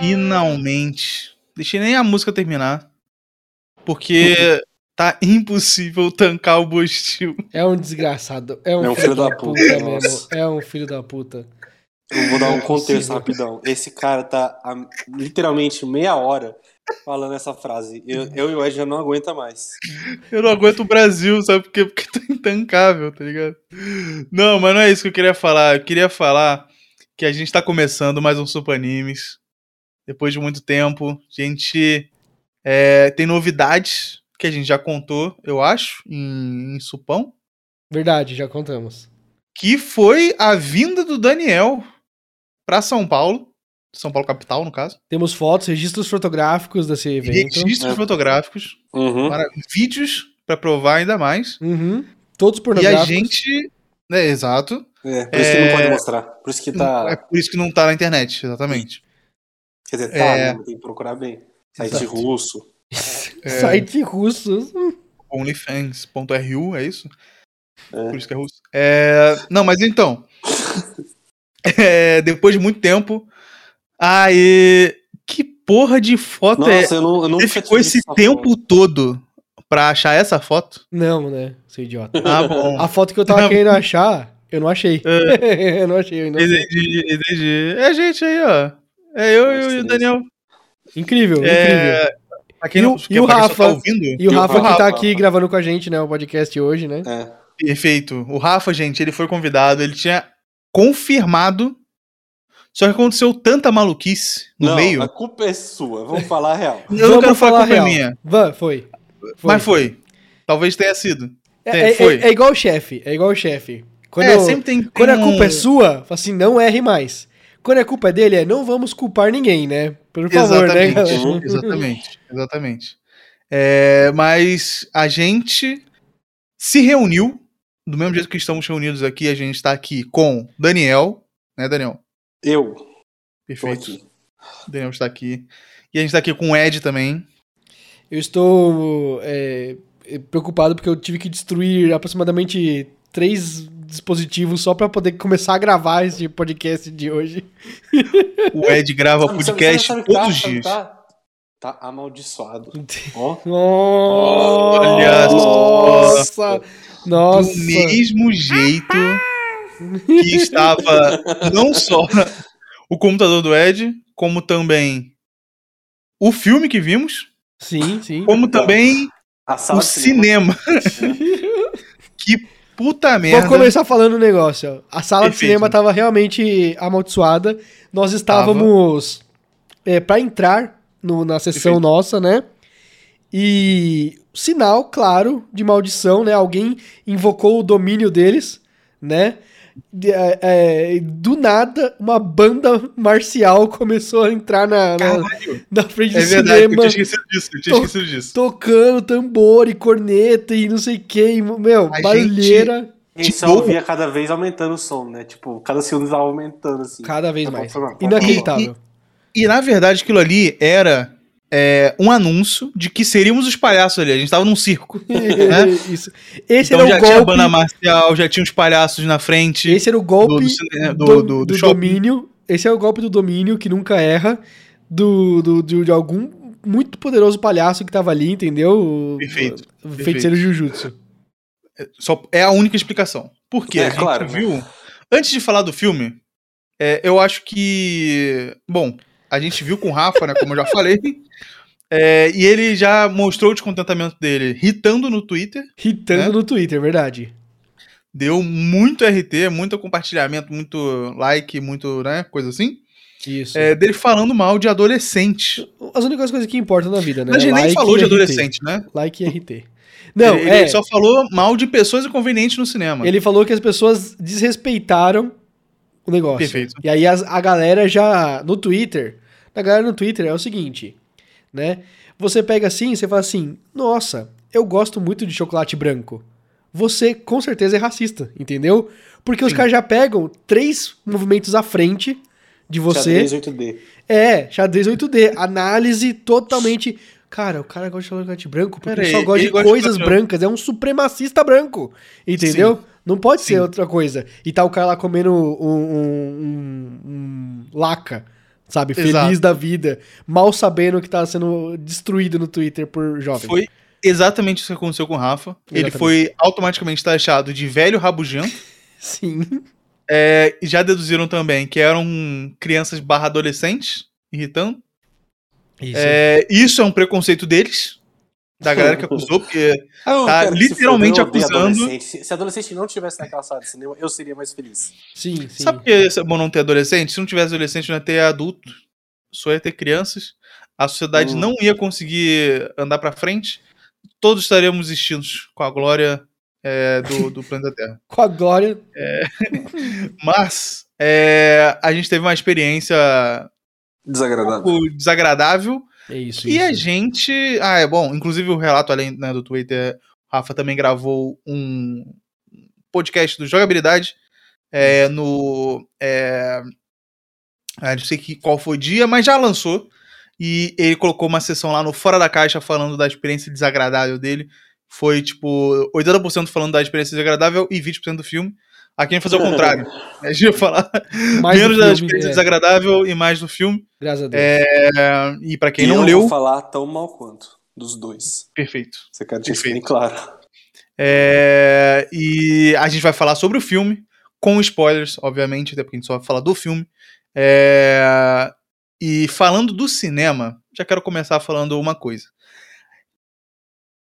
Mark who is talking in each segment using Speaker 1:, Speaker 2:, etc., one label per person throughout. Speaker 1: Finalmente. Deixei nem a música terminar. Porque tá impossível tancar o Bostil.
Speaker 2: É um desgraçado. É um,
Speaker 3: É um
Speaker 2: filho,
Speaker 3: filho
Speaker 2: da,
Speaker 3: da
Speaker 2: puta,
Speaker 3: puta,
Speaker 2: mesmo.
Speaker 3: nossa.
Speaker 2: É um filho da puta.
Speaker 3: Eu vou dar um contexto
Speaker 2: Impossível.
Speaker 3: rapidão. Esse cara tá há literalmente meia hora falando essa frase. Eu, eu e o Ed já não aguenta mais.
Speaker 1: Eu não aguento o Brasil, sabe por quê? Porque tá intancável, tá ligado? Não, mas não é isso que eu queria falar. Eu queria falar que a gente tá começando mais um Super Animes. Depois de muito tempo, a gente é, tem novidades que a gente já contou, eu acho, em, em Supão.
Speaker 2: Verdade, já contamos.
Speaker 1: Que foi a vinda do Daniel pra São Paulo. São Paulo capital, no caso.
Speaker 2: Temos fotos, registros fotográficos desse evento.
Speaker 1: Registros
Speaker 3: É.
Speaker 1: fotográficos.
Speaker 3: Uhum.
Speaker 1: Para vídeos pra provar ainda mais.
Speaker 2: Uhum. Todos
Speaker 1: E a
Speaker 2: pornográficos.
Speaker 1: gente. né, exato.
Speaker 3: É, por isso que não pode mostrar. Por isso que
Speaker 1: É
Speaker 3: tá.
Speaker 1: por isso que não tá na internet, exatamente.
Speaker 3: Quer dizer, tá,
Speaker 1: É.
Speaker 3: né? tem que procurar bem. Site
Speaker 2: Exato.
Speaker 3: russo.
Speaker 2: Site russo.
Speaker 1: Onlyfans.ru, é isso?
Speaker 3: É.
Speaker 1: Por isso que é russo. É, Não, mas então. É, Depois de muito tempo. Aí. Que porra de foto é.
Speaker 3: Nossa, eu não, eu nunca
Speaker 1: Você ficou
Speaker 3: tive
Speaker 1: esse
Speaker 3: essa
Speaker 1: tempo
Speaker 3: foto.
Speaker 1: todo pra achar essa foto?
Speaker 2: Não, né? Seu idiota.
Speaker 1: Ah, bom.
Speaker 2: A foto que eu tava
Speaker 1: Não. É.
Speaker 2: querendo achar, eu não achei. eu não achei ainda.
Speaker 1: Entendi, entendi. É a gente aí, ó. É eu, eu e o Daniel.
Speaker 2: Incrível, incrível.
Speaker 1: É, pra quem, não,
Speaker 2: E o- e o
Speaker 1: pra quem só tá
Speaker 2: Rafa?
Speaker 1: ouvindo,
Speaker 2: E o
Speaker 3: e o
Speaker 2: Rafa, que tá
Speaker 3: Rafa?
Speaker 2: aqui gravando com a gente, né? O podcast hoje, né?
Speaker 3: É.
Speaker 1: Perfeito. O Rafa, gente, ele foi convidado, ele tinha confirmado. Só que aconteceu tanta maluquice no
Speaker 3: não,
Speaker 1: meio.
Speaker 3: a culpa é sua, vamos falar a real.
Speaker 1: Eu não
Speaker 2: Vamos
Speaker 1: quero falar que a culpa é
Speaker 2: real.
Speaker 1: minha.
Speaker 2: Van, foi.
Speaker 1: Mas foi. Talvez tenha sido.
Speaker 2: É,
Speaker 1: tem,
Speaker 2: é-
Speaker 1: foi.
Speaker 2: é- é igual o chefe, é igual o chefe. Quando,
Speaker 1: é,
Speaker 2: eu-
Speaker 1: sempre tem. tem
Speaker 2: quando a
Speaker 1: um-
Speaker 2: culpa é sua, fala assim, não erre mais. Quando a culpa é dele, é não vamos culpar ninguém, né? Por favor, né?
Speaker 1: exatamente,
Speaker 3: Uhum.
Speaker 2: galera?
Speaker 1: Exatamente. Exatamente. É, mas a gente se reuniu. Do mesmo jeito que estamos reunidos aqui, a gente está aqui com Daniel. Né, Daniel?
Speaker 3: Eu tô
Speaker 1: Perfeito.
Speaker 3: aqui.
Speaker 1: Daniel está aqui. E a gente está aqui com o Ed também.
Speaker 2: Eu estou é, preocupado porque eu tive que destruir aproximadamente três dispositivos só pra poder começar a gravar esse podcast de hoje.
Speaker 1: O Ed grava
Speaker 3: Sabe- sabe-
Speaker 1: podcast
Speaker 3: sabe- sabe que tá-
Speaker 1: todos os
Speaker 3: sabe que
Speaker 1: dias.
Speaker 3: Tá, tá amaldiçoado. Ó.
Speaker 1: Olha só.
Speaker 2: Nossa! Nossa!
Speaker 1: Do mesmo jeito que estava não só o computador do Ed, como também o filme que vimos,
Speaker 2: Sim, sim.
Speaker 1: como
Speaker 3: Uhum.
Speaker 1: também
Speaker 3: A sala
Speaker 1: o
Speaker 3: de cinema.
Speaker 1: cinema. que puta merda.
Speaker 2: Vou começar falando um negócio. ó. A sala de
Speaker 1: Perfeito.
Speaker 2: cinema estava realmente amaldiçoada. Nós estávamos é, para entrar no- na sessão
Speaker 1: Perfeito.
Speaker 2: nossa, né? E sinal, claro, de maldição, né? Alguém invocou o domínio deles, né? De- é, é, do nada, uma banda marcial começou a entrar na, na,
Speaker 1: Caralho,
Speaker 2: na frente
Speaker 1: é
Speaker 2: do
Speaker 1: verdade, eu
Speaker 2: cinema
Speaker 1: tinha esquecido disso, eu tinha
Speaker 2: Tô-
Speaker 1: esquecido disso.
Speaker 2: tocando tambor e corneta e não sei o que, e, meu,
Speaker 1: A
Speaker 2: barulheira.
Speaker 3: A gente só
Speaker 1: Tipo-
Speaker 3: ouvia cada vez aumentando o som, né? Tipo, cada segundo tava aumentando, assim.
Speaker 2: Cada vez
Speaker 3: Tá
Speaker 2: mais.
Speaker 3: confirmado, confirmado.
Speaker 2: Inacreditável.
Speaker 1: E na verdade aquilo ali era é, um anúncio de que seríamos os palhaços ali. A gente tava num circo. né?
Speaker 2: Isso. Esse
Speaker 1: então
Speaker 2: era
Speaker 1: já tinha
Speaker 2: o
Speaker 1: a
Speaker 2: golpe.
Speaker 1: banda marcial, já tinha os palhaços na frente.
Speaker 2: Esse era o golpe
Speaker 1: do, do
Speaker 2: do,
Speaker 1: cine- do, do- do
Speaker 2: do
Speaker 1: shopping.
Speaker 2: domínio. Esse é o golpe do domínio que nunca erra. Do, do, de, de algum muito poderoso palhaço que tava ali, entendeu? O-
Speaker 1: Perfeito,
Speaker 2: o Feiticeiro Jujutsu.
Speaker 1: Só é a única explicação. Por quê?
Speaker 3: É,
Speaker 1: a gente
Speaker 3: claro, né?
Speaker 1: viu. Antes de falar do filme, é, eu acho que. Bom, a gente viu com o Rafa, né? Como eu já falei. é, e ele já mostrou o descontentamento dele ritando no Twitter.
Speaker 2: Hitando
Speaker 1: É?
Speaker 2: no Twitter, verdade.
Speaker 1: Deu muito RT, muito compartilhamento, muito like, muito, né? Coisa assim.
Speaker 2: Isso.
Speaker 1: É, dele falando mal de adolescente.
Speaker 2: As únicas coisas que importam na vida, né?
Speaker 1: a gente nem
Speaker 2: Like
Speaker 1: falou de
Speaker 2: e RT.
Speaker 1: adolescente, né?
Speaker 2: Like e RT. Não,
Speaker 1: ele, ele
Speaker 2: é,
Speaker 1: só falou mal de pessoas inconvenientes no cinema.
Speaker 2: Ele falou que as pessoas desrespeitaram o negócio.
Speaker 1: Perfeito.
Speaker 2: E aí as- a galera já. No Twitter. A galera no Twitter é o seguinte, né? Você pega assim você fala assim: Nossa, eu gosto muito de chocolate branco. Você com certeza é racista, entendeu? Porque os
Speaker 1: Sim.
Speaker 2: caras já pegam três movimentos à frente de você.
Speaker 3: Xadrez 8D.
Speaker 2: É, xadrez 8D. Análise totalmente. Cara, o cara gosta de chocolate branco porque
Speaker 1: Pera aí,
Speaker 2: só gosta
Speaker 1: ele
Speaker 2: de
Speaker 1: gosta de
Speaker 2: coisas
Speaker 1: chocolate
Speaker 2: brancas. É um supremacista branco. Entendeu? Não pode ser
Speaker 1: Sim.
Speaker 2: outra coisa. E tá o cara lá comendo um, um- um- um laca. sabe?
Speaker 1: Exato.
Speaker 2: Feliz da vida, mal sabendo que tá sendo destruído no Twitter por jovem.
Speaker 1: Foi exatamente isso que aconteceu com o Rafa. Ele
Speaker 2: Exatamente.
Speaker 1: foi automaticamente taxado de velho rabugento.
Speaker 2: Sim.
Speaker 1: É, e já deduziram também que eram crianças barra adolescentes, irritando.
Speaker 2: Isso.
Speaker 1: É, isso é um preconceito deles, da galera que acusou, porque
Speaker 3: Ah, eu
Speaker 1: Tá
Speaker 3: quero que se
Speaker 1: literalmente
Speaker 3: foda, eu odeio
Speaker 1: acusando-
Speaker 3: adolescente. Se, se adolescente não tivesse naquela sala de cinema, eu seria mais feliz.
Speaker 2: Sim, sim.
Speaker 1: Sabe por que é bom não ter adolescente? Se não tivesse adolescente, não ia ter adulto. Só ia ter crianças. A sociedade
Speaker 3: Hum.
Speaker 1: não ia conseguir andar pra frente. Todos estaríamos extintos com a glória é, do, do planeta Terra.
Speaker 2: Com a glória.
Speaker 1: Mas é, a gente teve uma experiência um
Speaker 3: Desagradável.
Speaker 1: pouco desagradável.
Speaker 2: É isso.
Speaker 1: e a
Speaker 2: isso.
Speaker 1: gente. Ah, é bom. Inclusive, o relato além né, do Twitter, o Rafa também gravou um podcast do Jogabilidade é, no. É, ah, não sei que, qual foi o dia, mas já lançou. E ele colocou uma sessão lá no Fora da Caixa falando da experiência desagradável dele. Foi tipo 80% falando da experiência desagradável e 20% do filme. Aqui a gente vai fazer o contrário. né? A gente ia falar
Speaker 2: Mais do
Speaker 1: menos da
Speaker 2: filme,
Speaker 1: experiência
Speaker 2: é,
Speaker 1: desagradável e mais do filme.
Speaker 2: Graças a Deus.
Speaker 1: É, e pra quem
Speaker 3: e eu
Speaker 1: não
Speaker 3: não
Speaker 1: leu,
Speaker 3: vou falar tão mal quanto dos dois.
Speaker 1: perfeito.
Speaker 3: Você quer deixar isso bem
Speaker 1: Perfeito.
Speaker 3: claro.
Speaker 1: É, e a gente vai falar sobre o filme, com spoilers, obviamente, até porque a gente só vai falar do filme. É, e falando do cinema, já quero começar falando uma coisa.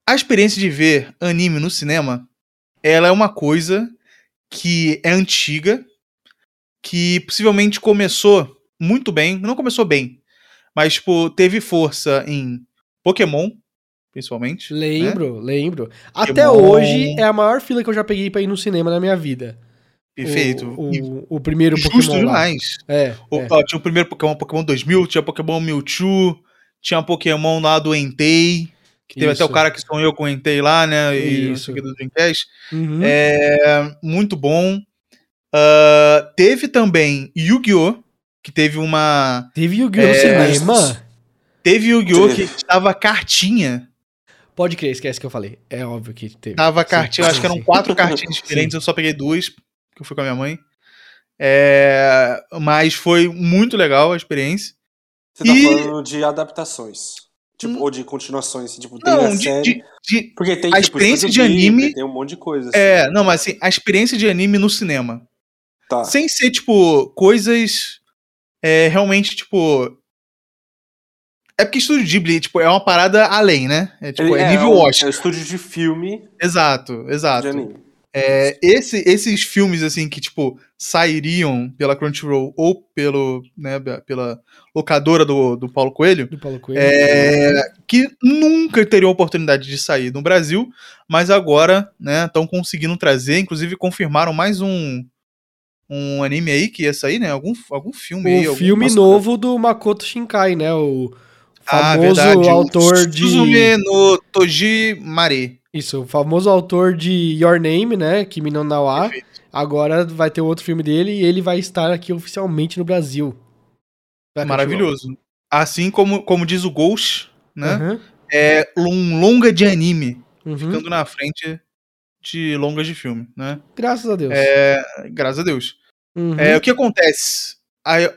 Speaker 1: A experiência de ver anime no cinema, ela é uma coisa que é antiga, que possivelmente começou muito bem, não começou bem, mas tipo, teve força em Pokémon, principalmente. né?
Speaker 2: Lembro, lembro. Até
Speaker 1: bom.
Speaker 2: hoje é a maior fila que eu já peguei pra ir no cinema na minha vida.
Speaker 1: Perfeito.
Speaker 2: O,
Speaker 1: E
Speaker 2: o, o primeiro
Speaker 1: Justo
Speaker 2: Pokémon lá.
Speaker 1: demais.
Speaker 2: É,
Speaker 1: O-
Speaker 2: é.
Speaker 1: ó, tinha o primeiro Pokémon, Pokémon 2000, tinha Pokémon Mewtwo, tinha Pokémon lá do Entei, que teve até
Speaker 2: Isso.
Speaker 1: o cara que sonhou com o Entei lá, né? E
Speaker 2: Isso.
Speaker 1: isso aqui do Dreamcast.
Speaker 2: Uhum.
Speaker 1: É, muito bom. Ah, teve também Yu-Gi-Oh! Que teve uma.
Speaker 2: Teve Yu-Gi-Oh! no
Speaker 1: é,
Speaker 2: cinema?
Speaker 1: Teve Yu-Gi-Oh! que
Speaker 3: Teve.
Speaker 1: estava cartinha.
Speaker 2: Pode crer, esquece que eu falei. É óbvio que teve.
Speaker 1: Tava
Speaker 2: Sim,
Speaker 1: cartinha, eu acho
Speaker 2: sim,
Speaker 1: que eram
Speaker 2: sim.
Speaker 1: quatro cartinhas diferentes, eu só peguei duas, que eu fui com a minha mãe. É, mas foi muito legal a experiência.
Speaker 3: Você tá
Speaker 1: E-
Speaker 3: falando de adaptações. Tipo,
Speaker 1: Hum.
Speaker 3: ou de continuações. assim, Tipo, tem
Speaker 1: Não,
Speaker 3: a
Speaker 1: de-
Speaker 3: série.
Speaker 1: de- de,
Speaker 3: Porque tem
Speaker 1: a
Speaker 3: tipo,
Speaker 1: experiência de
Speaker 3: Studio Ghibli,
Speaker 1: anime-
Speaker 3: Tem um monte de coisa.
Speaker 1: É,
Speaker 3: assim.
Speaker 1: não, mas assim, a experiência de anime no cinema.
Speaker 3: Tá.
Speaker 1: Sem ser, tipo, coisas é, realmente, tipo. É porque Estúdio Ghibli, tipo, é uma parada além, né? É tipo,
Speaker 3: Ele-
Speaker 1: é, nível
Speaker 3: um-
Speaker 1: Oscar.
Speaker 3: É um estúdio de filme
Speaker 1: Exato,
Speaker 3: de
Speaker 1: exato.
Speaker 3: anime.
Speaker 1: É, esse, esses filmes, assim, que, tipo, sairiam pela Crunchyroll ou pelo, né, pela locadora do, do Paulo Coelho,
Speaker 2: Do Paulo Coelho.
Speaker 1: é, que nunca teriam oportunidade de sair no Brasil, mas agora estão conseguindo trazer, inclusive confirmaram mais um, um anime aí que ia sair, né? Algum, algum filme aí.
Speaker 2: O
Speaker 1: algum-
Speaker 2: Um filme
Speaker 1: Nossa,
Speaker 2: novo do Makoto Shinkai, né? O
Speaker 1: Ah,
Speaker 2: famoso
Speaker 1: verdade, o
Speaker 2: autor de.
Speaker 1: Suzume no Toji Mare.
Speaker 2: Isso, o famoso autor de Your Name, né? Kimi no Nawa. Agora vai ter outro filme dele e ele vai estar aqui oficialmente no Brasil. Vai,
Speaker 1: Maravilhoso. Assim como, como diz o Ghost, né?
Speaker 2: Aham,
Speaker 1: É um longa de anime,
Speaker 2: uhum.
Speaker 1: ficando na frente de longas de filme, né?
Speaker 2: Graças a Deus.
Speaker 1: É, graças a Deus.
Speaker 2: Uhum.
Speaker 1: É, o que acontece? Aí,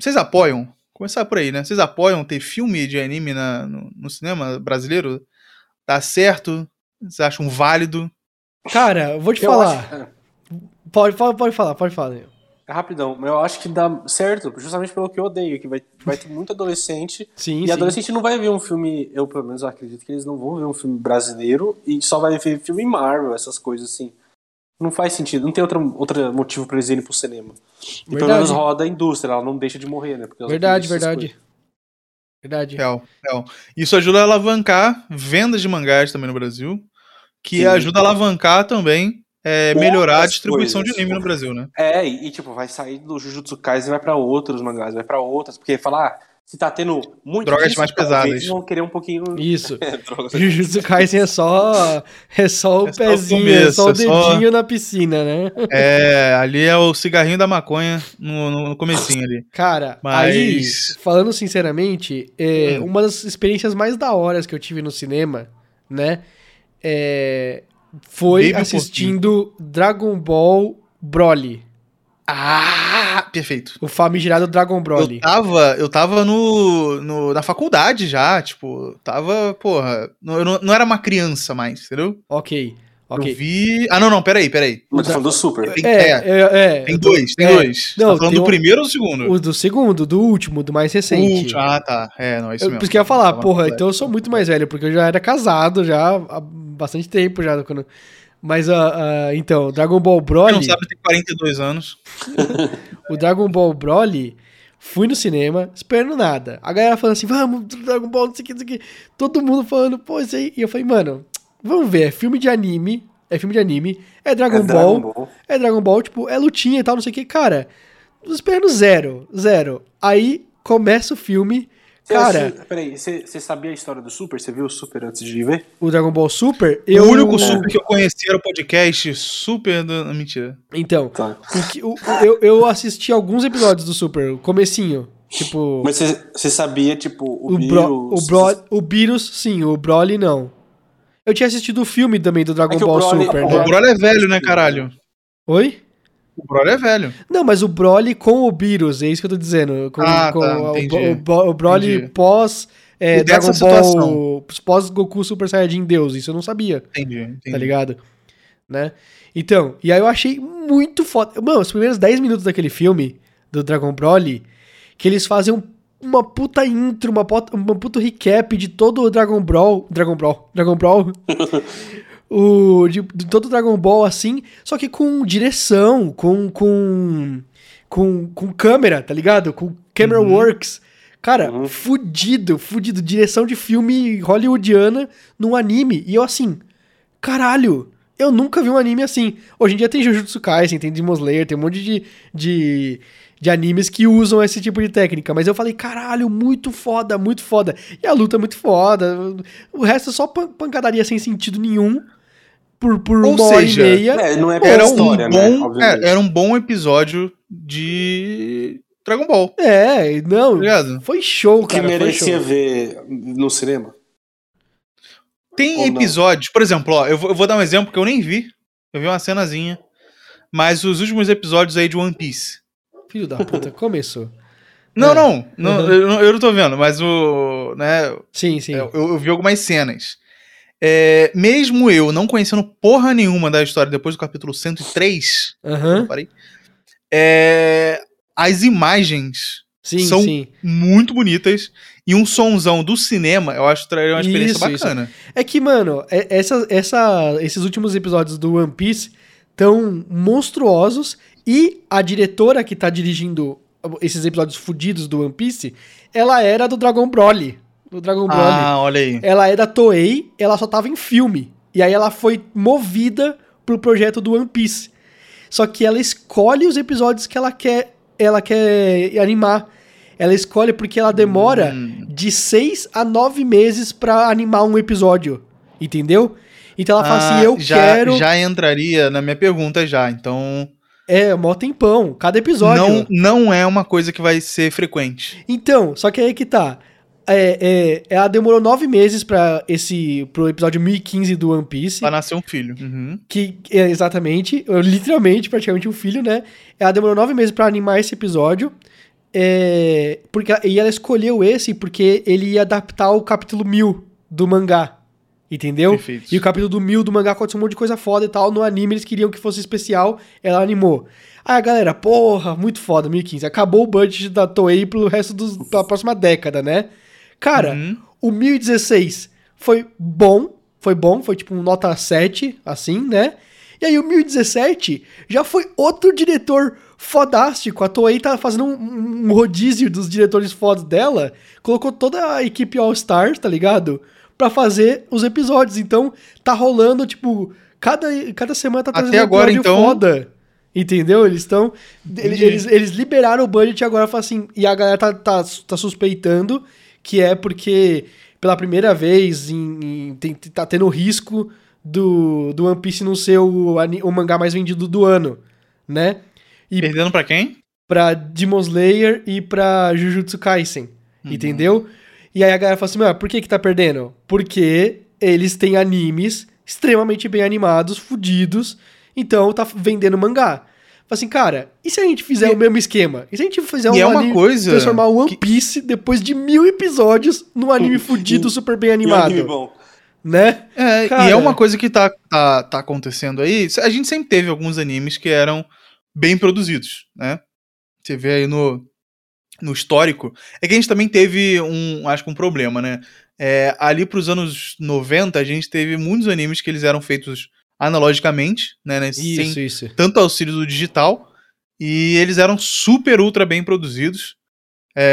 Speaker 1: vocês apoiam? Começar por aí, né? Vocês apoiam ter filme de anime na- no, no cinema brasileiro? Tá certo? Vocês acham válido?
Speaker 2: Cara, eu vou te
Speaker 3: Eu
Speaker 2: falar.
Speaker 3: acho- é,
Speaker 2: Pode, pode, pode falar, pode falar. Daniel.
Speaker 3: rapidão, mas eu acho que dá certo, justamente pelo que eu odeio, que vai, vai ter muito adolescente.
Speaker 2: Sim,
Speaker 3: e
Speaker 2: sim.
Speaker 3: adolescente não vai ver um filme, eu pelo menos acredito que eles não vão ver um filme brasileiro e só vai ver filme Marvel, essas coisas assim. Não faz sentido, não tem outro, outro motivo pra eles irem pro cinema. E pelo
Speaker 2: Verdade.
Speaker 3: menos roda a indústria, ela não deixa de morrer, né? Por causa
Speaker 2: Verdade,
Speaker 3: dessas
Speaker 2: verdade. Verdade.
Speaker 1: Real, real. Isso ajuda a alavancar vendas de mangás também no Brasil, que
Speaker 3: Sim.
Speaker 1: ajuda a alavancar também, é,
Speaker 3: Outras
Speaker 1: melhorar a distribuição
Speaker 3: coisas.
Speaker 1: de anime no Brasil, né?
Speaker 3: É, e, e, tipo, vai sair do Jujutsu Kaisen e vai pra outros mangás, vai pra outras, porque falar, ah, se tá tendo muito
Speaker 1: Drogas
Speaker 3: disso,
Speaker 1: mais
Speaker 3: talvez
Speaker 1: pesadas.
Speaker 3: vão querer um pouquinho
Speaker 2: Isso.
Speaker 3: É, drogas.
Speaker 2: Jujutsu Kaisen é só, é só o
Speaker 1: É só o
Speaker 2: pezinho, é
Speaker 1: começo,
Speaker 2: só o
Speaker 1: é só-
Speaker 2: dedinho na piscina, né?
Speaker 1: É, ali é o cigarrinho da maconha no, no, no comecinho ali.
Speaker 2: Cara,
Speaker 1: Mas-
Speaker 2: aí, falando sinceramente, é,
Speaker 1: Hum.
Speaker 2: uma das experiências mais da horas que eu tive no cinema, né? é, foi
Speaker 1: Baby um
Speaker 2: assistindo Dragon Ball Broly.
Speaker 1: Ah, perfeito.
Speaker 2: O famigerado Dragon
Speaker 1: Eu
Speaker 2: Broly.
Speaker 1: tava, eu tava no, no- na faculdade já, tipo, tava, porra, não- eu não, não era uma criança mais, entendeu? Eu
Speaker 2: Ok, ok.
Speaker 1: vi. Ah, não, não, peraí, peraí.
Speaker 3: Mas tô falando do Super.
Speaker 1: Tem,
Speaker 2: É,
Speaker 1: é,
Speaker 2: é, é.
Speaker 1: tem dois, tem
Speaker 2: é,
Speaker 1: dois.
Speaker 2: não,
Speaker 1: tá falando
Speaker 2: tem
Speaker 1: do
Speaker 2: um-
Speaker 1: primeiro ou do segundo?
Speaker 2: O do segundo, do último, do mais recente.
Speaker 1: O último. Ah, tá. É, não, é isso
Speaker 2: Eu,
Speaker 1: mesmo.
Speaker 2: por isso que eu ia falar,
Speaker 1: Tava na
Speaker 2: porra,
Speaker 1: faculdade.
Speaker 2: então eu sou muito mais velho, porque eu já era casado já há bastante tempo já. Quando... Mas, ah, ah, então, Dragon Ball
Speaker 1: Quem não
Speaker 2: Broly,
Speaker 1: sabe, tem 42 anos.
Speaker 2: o Dragon Ball Broly, fui no cinema esperando nada. A galera falando assim, vamos, Dragon Ball, não sei o que, não sei o que. Todo mundo falando, pô, isso aí. E eu falei, mano, vamos ver, é filme de anime, é filme de anime, é Dragon,
Speaker 3: É
Speaker 2: Ball,
Speaker 3: Dragon Ball.
Speaker 2: é Dragon Ball, tipo, é lutinha e tal, não sei o que. Cara, tô esperando zero, zero. Aí começa o filme,
Speaker 3: Você-
Speaker 2: cara...
Speaker 3: você- peraí, você você sabia a história do Super? Você viu o Super antes de ver?
Speaker 2: O Dragon Ball Super, eu.
Speaker 1: O único super que eu conheci era o podcast Super. Do... não, Mentira.
Speaker 2: Então,
Speaker 3: Tá.
Speaker 2: o que- o- o- eu, eu assisti alguns episódios do Super, o comecinho. Tipo,
Speaker 3: Mas você você sabia, tipo, o,
Speaker 2: o, Bro,
Speaker 3: Beerus-
Speaker 2: o, Bro, o Beerus, sim, o Broly não. Eu tinha assistido o filme também do Dragon
Speaker 3: É que o
Speaker 2: Ball
Speaker 3: Broly-
Speaker 2: Super,
Speaker 3: o
Speaker 1: O
Speaker 2: né?
Speaker 3: Broly-
Speaker 1: Broly é velho, né, caralho?
Speaker 2: Oi?
Speaker 1: O Broly é velho.
Speaker 2: Não, mas o Broly com o Beerus, é isso que eu tô dizendo. Com,
Speaker 1: Ah,
Speaker 2: com
Speaker 1: tá,
Speaker 2: o-
Speaker 1: entendi.
Speaker 2: o, Bo- o Broly
Speaker 1: Entendi.
Speaker 2: pós é,
Speaker 1: E
Speaker 2: Dragon
Speaker 1: dessa
Speaker 2: Ball,
Speaker 1: situação?
Speaker 2: pós Goku Super Saiyajin Deus, isso eu não sabia.
Speaker 1: Entendi, entendi.
Speaker 2: tá ligado? Né? Então, e aí eu achei muito foda. Mano, os primeiros 10 minutos daquele filme, do Dragon Broly, que eles fazem um- uma puta intro, uma, pot- uma puta recap de todo o Dragon Brawl. Dragon Brawl. Dragon Brawl. o, de, de todo o Dragon Ball assim, só que com direção, com. com. com, com câmera, tá ligado? Com camera works. Cara,
Speaker 3: Uhum.
Speaker 2: fudido, fudido. Direção de filme hollywoodiana num anime. E eu assim, caralho, eu nunca vi um anime assim. Hoje em dia tem Jujutsu Kaisen, tem Demon Slayer, tem um monte de, de, de animes que usam esse tipo de técnica. Mas eu falei, caralho, muito foda, muito foda. E a luta é muito foda. O resto é só pan- pancadaria sem sentido nenhum. Por, por
Speaker 1: Ou
Speaker 2: uma hora e
Speaker 1: seja,
Speaker 2: meia.
Speaker 3: É, não é pela
Speaker 1: Era um,
Speaker 3: história, né?
Speaker 1: bom,
Speaker 3: Obviamente.
Speaker 1: é, era um bom episódio de Dragon Ball,
Speaker 2: É,
Speaker 1: tá
Speaker 2: não.
Speaker 1: ligado?
Speaker 2: Foi show,
Speaker 3: O que
Speaker 2: cara. foi
Speaker 3: merecia
Speaker 2: show.
Speaker 3: ver no cinema.
Speaker 1: Tem
Speaker 3: Ou não.
Speaker 1: episódios, por exemplo, ó, eu vou, eu vou dar um exemplo que eu nem vi. Eu vi uma cenazinha. Mas os últimos episódios aí de One Piece.
Speaker 2: Filho da puta, começou.
Speaker 1: Não,
Speaker 2: É.
Speaker 1: não, não,
Speaker 2: Uhum.
Speaker 1: eu, não- eu não tô vendo, mas o. Né,
Speaker 2: Sim, sim.
Speaker 1: eu, eu vi algumas cenas. É, mesmo eu não conhecendo porra nenhuma da história depois do capítulo 103,
Speaker 2: Aham.
Speaker 1: eu parei, é, as imagens
Speaker 2: Sim,
Speaker 1: São
Speaker 2: sim.
Speaker 1: muito bonitas e um sonzão do cinema, eu acho que traria uma experiência
Speaker 2: Isso, isso.
Speaker 1: bacana.
Speaker 2: É que, mano, é- essa, essa- esses últimos episódios do One Piece estão monstruosos e a diretora que tá dirigindo esses episódios fudidos do One Piece, ela era do Dragon Broly. Do Dragon Broly.
Speaker 1: Ah, olha aí.
Speaker 2: Ela é da Toei, ela só tava em filme. E aí ela foi movida pro projeto do One Piece. Só que ela escolhe os episódios que ela quer, ela quer animar. Ela escolhe porque ela demora
Speaker 1: Hum.
Speaker 2: de seis a nove meses pra animar um episódio, entendeu? Então ela fala
Speaker 1: Ah,
Speaker 2: assim, eu
Speaker 1: já,
Speaker 2: quero...
Speaker 1: Já entraria na minha pergunta já, então.
Speaker 2: É, mó tempão, cada episódio.
Speaker 1: Não, não é uma coisa que vai ser frequente.
Speaker 2: Então, só que aí que tá. É, é, ela demorou nove meses para esse pro episódio 1015 do One Piece.
Speaker 1: Pra nascer um filho. Uhum.
Speaker 2: que é exatamente, eu, literalmente, praticamente um filho, né? Ela demorou nove meses pra animar esse episódio. é, porque ela- e ela escolheu esse porque ele ia adaptar o capítulo mil do mangá. Entendeu?
Speaker 1: Perfeito.
Speaker 2: E o capítulo do mil do mangá aconteceu um monte de coisa foda e tal. No anime eles queriam que fosse especial, ela animou. Aí a galera, porra, muito foda, 2015. Acabou o budget da Toei pro resto dos, da próxima década, né? Cara,
Speaker 1: Uhum.
Speaker 2: o 1016 foi bom, foi bom, foi tipo um nota 7, assim, né? E aí o 1017 já foi outro diretor fodástico. A Toei tá fazendo um, um rodízio dos diretores fodas dela, colocou toda a equipe All Stars, tá ligado? Pra fazer os episódios. Então tá rolando, tipo, cada, cada semana tá
Speaker 1: Até
Speaker 2: trazendo um
Speaker 1: agora,
Speaker 2: episódio
Speaker 1: então,
Speaker 2: foda. Entendeu? Eles estão. Eles,
Speaker 1: Entendi.
Speaker 2: eles- eles liberaram o budget e agora fala assim. E a galera tá, tá, tá suspeitando que é porque pela primeira vez em, em- tem- tá tendo risco do, do One Piece não ser o, ani- o mangá mais vendido do ano, né? E
Speaker 1: Perdendo pra quem?
Speaker 2: pra Demon Slayer e pra Jujutsu Kaisen,
Speaker 1: Uhum.
Speaker 2: entendeu? E aí a galera fala assim, mas por que que tá perdendo? Porque eles têm animes extremamente bem animados, fudidos, então tá vendendo mangá. Fala assim, cara, e se a gente fizer o mesmo esquema? E se a gente fizer um
Speaker 1: E é uma
Speaker 2: anime-
Speaker 1: coisa
Speaker 2: transformar o One
Speaker 1: que-
Speaker 2: Piece depois de mil episódios num anime fudido super bem
Speaker 3: E é um anime
Speaker 2: animado?
Speaker 3: bom.
Speaker 2: Né?
Speaker 1: É, e é
Speaker 2: Cara.
Speaker 1: uma coisa que tá, tá, tá acontecendo aí. A gente sempre teve alguns animes que eram bem produzidos, né? Você vê aí no, no histórico. É que a gente também teve um, acho que um problema, né? É, ali pros anos 90, a gente teve muitos animes que eles eram feitos analogicamente, né? né, sem
Speaker 2: Isso, isso.
Speaker 1: tanto auxílio do digital, e eles eram super, ultra bem produzidos.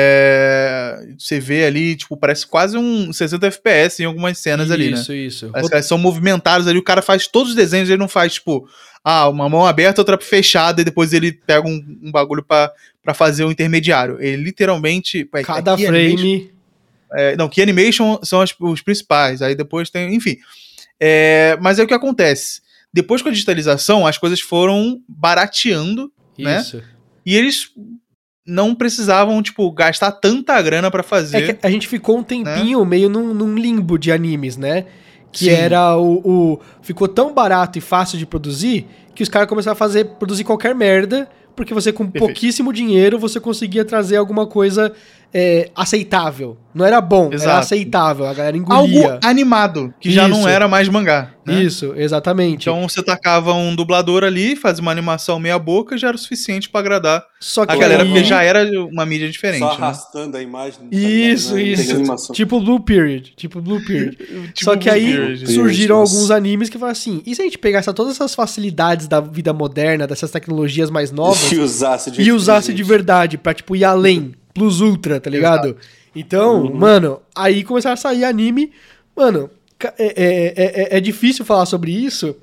Speaker 1: É, você vê ali, tipo, parece quase um 60 FPS em algumas cenas ali, né?
Speaker 2: Isso, isso.
Speaker 1: Parece que elas são movimentadas ali, o cara faz todos os desenhos, ele não faz, tipo, ah, uma mão aberta, outra fechada, e depois ele pega um, um bagulho pra, pra fazer o intermediário. Ele literalmente. é- é
Speaker 2: Cada
Speaker 1: Key Animation-
Speaker 2: frame.
Speaker 1: é, não, Key Animation são as- os principais, aí depois tem. Enfim. É, mas é o que acontece. Depois com a digitalização, as coisas foram barateando né?
Speaker 2: Isso.
Speaker 1: e eles não precisavam, tipo, gastar tanta grana pra fazer. Né?
Speaker 2: É que a gente ficou um tempinho meio num, num limbo de animes, né? Que
Speaker 1: Sim.
Speaker 2: era o, o- Ficou tão barato e fácil de produzir que os caras começaram a fazer produzir qualquer merda, porque você, com
Speaker 1: Perfeito.
Speaker 2: pouquíssimo dinheiro, você conseguia trazer alguma coisa é, aceitável. Não era bom, era
Speaker 1: Exato.
Speaker 2: aceitável, a galera engolia.
Speaker 1: Algo animado, que já não
Speaker 2: Isso.
Speaker 1: era mais mangá. né?
Speaker 2: Isso, exatamente.
Speaker 1: Então você tacava um dublador ali, fazia uma animação meia boca, já era o suficiente pra agradar
Speaker 2: Só que
Speaker 1: a galera,
Speaker 2: aí-
Speaker 1: porque já era uma mídia diferente.
Speaker 3: Só
Speaker 1: né?
Speaker 3: arrastando a imagem. tá
Speaker 2: Isso,
Speaker 3: ligado? Não tem
Speaker 2: isso.
Speaker 3: animação.
Speaker 2: Tipo Blue Period, tipo Blue Period.
Speaker 1: Tipo
Speaker 2: Só que
Speaker 1: Blue
Speaker 2: aí
Speaker 1: Period.
Speaker 3: Su-
Speaker 2: surgiram
Speaker 3: nossa.
Speaker 2: alguns animes que falaram assim: e se a gente pegasse todas essas facilidades da vida moderna, dessas tecnologias mais novas,
Speaker 3: E usasse de
Speaker 2: e usasse de verdade, pra, tipo, ir além, plus ultra, tá ligado? Então,
Speaker 3: Uhum.
Speaker 2: mano, aí começaram a sair anime. Mano, ca- é, é- é- é- é difícil falar sobre isso,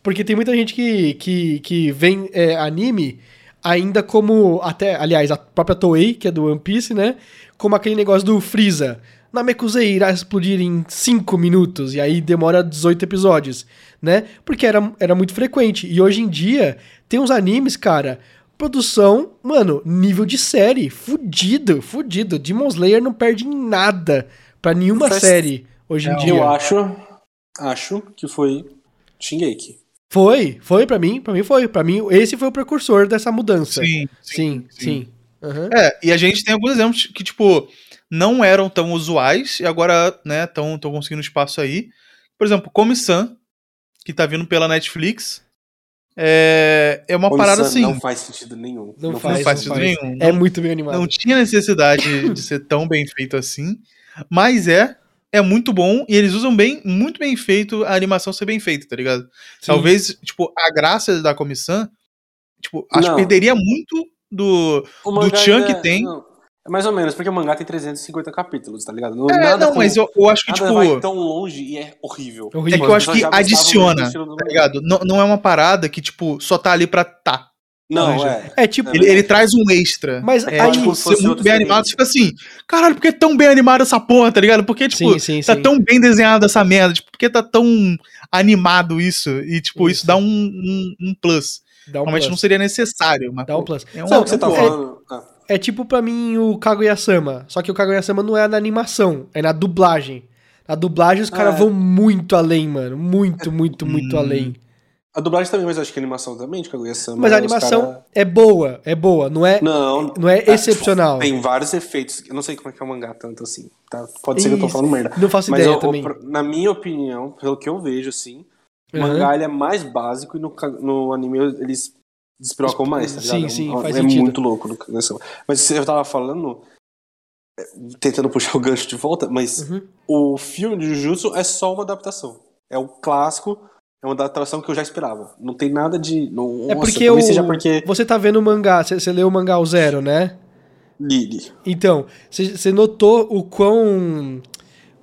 Speaker 2: porque tem muita gente que, que, que vem é, anime ainda como, até, aliás, a própria Toei, que é do One Piece, né? Como aquele negócio do Freeza. Namekusei irá explodir em 5 minutos, e aí demora 18 episódios, né? Porque era, era muito frequente. E hoje em dia, tem uns animes, cara, Produção, mano, nível de série. Fudido, fudido. Demon Slayer não perde em nada pra nenhuma
Speaker 3: Faz- é,
Speaker 2: série hoje em
Speaker 1: Não,
Speaker 2: dia.
Speaker 3: Eu acho, acho que foi Shingeki.
Speaker 2: Foi, foi pra mim, pra mim foi. Pra mim, esse foi o precursor dessa mudança.
Speaker 1: Sim,
Speaker 2: sim. sim. Aham.
Speaker 1: É, e a gente tem alguns exemplos que, tipo, não eram tão usuais e agora, né, estão conseguindo espaço aí. Por exemplo, Komi-san, que tá vindo pela Netflix, é, é uma parada
Speaker 3: Onsan
Speaker 1: assim,
Speaker 3: Não
Speaker 1: não,
Speaker 3: faz sentido nenhum.
Speaker 2: Não
Speaker 1: faz,
Speaker 2: faz,
Speaker 1: sentido
Speaker 2: não faz.
Speaker 1: nenhum. né?
Speaker 2: É muito bem animado.
Speaker 1: Não tinha necessidade de ser tão bem feito assim, mas é, é muito bom e eles usam bem, muito bem feito a animação ser bem feita, tá ligado?
Speaker 2: Sim.
Speaker 1: Talvez, tipo, a graça da comissão, tipo, acho
Speaker 3: Não.
Speaker 1: que perderia muito do.
Speaker 3: O
Speaker 1: Chan
Speaker 3: ainda-
Speaker 1: que tem.
Speaker 3: não, é mais ou menos, porque o mangá tem 350 capítulos, tá ligado?
Speaker 1: É, não,
Speaker 3: como-
Speaker 1: mas eu, eu acho que,
Speaker 3: nada
Speaker 1: tipo,
Speaker 3: vai tão longe e é horrível.
Speaker 2: Horrível.
Speaker 1: é que eu acho que
Speaker 3: Já gostava muito do
Speaker 1: adiciona,
Speaker 3: estilo do
Speaker 1: tá
Speaker 3: mangá.
Speaker 1: ligado? Não, não é uma parada que, tipo, só tá ali pra tá.
Speaker 3: Não,
Speaker 1: Manja.
Speaker 3: é.
Speaker 2: É tipo.
Speaker 3: É
Speaker 1: Ele, ele traz um extra. tipo,
Speaker 2: Mas
Speaker 3: É
Speaker 2: aí.
Speaker 3: ótimo. como se
Speaker 1: Ser
Speaker 3: fosse
Speaker 1: muito
Speaker 3: outra
Speaker 1: bem animado, você
Speaker 3: experiência.
Speaker 1: fica assim, caralho, por que é tão bem animada essa porra, tá ligado? Porque, tipo,
Speaker 2: sim, sim,
Speaker 1: tá
Speaker 2: sim.
Speaker 1: tão bem desenhada essa merda, tipo, por que tá tão animado isso? E, tipo, isso,
Speaker 2: Isso.
Speaker 1: dá um, um, um plus.
Speaker 2: Dá um
Speaker 1: Normalmente
Speaker 2: plus.
Speaker 1: não seria necessário, mas.
Speaker 2: Dá um
Speaker 1: pô,
Speaker 2: plus.
Speaker 1: É um,
Speaker 2: Sabe
Speaker 3: O que você tá
Speaker 2: É-
Speaker 3: falando? Ah,
Speaker 2: É tipo pra mim o Kaguya-sama. Só que o Kaguya-sama não é na animação, é na dublagem. Na dublagem os caras
Speaker 3: Ah, é.
Speaker 2: vão muito além, mano. Muito, muito, muito
Speaker 1: Hum.
Speaker 2: além.
Speaker 3: a dublagem também, mas acho que a animação também de Kaguya-sama.
Speaker 2: Mas a
Speaker 3: os
Speaker 2: animação
Speaker 3: cara-
Speaker 2: é boa, é boa. Não é,
Speaker 3: Não,
Speaker 2: não é excepcional.
Speaker 3: Tem vários efeitos. Eu não sei como é que é o mangá tanto assim. Tá? Pode ser que eu tô
Speaker 2: Isso.
Speaker 3: falando merda.
Speaker 2: Não faço
Speaker 3: Mas
Speaker 2: ideia
Speaker 3: eu-
Speaker 2: também.
Speaker 3: eu- na minha opinião, pelo que eu vejo, assim, o
Speaker 2: Aham.
Speaker 3: mangá ele é mais básico e no, ca- no anime eles despirocam mais, tá ligado?
Speaker 2: Sim, sim,
Speaker 3: É um-
Speaker 2: faz
Speaker 3: é
Speaker 2: sentido.
Speaker 3: muito louco. no- nessa- Mas eu tava falando, é, tentando puxar o gancho de volta, mas
Speaker 2: Uhum.
Speaker 3: o filme de Jujutsu é só uma adaptação. É um clássico, é uma adaptação que eu já esperava. Não tem nada de... Não,
Speaker 2: É
Speaker 3: nossa,
Speaker 2: porque,
Speaker 3: talvez
Speaker 2: o-
Speaker 3: seja porque...
Speaker 2: você tá vendo o mangá, você você leu o mangá o zero, né?
Speaker 3: Lili.
Speaker 2: Então, você você notou o quão.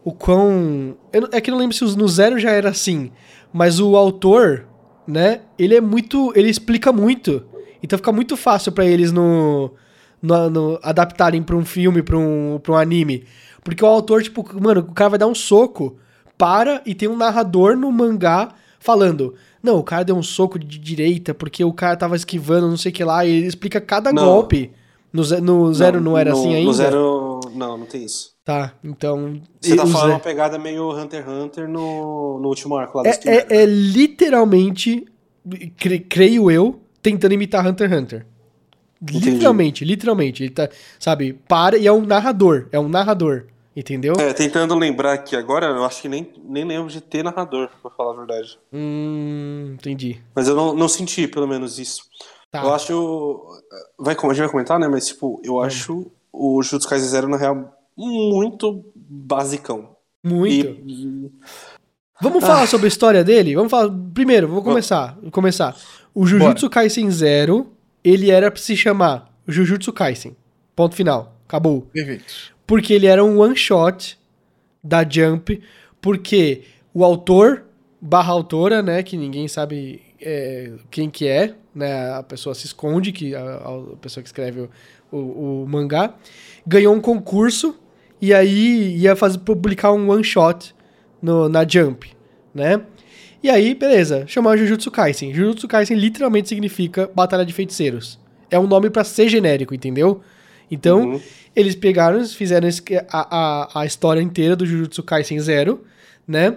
Speaker 2: O quão. eu não- é que eu não lembro se os- no zero já era assim. Mas o autor, né? Ele é muito. Ele explica muito. Então fica muito fácil pra eles no, no- no- adaptarem pra um filme, pra um, pra um anime. Porque o autor, tipo, mano, o cara vai dar um soco, para e tem um narrador no mangá falando. Não, o cara deu um soco de direita porque o cara tava esquivando, não sei o que lá, e ele explica cada
Speaker 3: Não.
Speaker 2: golpe. No, ze- no zero não, era
Speaker 3: no-
Speaker 2: assim ainda?
Speaker 3: No zero... Não, não tem isso.
Speaker 2: Tá, então.
Speaker 3: Você tá
Speaker 2: o
Speaker 3: falando
Speaker 2: Zé-
Speaker 3: uma pegada meio Hunter x Hunter no, no último arco lá do
Speaker 2: é, é, é literalmente, cre- é creio eu, tentando imitar Hunter x Hunter.
Speaker 3: Entendi.
Speaker 2: Literalmente, literalmente. Ele tá, sabe, para e é um narrador. É um narrador. Entendeu?
Speaker 3: É, tentando lembrar aqui agora, eu acho que nem, nem lembro de ter narrador, pra falar a verdade.
Speaker 2: Hum, entendi.
Speaker 3: Mas eu não, não senti, pelo menos, isso.
Speaker 2: Tá.
Speaker 3: Eu acho. Vai, com- a gente vai comentar, né? Mas, tipo, eu acho o Jutsu Kaisen Zero, na real, muito basicão.
Speaker 2: Muito.
Speaker 3: E- Ah.
Speaker 2: Vamos falar sobre a história dele? Vamos falar. Primeiro, vou começar. Vou começar. O Jujutsu Kaisen Zero, ele era pra se chamar Jujutsu Kaisen. Ponto final. Acabou.
Speaker 1: Perfeito.
Speaker 2: Porque ele era um one shot da Jump, porque o autor barra autora, né, que ninguém sabe é, quem que é, né, a pessoa se esconde, que a, a pessoa que escreve o, o- o mangá, ganhou um concurso e aí ia fazer, publicar um one shot no- na Jump, né? E aí, beleza, chamar Jujutsu Kaisen. Jujutsu Kaisen literalmente significa Batalha de Feiticeiros. É um nome pra ser genérico, entendeu? Então,
Speaker 3: Uhum.
Speaker 2: eles pegaram, eles fizeram esse- a, a, a história inteira do Jujutsu Kaisen Zero, né?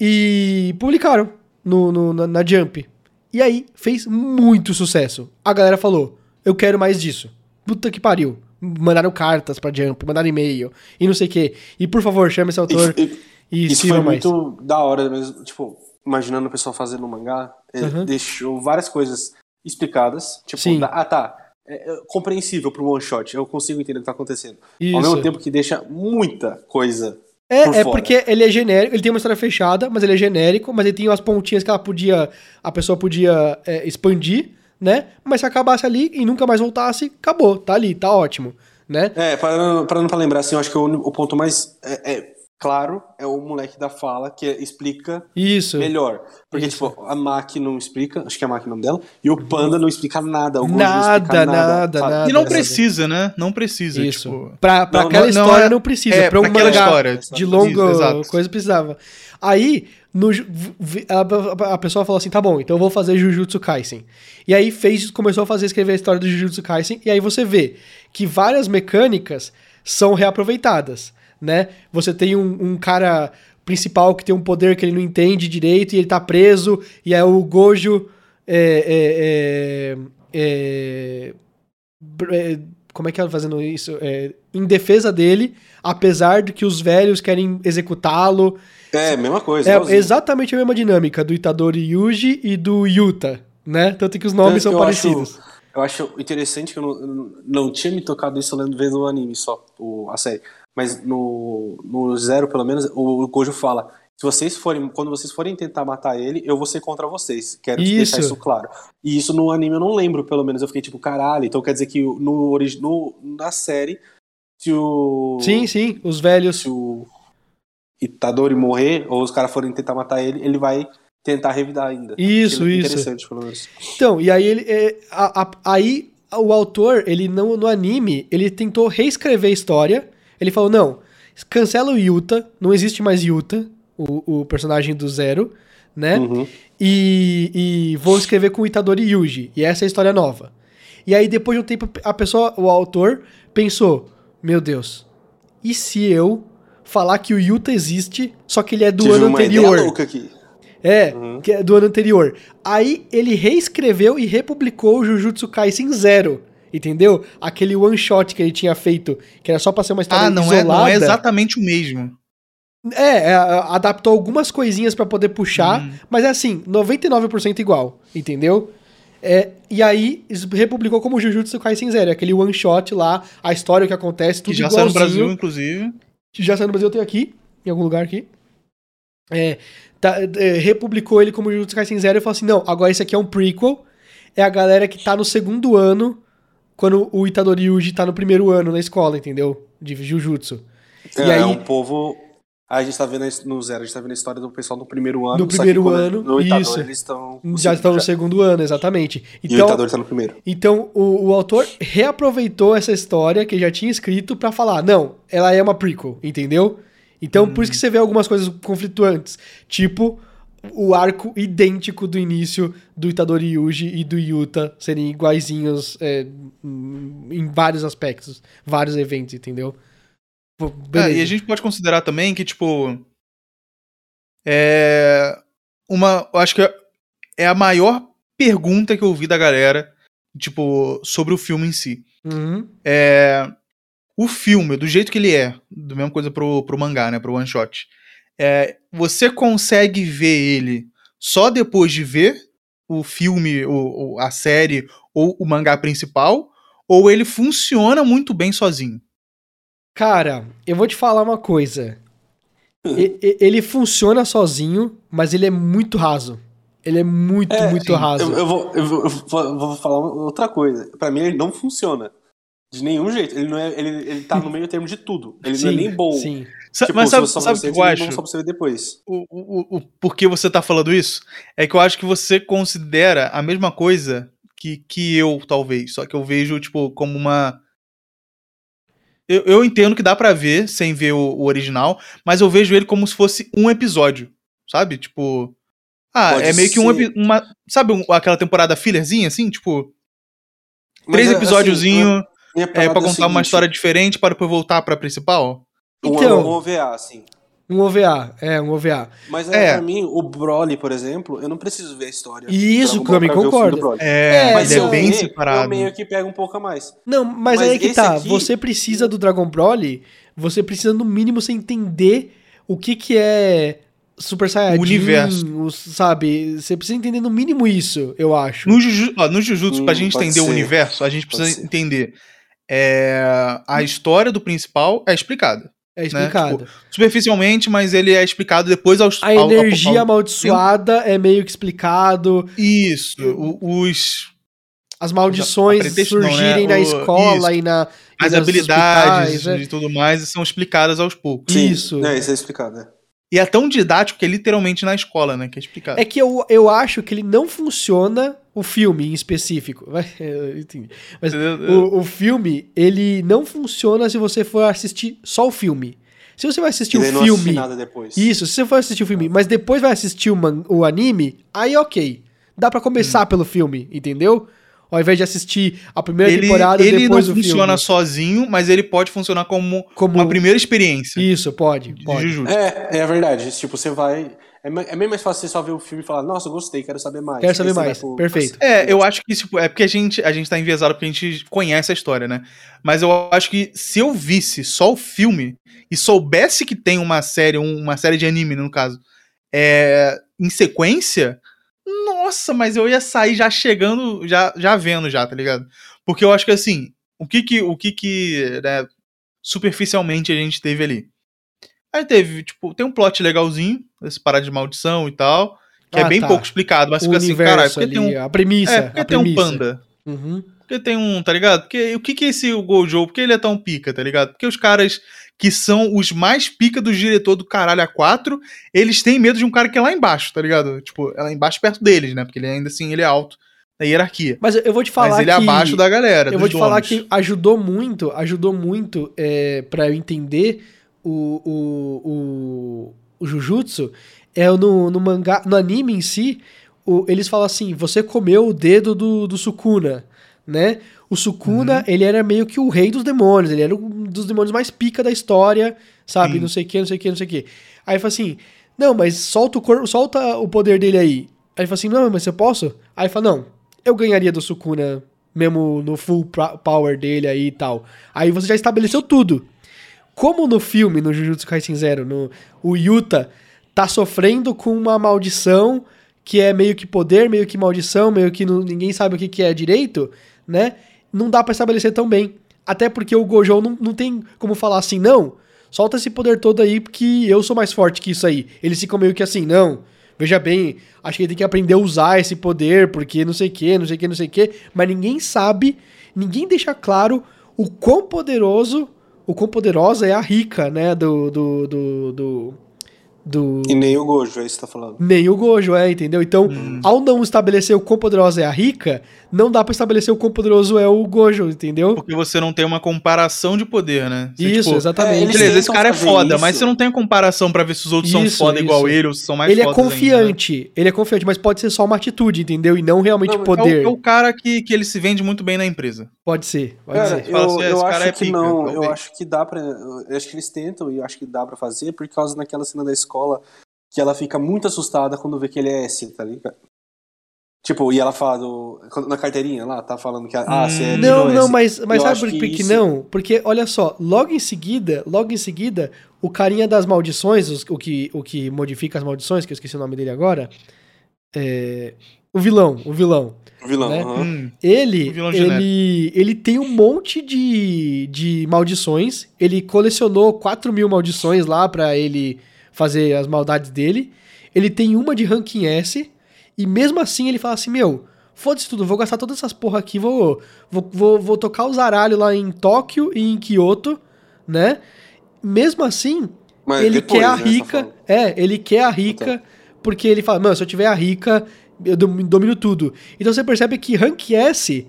Speaker 2: E publicaram no, no- na, na Jump. E aí fez muito sucesso. A galera falou: eu quero mais disso. Puta que pariu. Mandaram cartas pra Jump, mandaram e-mail e não sei o quê. E por favor, chama esse autor
Speaker 3: E- e-
Speaker 2: e,
Speaker 3: Isso
Speaker 2: escreva
Speaker 3: foi
Speaker 2: mais.
Speaker 3: muito da hora mesmo. Tipo, imaginando o pessoal fazendo um mangá, é,
Speaker 2: Uhum.
Speaker 3: deixou várias coisas explicadas. Tipo,
Speaker 2: Sim.
Speaker 3: da- ah tá, é, é compreensível pro one shot, eu consigo entender o que tá acontecendo.
Speaker 2: Isso.
Speaker 3: Ao mesmo tempo que deixa muita coisa. por
Speaker 2: É, é
Speaker 3: fora.
Speaker 2: porque ele é genérico, ele tem uma história fechada, mas ele é genérico, mas ele tem umas pontinhas que ela podia, a pessoa podia é, expandir, né? Mas se acabasse ali e nunca mais voltasse, acabou, tá ali, tá ótimo, né?
Speaker 3: É, pra, não- pra não pra lembrar, assim, eu acho que o, uni- o ponto mais é, é claro é o moleque da fala que explica
Speaker 2: Isso.
Speaker 3: melhor. Porque,
Speaker 2: Isso. Uhum.
Speaker 3: tipo, a Maki não explica, acho que é a Maki o nome dela, e o Panda não explica nada. O Gojo não
Speaker 2: Nada,
Speaker 3: explica nada.
Speaker 2: nada,
Speaker 3: sabe?
Speaker 2: nada.
Speaker 1: E não
Speaker 2: Essa-
Speaker 1: precisa, né? Não precisa.
Speaker 2: Isso.
Speaker 1: Tipo,
Speaker 2: pra pra
Speaker 3: Não,
Speaker 2: aquela
Speaker 1: não- não
Speaker 2: história
Speaker 1: é-
Speaker 2: não precisa,
Speaker 1: é,
Speaker 2: pra um
Speaker 1: pra aquela
Speaker 2: mangá
Speaker 1: história.
Speaker 2: de longo
Speaker 1: Exato.
Speaker 2: coisa precisava. Aí, no ju- vi- a, a pessoa falou assim, tá bom, então eu vou fazer Jujutsu Kaisen. E aí fez, começou a fazer, escrever a história do Jujutsu Kaisen, e aí você vê que várias mecânicas são reaproveitadas, né? Você tem um, um cara principal que tem um poder que ele não entende direito e ele tá preso, e aí o Gojo é, é, é, é, br- é, como é que ela fazendo isso? É, em defesa dele, apesar de que os velhos querem executá-lo.
Speaker 3: É, mesma coisa.
Speaker 2: É
Speaker 3: igualzinho.
Speaker 2: exatamente a mesma dinâmica do Itadori Yuji e do Yuta, né? Tanto que os nomes são
Speaker 3: Tanto que eu acho-
Speaker 2: parecidos.
Speaker 3: Eu acho interessante que eu não, eu não- não tinha me tocado isso lendo vendo o anime só, o- a série. Mas no, no Zero, pelo menos, o, o Gojo fala: se vocês forem, quando vocês forem tentar matar ele, eu vou ser contra vocês. Quero
Speaker 2: Isso.
Speaker 3: deixar isso claro. E isso no anime eu não lembro, pelo menos. Eu fiquei tipo, caralho. Então quer dizer que no, origi- no na série, se o.
Speaker 2: Sim, sim, os velhos.
Speaker 3: Se o Itadori morrer, ou os caras forem tentar matar ele, ele vai tentar revidar ainda.
Speaker 2: Isso,
Speaker 3: Achei
Speaker 2: isso.
Speaker 3: Interessante, pelo menos.
Speaker 2: Então, e aí ele. é, a- a- aí o autor, ele não, no anime, ele tentou reescrever a história. Ele falou: não, cancela o Yuta, não existe mais Yuta, o, o personagem do Zero, né?
Speaker 3: Uhum.
Speaker 2: e, e vou escrever com o Itadori Yuji. E essa é a história nova. E aí, depois de um tempo, a pessoa, o autor, pensou: Meu Deus, e se eu falar que o Yuta existe, só que ele é do
Speaker 3: Tive
Speaker 2: ano
Speaker 3: uma
Speaker 2: anterior?
Speaker 3: Ideia louca aqui.
Speaker 2: É,
Speaker 3: Uhum.
Speaker 2: que é do ano anterior. Aí ele reescreveu e republicou o Jujutsu Kaisen Zero. Entendeu? Aquele one shot que ele tinha feito, que era só pra ser uma história
Speaker 1: ah, não é,
Speaker 2: isolada.
Speaker 1: não é exatamente o mesmo.
Speaker 2: É, é, adaptou algumas coisinhas pra poder puxar,
Speaker 1: Uhum.
Speaker 2: mas é assim, 99% igual, entendeu? É, e aí es- republicou como Jujutsu Kaisen Zero, aquele one shot lá, a história, o que acontece, tudo
Speaker 1: Que já
Speaker 2: igualzinho.
Speaker 1: saiu no Brasil, inclusive. É,
Speaker 2: Que já saiu no Brasil, eu tenho aqui, em algum lugar aqui. É, tá, é, republicou ele como Jujutsu Kaisen Zero e falou assim, não, agora esse aqui é um prequel, é a galera que tá no segundo ano, quando o Itadori Yuji tá no primeiro ano na escola, entendeu? De Jujutsu.
Speaker 3: É,
Speaker 2: E aí-
Speaker 3: é um povo. A gente tá vendo a his- no zero, a gente tá vendo a história do pessoal no primeiro ano.
Speaker 2: No
Speaker 3: só que
Speaker 2: primeiro
Speaker 3: quando-
Speaker 2: ano,
Speaker 3: No oitavo
Speaker 2: isso.
Speaker 3: eles estão.
Speaker 2: Já estão no segundo ano, exatamente.
Speaker 3: e o
Speaker 2: Então,
Speaker 3: Itadori tá no primeiro.
Speaker 2: Então, o, o autor reaproveitou essa história que ele já tinha escrito pra falar, não, ela é uma prequel, entendeu? Então, por
Speaker 1: Hum.
Speaker 2: isso que você vê algumas coisas conflituantes, tipo o arco idêntico do início do Itadori Yuji e do Yuta serem iguaizinhos é, em em vários aspectos, vários eventos, entendeu? Pô,
Speaker 1: Ah,
Speaker 2: beleza.
Speaker 1: e a gente pode considerar também que, tipo. É. Uma. eu Acho que é a maior pergunta que eu ouvi da galera, tipo, sobre o filme em si.
Speaker 2: Uhum.
Speaker 1: É, o filme, do jeito que ele é, do mesma coisa pro, pro mangá, né? Pro one shot. é, você consegue ver ele só depois de ver o filme, ou, ou a série, ou o mangá principal, ou ele funciona muito bem sozinho.
Speaker 2: Cara, eu vou te falar uma coisa.
Speaker 3: Hum.
Speaker 2: E- e- ele funciona sozinho, mas ele é muito raso. Ele é muito,
Speaker 3: É,
Speaker 2: muito
Speaker 1: sim.
Speaker 2: raso.
Speaker 3: Eu, eu vou, eu, vou, eu vou- eu vou falar outra coisa. Pra mim, ele não funciona. De nenhum jeito. Ele, não é, ele, ele tá no meio termo de tudo. Ele não é nem bom.
Speaker 2: Sim.
Speaker 1: Sa-
Speaker 3: Tipo,
Speaker 1: Mas
Speaker 3: se
Speaker 1: sabe,
Speaker 3: você só
Speaker 1: sabe o
Speaker 3: você
Speaker 1: que eu
Speaker 3: antes,
Speaker 1: acho?
Speaker 3: bom Só pra você ver depois.
Speaker 1: o, o, o por que você tá falando isso é que eu acho que você considera a mesma coisa que, que eu, talvez. Só que eu vejo, tipo, como uma. Eu, eu entendo que dá pra ver sem ver o, o original, mas eu vejo ele como se fosse um episódio, sabe? Tipo. Ah,
Speaker 3: Pode
Speaker 1: é meio que um,
Speaker 3: ser.
Speaker 1: epi- uma. Sabe um- aquela temporada fillerzinha, assim? Tipo,
Speaker 3: Mas,
Speaker 1: três
Speaker 3: assim,
Speaker 1: episódiozinho
Speaker 3: minha
Speaker 1: é,
Speaker 3: parada
Speaker 1: pra
Speaker 3: o
Speaker 1: contar uma
Speaker 3: seguinte,
Speaker 1: história diferente para depois voltar pra principal?
Speaker 3: Um,
Speaker 2: Então.
Speaker 3: um OVA, assim.
Speaker 2: Um OVA, é, um OVA.
Speaker 3: Mas
Speaker 1: É.
Speaker 3: é. pra mim, o Broly, por exemplo, eu não preciso ver a história.
Speaker 2: Isso,
Speaker 3: pra- pra
Speaker 2: Kami,
Speaker 3: ver o filme
Speaker 2: concordo.
Speaker 3: do Broly.
Speaker 1: É,
Speaker 2: É,
Speaker 1: mas
Speaker 3: se
Speaker 1: ele
Speaker 3: eu
Speaker 1: é bem
Speaker 3: ver, Eu
Speaker 1: separado.
Speaker 3: meio que pego um pouco a mais.
Speaker 2: Não, mas,
Speaker 3: Mas
Speaker 2: aí é que
Speaker 3: esse
Speaker 2: tá.
Speaker 3: aqui-
Speaker 2: Você precisa do Dragon Broly, você precisa no mínimo você entender o que que é Super Saiyajin,
Speaker 1: O universo.
Speaker 2: o- sabe? Você precisa entender no mínimo isso, eu acho.
Speaker 1: No, juju, ó, no Jujutsu, pra
Speaker 3: Hum,
Speaker 1: gente
Speaker 3: pode
Speaker 1: entender o
Speaker 3: ser.
Speaker 1: universo, a gente
Speaker 3: Pode
Speaker 1: precisa
Speaker 3: ser.
Speaker 1: entender. é, a história do principal é explicada.
Speaker 2: é explicado.
Speaker 1: Superficialmente, mas ele é explicado depois aos.
Speaker 2: a
Speaker 1: ao- ao-
Speaker 2: energia
Speaker 1: ao-
Speaker 2: amaldiçoada é meio que explicado,
Speaker 1: Isso. o- Os.
Speaker 2: as maldições
Speaker 1: pretexto não, né?
Speaker 2: surgirem na
Speaker 1: O-
Speaker 2: escola e na e
Speaker 1: As
Speaker 2: nos
Speaker 1: habilidades
Speaker 2: hospitais, é.
Speaker 1: e tudo mais são explicadas aos poucos.
Speaker 2: Isso.
Speaker 3: É, isso é explicado, né?
Speaker 1: E é tão didático que é literalmente na escola, né? Que é explicado.
Speaker 2: É que eu, eu acho que ele não funciona, o filme em específico. Vai, eu entendi. Mas
Speaker 1: Entendeu?
Speaker 2: o, o filme, ele não funciona se você for assistir só o filme. Se você vai assistir
Speaker 3: Que daí
Speaker 2: o
Speaker 3: não assisti
Speaker 2: filme.
Speaker 3: nada depois.
Speaker 2: Isso, se você for assistir o filme, mas depois vai assistir o, man- o anime, aí é ok. Dá pra começar
Speaker 1: Hum.
Speaker 2: pelo filme, entendeu? Ao invés de assistir a primeira
Speaker 1: ele
Speaker 2: temporada e
Speaker 1: ele não
Speaker 2: depois o
Speaker 1: funciona
Speaker 2: filme.
Speaker 1: sozinho, mas ele pode funcionar como
Speaker 2: Como
Speaker 1: uma primeira experiência
Speaker 2: Isso, pode,
Speaker 1: de
Speaker 2: pode.
Speaker 1: Jujutsu.
Speaker 3: É, é verdade. Tipo, você vai. É me- é meio mais fácil você só ver o filme e falar, nossa, eu gostei, quero saber mais.
Speaker 2: Quero
Speaker 3: Aí
Speaker 2: saber
Speaker 3: você vai
Speaker 2: mais. Perfeito.
Speaker 1: É, eu acho que isso é porque a gente, a gente tá enviesado porque a gente conhece a história, né? Mas eu acho que se eu visse só o filme e soubesse que tem uma série, um- uma série de anime, no caso, é, em sequência, nossa, mas eu ia sair já chegando, já, já vendo já, tá ligado? Porque eu acho que assim, o que que, o que, que né, superficialmente a gente teve ali? Aí teve, tipo, tem um plot legalzinho, esse parada de maldição e tal, que é
Speaker 2: Ah,
Speaker 1: bem
Speaker 2: tá.
Speaker 1: pouco explicado, mas
Speaker 2: O
Speaker 1: fica assim, caralho,
Speaker 2: universo
Speaker 1: porque tem um
Speaker 2: ali, a premissa.
Speaker 1: é, porque
Speaker 2: a
Speaker 1: tem um
Speaker 2: premissa.
Speaker 1: panda.
Speaker 2: Uhum.
Speaker 1: Porque tem um, tá ligado? Porque o que que é esse Gojo? Por que ele é tão pica, tá ligado? Porque os caras que são os mais pica dos diretor do caralho A4, eles têm medo de um cara que é lá embaixo, tá ligado? Tipo, é lá embaixo perto deles, né? Porque ele ainda assim, ele é alto na hierarquia.
Speaker 2: Mas eu- eu vou te falar
Speaker 1: Mas ele é
Speaker 2: que...
Speaker 1: abaixo da galera,
Speaker 2: Eu
Speaker 1: dos
Speaker 2: vou te falar
Speaker 1: donos.
Speaker 2: que ajudou muito, ajudou muito é, para eu entender o, o, o, o Jujutsu. É no, no mangá, no anime em si, o- eles falam assim: você comeu o dedo do, do Sukuna, né? O Sukuna, ele era meio que o rei dos demônios, ele era um dos demônios mais pica da história, sabe?
Speaker 1: Sim.
Speaker 2: Não sei o que, não sei o que, não sei o que. Aí fala assim: não, mas solta o corpo, solta o poder dele aí. Aí fala assim: não, mas eu posso? Aí fala: não, eu ganharia do Sukuna mesmo no full pra- power dele aí e tal. Aí você já estabeleceu tudo. Como no filme, no Jujutsu Kaisen Zero, no, o Yuta tá sofrendo com uma maldição que é meio que poder, meio que maldição, meio que não- ninguém sabe o que, que é direito, né? Não dá pra estabelecer tão bem. Até porque o Gojo não, não tem como falar assim, não, solta esse poder todo aí porque eu sou mais forte que isso aí. Ele ficam meio que assim, não, veja bem, acho que ele tem que aprender a usar esse poder porque não sei o que, não sei o que, não sei o que. Mas ninguém sabe, ninguém deixa claro o quão poderoso, o quão poderosa é a Rica, né, do... do, do, do do-
Speaker 3: E nem o Gojo, é isso que você tá falando.
Speaker 2: nem o Gojo, é, entendeu? Então,
Speaker 1: Hum.
Speaker 2: ao não estabelecer o quão poderosa é a Rika, não dá pra estabelecer o quão poderoso é o Gojo, entendeu?
Speaker 1: Porque você não tem uma comparação de poder, né? Você,
Speaker 2: Isso,
Speaker 1: tipo,
Speaker 2: exatamente.
Speaker 3: eles
Speaker 1: Beleza, esse
Speaker 3: tentam
Speaker 1: cara é
Speaker 3: fazer
Speaker 1: foda,
Speaker 3: isso.
Speaker 1: mas você não tem a comparação pra ver se os outros são
Speaker 2: Isso,
Speaker 1: foda igual
Speaker 2: isso.
Speaker 1: ele ou se são mais
Speaker 2: Ele é
Speaker 1: fodas ainda, né?
Speaker 2: confiante, ele é confiante, mas pode ser só uma atitude, entendeu? E não realmente
Speaker 3: Não, mas é o-
Speaker 1: É o,
Speaker 2: poder.
Speaker 1: é o cara que, que ele se vende muito bem na empresa.
Speaker 2: Pode ser, pode
Speaker 3: Cara,
Speaker 2: ser.
Speaker 1: Fala
Speaker 3: eu,
Speaker 1: assim, "Ah,
Speaker 3: eu
Speaker 1: esse cara
Speaker 3: acho
Speaker 1: é
Speaker 3: que
Speaker 1: pica",
Speaker 3: não,
Speaker 1: talvez.
Speaker 3: eu acho que dá pra. Eu acho que eles tentam e eu acho que dá pra fazer por causa daquela cena da escola que ela fica muito assustada quando vê que ele é S, tá ligado? Tipo, e ela fala do. quando- Na carteirinha lá, tá falando que. a- Ah, você
Speaker 2: Não,
Speaker 3: é minoria,
Speaker 2: não, mas, mas
Speaker 3: Eu
Speaker 2: sabe
Speaker 3: acho
Speaker 2: por que,
Speaker 3: que
Speaker 2: que
Speaker 3: isso-
Speaker 2: não? Porque, olha só, logo em seguida, logo em seguida, o carinha das maldições, os- o, que, o que modifica as maldições, que eu esqueci o nome dele agora, é, o vilão, o vilão.
Speaker 3: o vilão.
Speaker 2: né?
Speaker 3: aham.
Speaker 1: Hum,
Speaker 2: Ele,
Speaker 1: O vilão
Speaker 2: ele, ele tem um monte de, de maldições, ele colecionou 4 mil maldições lá pra ele fazer as maldades dele, ele tem uma de ranking S, e mesmo assim ele fala assim, meu, foda-se tudo, vou gastar todas essas porra aqui, vou, vou, vou, vou tocar o zaralho lá em Tóquio e em Kyoto, né? Mesmo assim,
Speaker 3: Mas
Speaker 2: ele
Speaker 3: depois,
Speaker 2: quer a
Speaker 3: né, você tá
Speaker 2: rica.
Speaker 3: falando.
Speaker 2: É, ele quer a rica, porque ele fala, mano, se eu tiver a rica, eu dom- domino tudo. Então você percebe que rank S,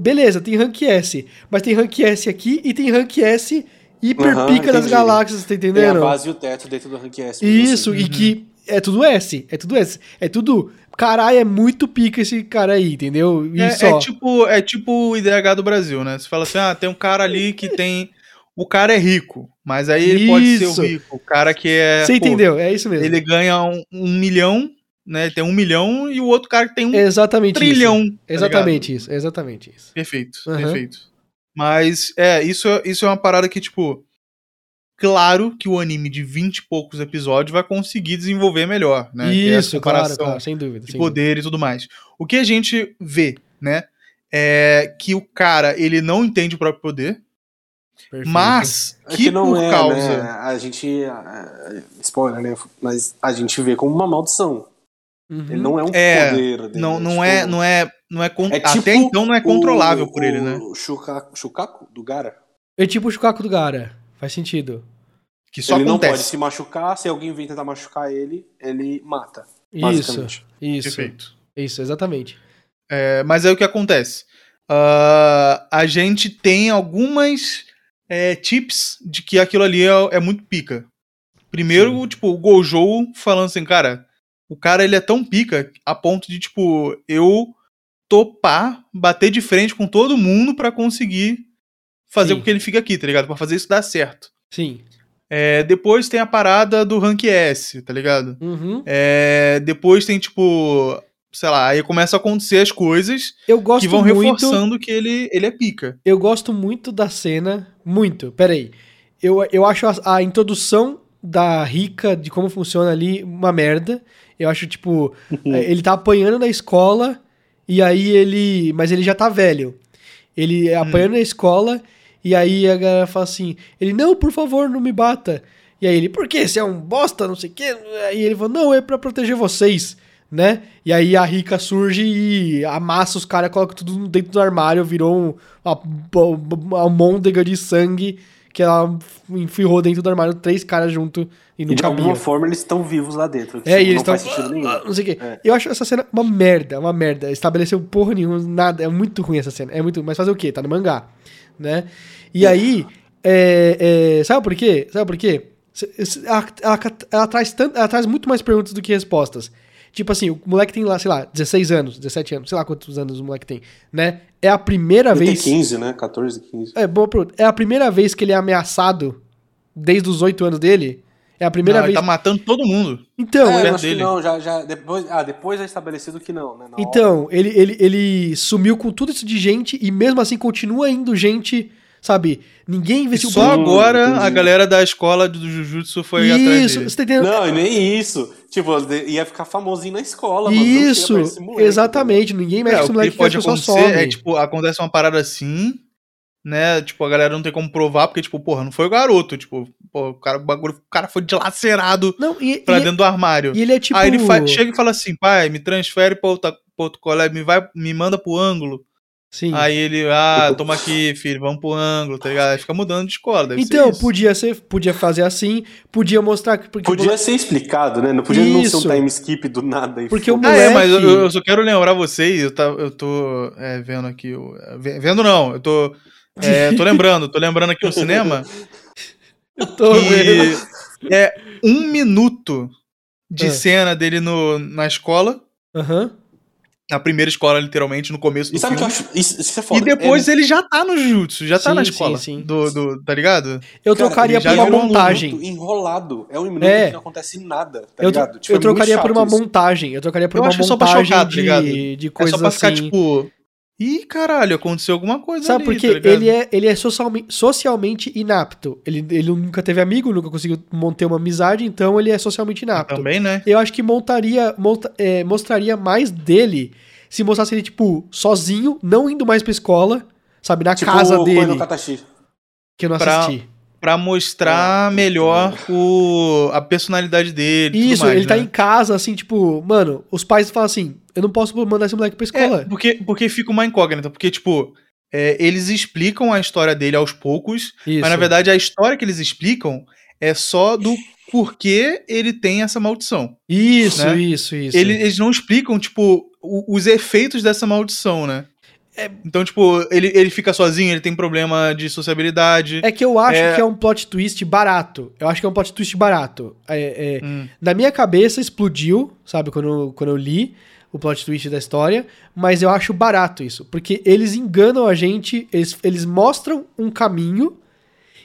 Speaker 2: beleza, tem rank S, mas tem rank S aqui e tem rank S hiper
Speaker 3: Aham,
Speaker 2: pica das
Speaker 3: entendi.
Speaker 2: galáxias, tá
Speaker 3: Tem a
Speaker 2: entendendo?
Speaker 3: base e o teto dentro do rank S. assim, porque
Speaker 2: Isso,
Speaker 1: Uhum.
Speaker 2: e que é tudo S, é tudo S, é tudo. Caralho, é muito pica esse cara aí, entendeu? E
Speaker 1: É,
Speaker 2: só.
Speaker 1: é tipo, é tipo o IDH do Brasil, né? Você fala assim, ah, tem um cara ali que tem... O cara é rico, mas aí ele pode ser
Speaker 2: Isso.
Speaker 1: o rico. O cara que é...
Speaker 2: Você
Speaker 1: pô,
Speaker 2: entendeu? É isso mesmo.
Speaker 1: Ele ganha um, um milhão, né? Ele tem um milhão e o outro cara que tem um
Speaker 2: É exatamente isso.
Speaker 1: trilhão. tá
Speaker 2: Exatamente isso, exatamente isso.
Speaker 1: Perfeito,
Speaker 2: Aham.
Speaker 1: perfeito. Mas, é, isso, é- isso é uma parada que, tipo, claro que o anime de 20 e poucos episódios vai conseguir desenvolver melhor, né? Que é essa
Speaker 2: Isso, claro,
Speaker 1: comparação
Speaker 2: claro, sem dúvida.
Speaker 1: de
Speaker 2: sem dúvida.
Speaker 1: poder e tudo mais. O que a gente vê, né? É que o cara, ele não entende o próprio poder,
Speaker 2: Perfeito.
Speaker 1: mas
Speaker 3: É
Speaker 1: que, por
Speaker 3: é,
Speaker 1: causa.
Speaker 3: né, A gente. ah, Spoiler, né? Mas a gente vê como uma maldição.
Speaker 2: Uhum.
Speaker 3: Ele não é um
Speaker 1: É,
Speaker 3: poder. dele,
Speaker 1: Não, não,
Speaker 3: tipo,
Speaker 1: é, não é. Não é, con-
Speaker 3: É tipo
Speaker 1: até então não é controlável por ele, né?
Speaker 3: O Shukaku, Shukaku do Gara.
Speaker 2: É tipo o Chucaco do Gara. Faz sentido.
Speaker 1: Que só
Speaker 3: ele não pode
Speaker 1: acontece.
Speaker 3: se machucar. Se alguém vem tentar machucar ele, ele mata.
Speaker 2: Isso.
Speaker 3: Basicamente.
Speaker 2: Isso.
Speaker 1: Perfeito.
Speaker 2: Isso, exatamente.
Speaker 1: É, mas aí o que acontece? Ah, a gente tem algumas é, tips de que aquilo ali é, é muito pica. Primeiro, tipo, o Gojo falando assim, cara, o cara ele é tão pica a ponto de, tipo, eu topar, bater de frente com todo mundo pra conseguir fazer
Speaker 2: Sim.
Speaker 1: com que ele fique aqui, tá ligado? Pra fazer isso dar certo.
Speaker 2: Sim.
Speaker 1: É, depois tem a parada do Rank S, tá ligado?
Speaker 2: Uhum.
Speaker 1: É, depois tem, tipo, sei lá, aí começa a acontecer as coisas
Speaker 2: Eu gosto
Speaker 1: que vão
Speaker 2: muito.
Speaker 1: reforçando que ele, ele é pica.
Speaker 2: Eu gosto muito da cena. Muito. Peraí. Eu, eu acho a, a introdução da Rica, de como funciona ali, uma merda. Eu acho, tipo, é, ele tá apanhando na escola e aí ele. Mas ele já tá velho. Ele
Speaker 3: Hum.
Speaker 2: apanhando na escola e aí a galera fala assim: ele, não, por favor, não me bata. E aí ele, por que? Você é um bosta, não sei o quê. E ele falou, não, é pra proteger vocês, né? E aí a Rica surge e amassa os caras, coloca tudo dentro do armário, virou um- uma, uma almôndega de sangue que ela enfirrou dentro do armário, três caras junto e não
Speaker 3: E de
Speaker 2: cabia.
Speaker 3: alguma forma eles estão vivos lá dentro. que,
Speaker 2: É,
Speaker 3: tipo,
Speaker 2: e eles
Speaker 3: não
Speaker 2: estão.
Speaker 3: faz sentido nenhum.
Speaker 1: Ah,
Speaker 2: Não sei o quê.
Speaker 3: É.
Speaker 2: Eu acho essa cena uma merda, uma merda. Estabeleceu porra nenhuma, nada. É muito ruim essa cena. É muito. Mas fazer o quê? Tá no mangá. Né? E aí. é, é, sabe por quê? Sabe por quê? Se- se- Ela, ela- ela traz tanto, ela traz muito mais perguntas do que respostas. Tipo assim, o moleque tem lá, sei lá, 16 anos, 17 anos, sei lá quantos anos o moleque tem, né? É a primeira
Speaker 3: Ele tem
Speaker 2: vez.
Speaker 3: 15, né? 14, 15.
Speaker 2: É, boa pergunta. É a primeira vez que ele é ameaçado desde os 8 anos dele? É a primeira
Speaker 1: Não, ele
Speaker 2: vez.
Speaker 1: tá matando todo mundo.
Speaker 2: Então,
Speaker 3: é,
Speaker 1: mulher
Speaker 3: eu acho
Speaker 1: dele.
Speaker 3: que não, já, já depois, ah, depois é estabelecido que não, né? Na hora.
Speaker 2: Então, ele, ele, ele sumiu com tudo isso de gente e mesmo assim continua indo gente, sabe? Ninguém
Speaker 1: E
Speaker 2: investiu
Speaker 1: só
Speaker 3: Hum,
Speaker 1: agora a
Speaker 3: entendi.
Speaker 1: galera da escola do Jujutsu foi atrás
Speaker 2: Isso,
Speaker 1: dele.
Speaker 2: você tá entendendo?
Speaker 3: Não, e nem isso. Tipo, de- ia ficar famosinho na escola, mano. não chega
Speaker 2: isso,
Speaker 3: pra esse moleque,
Speaker 2: exatamente. Ninguém mexe
Speaker 1: É,
Speaker 2: com
Speaker 1: o
Speaker 2: esse
Speaker 1: que
Speaker 2: moleque que as
Speaker 1: pode
Speaker 2: pessoas
Speaker 1: acontecer
Speaker 2: somem.
Speaker 1: é, tipo, acontece uma parada assim, né? Tipo, a galera não tem como provar, porque, tipo, porra, não foi o garoto. Tipo, pô, o cara, o bagulho, o cara foi dilacerado
Speaker 2: Não, e,
Speaker 1: pra
Speaker 2: e-
Speaker 1: dentro do armário.
Speaker 2: e ele é tipo...
Speaker 1: Aí ele fa- chega e fala assim, pai, me transfere pra, outra, pra outro colégio, me, vai, me manda pro ângulo.
Speaker 2: Sim.
Speaker 1: Aí ele, ah, toma aqui, filho, vamos pro ângulo, tá ligado? Aí fica mudando de escola, deve ser
Speaker 2: então,
Speaker 1: isso.
Speaker 2: podia, ser, podia fazer assim, podia mostrar... que Porque,
Speaker 3: Podia ser explicado, né? Não podia não
Speaker 2: Isso.
Speaker 3: ser um time skip do nada. e
Speaker 2: Porque o
Speaker 3: foda-se.
Speaker 1: Ah, é,
Speaker 2: moleque-
Speaker 1: mas eu, eu só quero lembrar vocês, eu, tá, eu tô é, vendo aqui, o- ve- vendo não, eu tô, é, tô lembrando, tô lembrando aqui no cinema
Speaker 2: Eu tô vendo.
Speaker 1: que é um minuto de
Speaker 2: É.
Speaker 1: cena dele no, na escola
Speaker 2: Aham.
Speaker 1: Na primeira escola, literalmente, no começo do
Speaker 3: E sabe o que eu
Speaker 1: filme.
Speaker 3: acho? Isso, isso é foda.
Speaker 1: e depois
Speaker 3: é,
Speaker 1: ele já tá no jutsu, já tá
Speaker 2: Sim,
Speaker 1: na
Speaker 2: sim,
Speaker 1: escola.
Speaker 2: sim.
Speaker 1: Do, do- tá ligado?
Speaker 2: Eu
Speaker 3: cara,
Speaker 2: trocaria
Speaker 1: ele já
Speaker 2: por uma
Speaker 1: virou um
Speaker 2: montagem.
Speaker 3: luto enrolado. É um minuto
Speaker 2: É.
Speaker 3: que não acontece nada, tá
Speaker 2: eu,
Speaker 3: ligado?
Speaker 2: eu
Speaker 3: é muito
Speaker 2: trocaria por
Speaker 3: chato
Speaker 2: uma
Speaker 3: isso.
Speaker 2: montagem. Eu trocaria por
Speaker 1: Eu
Speaker 2: uma
Speaker 1: acho que só pra
Speaker 2: montagem
Speaker 1: chocar, tá
Speaker 2: de,
Speaker 1: ligado?
Speaker 2: de coisas
Speaker 1: é só pra ficar,
Speaker 2: assim.
Speaker 1: tipo. Ih, caralho, aconteceu alguma coisa
Speaker 2: Sabe
Speaker 1: ali,
Speaker 2: por quê?
Speaker 1: tá ligado?
Speaker 2: ele, é, ele é socialme- socialmente inapto. Ele, ele nunca teve amigo, nunca conseguiu manter uma amizade, então ele é socialmente inapto.
Speaker 1: Também, né?
Speaker 2: Eu acho que montaria, monta- é, mostraria mais dele se mostrasse ele, tipo, sozinho, não indo mais pra escola, sabe, na
Speaker 3: Tipo,
Speaker 2: casa
Speaker 3: o Koen
Speaker 2: dele,
Speaker 3: no Katashi.
Speaker 2: que eu não
Speaker 1: Pra-
Speaker 2: assisti.
Speaker 1: Pra mostrar
Speaker 3: Ah,
Speaker 1: melhor o, a personalidade dele. e tudo
Speaker 2: Isso,
Speaker 1: mais,
Speaker 2: ele tá
Speaker 1: né?
Speaker 2: em casa, assim, tipo, mano, os pais falam assim, eu não posso mandar esse moleque pra escola.
Speaker 1: É, porque, porque fica uma incógnita. Porque, tipo, é, eles explicam a história dele aos poucos,
Speaker 2: Isso.
Speaker 1: mas na verdade a história que eles explicam é só do porquê ele tem essa maldição.
Speaker 2: Isso,
Speaker 1: né?
Speaker 2: isso, isso.
Speaker 1: Ele- eles não explicam, tipo, o- os efeitos dessa maldição, né?
Speaker 2: É.
Speaker 1: Então, tipo, ele, ele fica sozinho, ele tem problema de sociabilidade.
Speaker 2: É que eu acho
Speaker 1: É.
Speaker 2: que é um plot twist barato. Eu acho que é um plot twist barato. É, é,
Speaker 1: Hum.
Speaker 2: Na minha cabeça explodiu, sabe, quando, eu- quando eu li o plot twist da história, mas eu acho barato isso, porque eles enganam a gente, eles, eles mostram um caminho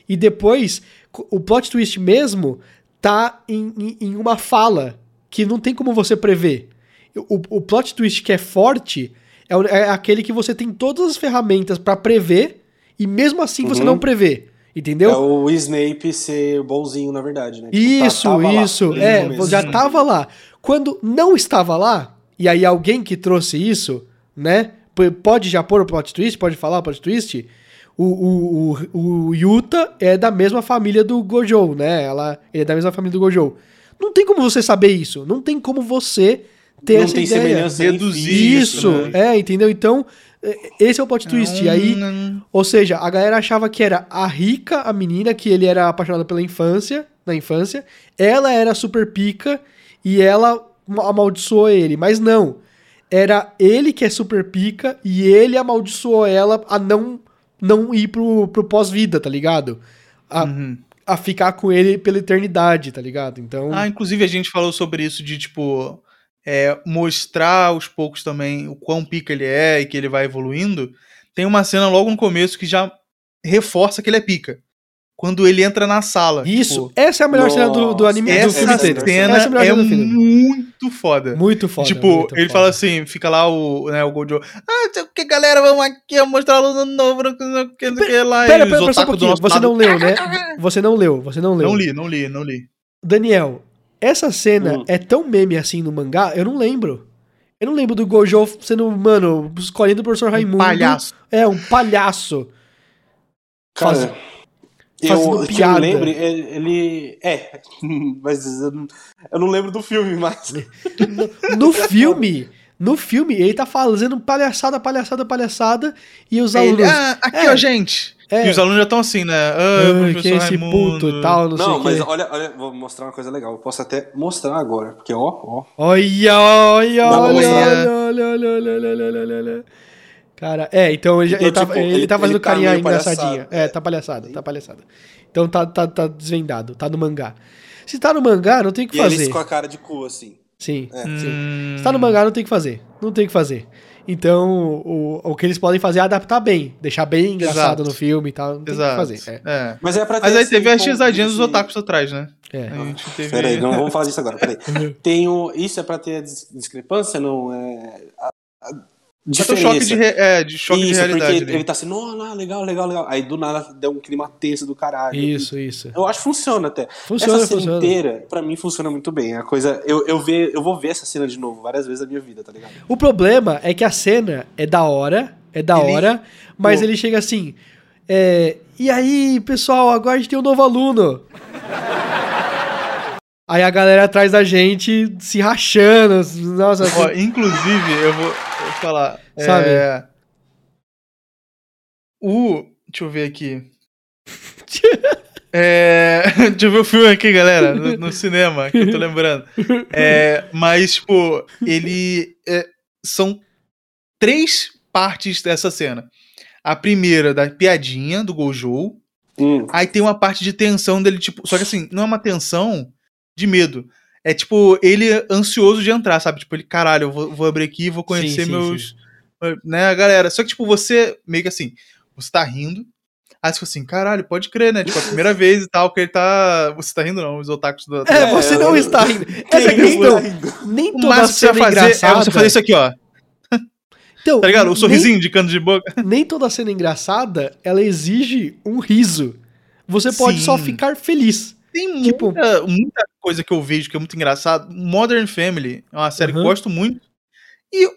Speaker 2: e depois co- o plot twist mesmo tá em, em- em uma fala que não tem como você prever. O, o plot twist que é forte é, o- é aquele que você tem todas as ferramentas pra prever e mesmo assim você
Speaker 3: Uhum.
Speaker 2: não prevê, entendeu?
Speaker 3: É o Snape ser bonzinho, na verdade, né? Tipo, tá-
Speaker 2: Isso,
Speaker 3: tava lá,
Speaker 2: isso.
Speaker 3: desde o
Speaker 2: é,
Speaker 3: começo.
Speaker 2: já tava lá. Quando não estava lá, e aí alguém que trouxe isso, né? p- Pode já pôr o plot twist, pode falar o plot twist. O, o, o, o Yuta é da mesma família do Gojo, né? Ela, ele é da mesma família do Gojo. Não tem como você saber isso. Não tem como você ter
Speaker 3: Não
Speaker 2: essa
Speaker 3: tem
Speaker 2: ideia.
Speaker 3: semelhança. né?
Speaker 1: Reduzir
Speaker 3: enfim.
Speaker 2: Isso,
Speaker 1: isso,
Speaker 2: é, entendeu? Então, é, esse é o plot twist. E aí,
Speaker 1: Não-
Speaker 2: ou seja, a galera achava que era a rica, a menina, que ele era apaixonado pela infância, na infância. Ela era super pica e ela ma- amaldiçoou ele. Mas não. Era ele que é super pica e ele amaldiçoou ela a não, não ir pro, pro pós-vida, tá ligado? A,
Speaker 1: Uhum.
Speaker 2: a ficar com ele pela eternidade, tá ligado? Então.
Speaker 1: Ah, inclusive a gente falou sobre isso de, tipo, é, mostrar aos poucos também o quão pica ele é e que ele vai evoluindo. Tem uma cena logo no começo que já reforça que ele é pica. Quando ele entra na sala.
Speaker 2: isso.
Speaker 1: tipo,
Speaker 2: essa é a melhor cena do, do
Speaker 3: Nossa,
Speaker 2: anime do filme
Speaker 1: essa
Speaker 2: inteiro.
Speaker 1: cena
Speaker 2: essa é a melhor
Speaker 1: é
Speaker 2: cena do filme.
Speaker 1: muito foda.
Speaker 2: Muito foda.
Speaker 1: tipo,
Speaker 2: muito
Speaker 1: ele
Speaker 2: foda.
Speaker 1: fala assim, fica lá o, né, o Gojo, ah, não sei o que, galera, vamos aqui mostrar o aluno novo, não sei o que, não sei o que lá.
Speaker 2: Pera,
Speaker 1: "Ah, e
Speaker 2: pera,
Speaker 1: os
Speaker 2: pera só um
Speaker 1: otaku do
Speaker 2: pouquinho.
Speaker 1: nosso
Speaker 2: Você
Speaker 1: lado.
Speaker 2: não leu, né? Você não leu, você não leu.
Speaker 1: Não li, não li, não li.
Speaker 2: Daniel, essa cena
Speaker 3: Hum.
Speaker 2: é tão meme assim no mangá, eu não lembro. Eu não lembro do Gojo sendo, mano, escolhendo o professor Raimundo.
Speaker 1: Um Palhaço.
Speaker 2: É, um palhaço.
Speaker 3: Cara,
Speaker 2: Faz- fazendo
Speaker 3: eu, que eu
Speaker 2: piada.
Speaker 3: lembre, ele, ele- É, mas eu não, eu não lembro do filme, mas.
Speaker 2: No filme, no filme, ele tá fazendo palhaçada, palhaçada, palhaçada, e os
Speaker 1: Aí
Speaker 2: alunos.
Speaker 1: ele, ah, aqui,
Speaker 2: É.
Speaker 1: ó, gente.
Speaker 2: É.
Speaker 1: E os alunos já estão assim, né?
Speaker 2: "Ah,
Speaker 1: Ah, professor
Speaker 2: que esse
Speaker 1: Raimundo.
Speaker 2: puto e tal, não,
Speaker 3: Não,
Speaker 2: sei
Speaker 3: mas
Speaker 2: o quê.
Speaker 3: olha, olha, vou mostrar uma coisa legal. Eu posso até mostrar agora, porque ó, ó.
Speaker 2: Olha, olha,
Speaker 3: Dá pra
Speaker 2: olha,
Speaker 3: mostrar.
Speaker 2: olha, olha, olha, olha, olha, olha, olha, olha. Cara, é, então ele, já-
Speaker 3: Então,
Speaker 2: ele, tá,
Speaker 3: tipo,
Speaker 2: ele
Speaker 3: ele-
Speaker 2: tá fazendo
Speaker 3: ele tá
Speaker 2: carinha
Speaker 3: meio
Speaker 2: engraçadinha.
Speaker 3: palhaçado.
Speaker 2: É, tá palhaçada, tá palhaçada. Então tá, tá, tá desvendado, tá no mangá. Se tá no mangá, não tem o que
Speaker 3: E
Speaker 2: fazer.
Speaker 3: eles com a cara de cu, assim.
Speaker 2: Sim, sim.
Speaker 1: Hum.
Speaker 2: Se tá no mangá, não tem o que fazer. Não tem o que fazer. Então, o, o que eles podem fazer é adaptar bem, deixar bem engraçado
Speaker 1: Exato.
Speaker 2: no filme e tal. Não tem o que
Speaker 1: Exato.
Speaker 2: fazer. É,
Speaker 1: É.
Speaker 3: Mas é pra ter
Speaker 1: Mas aí
Speaker 3: esse
Speaker 1: teve a
Speaker 3: ponto,
Speaker 1: xizadinha dos
Speaker 3: esse-
Speaker 1: otakus atrás, né?
Speaker 2: é.
Speaker 1: A gente teve.
Speaker 3: Peraí, não vamos falar disso agora, peraí. Tem o- Isso é pra ter a dis- discrepância, não? É. A, a
Speaker 1: Mas tem um choque de,
Speaker 3: diferença.
Speaker 1: re... é, de, choque de
Speaker 3: Isso,
Speaker 1: realidade.
Speaker 3: porque
Speaker 1: ali.
Speaker 3: ele tá assim, não, não, legal, legal, legal. Aí do nada deu um clima tenso do caralho.
Speaker 2: Isso, isso.
Speaker 3: Eu acho que funciona até.
Speaker 2: Funciona,
Speaker 3: essa cena
Speaker 2: funciona.
Speaker 3: inteira, pra mim, funciona muito bem. É A coisa, eu, eu, ve, eu vou ver essa cena de novo várias vezes na minha vida, tá ligado?
Speaker 2: O problema é que a cena é da hora, é da
Speaker 1: Ele-
Speaker 2: hora, mas
Speaker 1: Pô.
Speaker 2: ele chega assim. é, e aí, pessoal, agora a gente tem um novo aluno. aí a galera atrás da gente se rachando. Nossa,
Speaker 1: Ó,
Speaker 2: assim,
Speaker 1: inclusive, eu vou, eu vou falar.
Speaker 2: Sabe?
Speaker 1: é, O. Deixa eu ver aqui. É, Deixa eu ver o filme aqui, galera, no, no cinema, que eu tô lembrando. É, mas, tipo, ele. é, São três partes dessa cena. A primeira da piadinha do Gojo.
Speaker 3: Hum.
Speaker 1: Aí tem uma parte de tensão dele, tipo. Só que assim, não é uma tensão de medo. É tipo, ele ansioso de entrar, sabe? Tipo, ele, caralho, eu vou, vou abrir aqui e vou
Speaker 2: Sim,
Speaker 1: conhecer
Speaker 2: sim,
Speaker 1: meus.
Speaker 2: sim.
Speaker 1: Né, a galera. Só que, tipo, você meio que assim, você tá rindo. Aí você fala assim, caralho, pode crer, né? Tipo, a primeira vez e tal, que ele tá. Você tá rindo, não, os otakus da.
Speaker 2: É, você
Speaker 3: eu-
Speaker 2: não
Speaker 3: eu-
Speaker 2: está rindo. Essa é a
Speaker 1: tá
Speaker 2: questão. Nem
Speaker 1: O
Speaker 2: toda
Speaker 1: máximo que você
Speaker 2: cena
Speaker 1: vai fazer
Speaker 2: engraçada.
Speaker 1: é você fazer isso aqui, ó.
Speaker 2: Então,
Speaker 1: Tá ligado? O
Speaker 2: nem-
Speaker 1: sorrisinho de canto de boca.
Speaker 2: nem toda cena engraçada ela exige um riso. Você pode
Speaker 1: Sim.
Speaker 2: só ficar feliz.
Speaker 1: Tem muita,
Speaker 2: Tipo-
Speaker 1: muita coisa que eu vejo que é muito engraçado. Modern Family é uma série que
Speaker 2: Uhum.
Speaker 1: eu gosto muito. E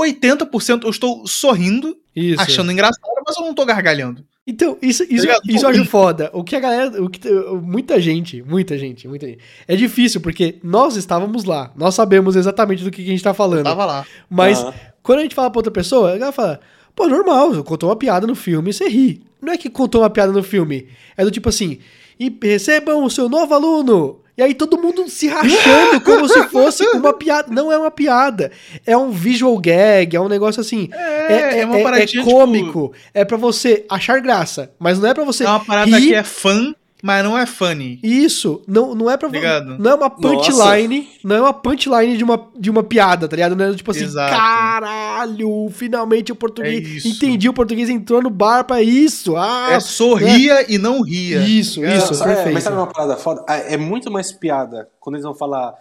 Speaker 1: 80% eu estou sorrindo,
Speaker 2: Isso.
Speaker 1: achando engraçado, mas eu não tô gargalhando.
Speaker 2: Então, isso, isso,
Speaker 1: Tá ligado? Tipo,
Speaker 2: isso eu acho foda. O que a galera. O que, muita gente, muita gente, muita gente. É difícil, porque nós estávamos lá. Nós sabemos exatamente do que que a gente tá falando.
Speaker 1: Tava lá.
Speaker 2: Mas
Speaker 3: Ah,
Speaker 2: quando a gente fala pra outra pessoa, a galera fala, pô, normal, contou uma piada no filme e você ri. Não é que contou uma piada no filme. É do tipo assim, e recebam o seu novo aluno. E aí todo mundo se rachando como se fosse uma piada. Não é uma piada. É um visual gag, é um negócio assim. É, é, é,
Speaker 1: paradinha, tipo,
Speaker 2: cômico. É pra você achar graça. Mas não é pra você.
Speaker 1: é uma parada
Speaker 2: rir.
Speaker 1: que é fã, mas não é funny.
Speaker 2: Isso, não, não é pra
Speaker 1: Ligado?
Speaker 2: Não é uma punchline. Não é uma punchline de uma, de uma piada, tá ligado? Não é tipo assim,
Speaker 1: Exato.
Speaker 2: caralho, finalmente o
Speaker 1: É
Speaker 2: português.
Speaker 1: isso.
Speaker 2: entendi, o português entrou no bar pra isso. Ah,
Speaker 1: é sorria e não ria.
Speaker 2: isso,
Speaker 1: É,
Speaker 2: isso,
Speaker 3: sabe-
Speaker 2: perfeito.
Speaker 3: Mas sabe uma parada foda? Ah, É muito mais piada quando eles vão falar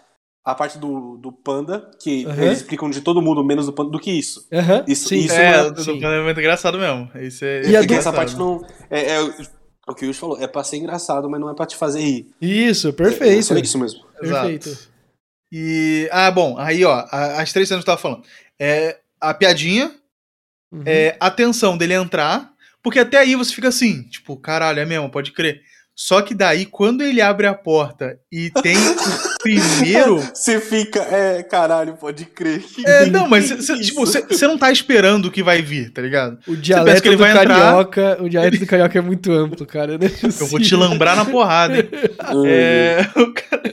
Speaker 3: a parte do, do panda, que
Speaker 2: Aham.
Speaker 3: eles explicam de todo mundo, menos do panda, do que isso.
Speaker 2: Aham,
Speaker 3: Isso-
Speaker 2: sim.
Speaker 3: isso
Speaker 1: é,
Speaker 3: é-
Speaker 1: o
Speaker 2: sim.
Speaker 1: do Panda é muito engraçado mesmo. Isso é,
Speaker 2: E a do-
Speaker 3: essa
Speaker 1: engraçado.
Speaker 3: parte não. É, é o que o Yus falou, é pra ser engraçado, mas não é pra te fazer rir.
Speaker 2: Isso,
Speaker 3: É, é
Speaker 2: perfeito.
Speaker 3: só isso mesmo.
Speaker 1: Exato.
Speaker 2: Perfeito.
Speaker 1: E. Ah, bom, aí, ó, a- as três cenas que eu tava falando. É, a piadinha,
Speaker 2: Uhum.
Speaker 1: é, a tensão dele entrar, porque até aí você fica assim, tipo, caralho, é mesmo, pode crer. Só que daí, quando ele abre a porta e tem o primeiro.
Speaker 3: Você fica, é, caralho, pode crer.
Speaker 1: É, não, mas cê- cê-
Speaker 3: Isso.
Speaker 1: tipo, você não tá esperando o que vai vir, tá ligado?
Speaker 2: O
Speaker 1: pensa
Speaker 2: dialeto
Speaker 1: que ele
Speaker 2: do
Speaker 1: vai entrar-
Speaker 2: carioca. O dialeto do carioca é muito amplo, cara. né?
Speaker 1: Eu vou te lambrar na porrada, hein? É, o cara-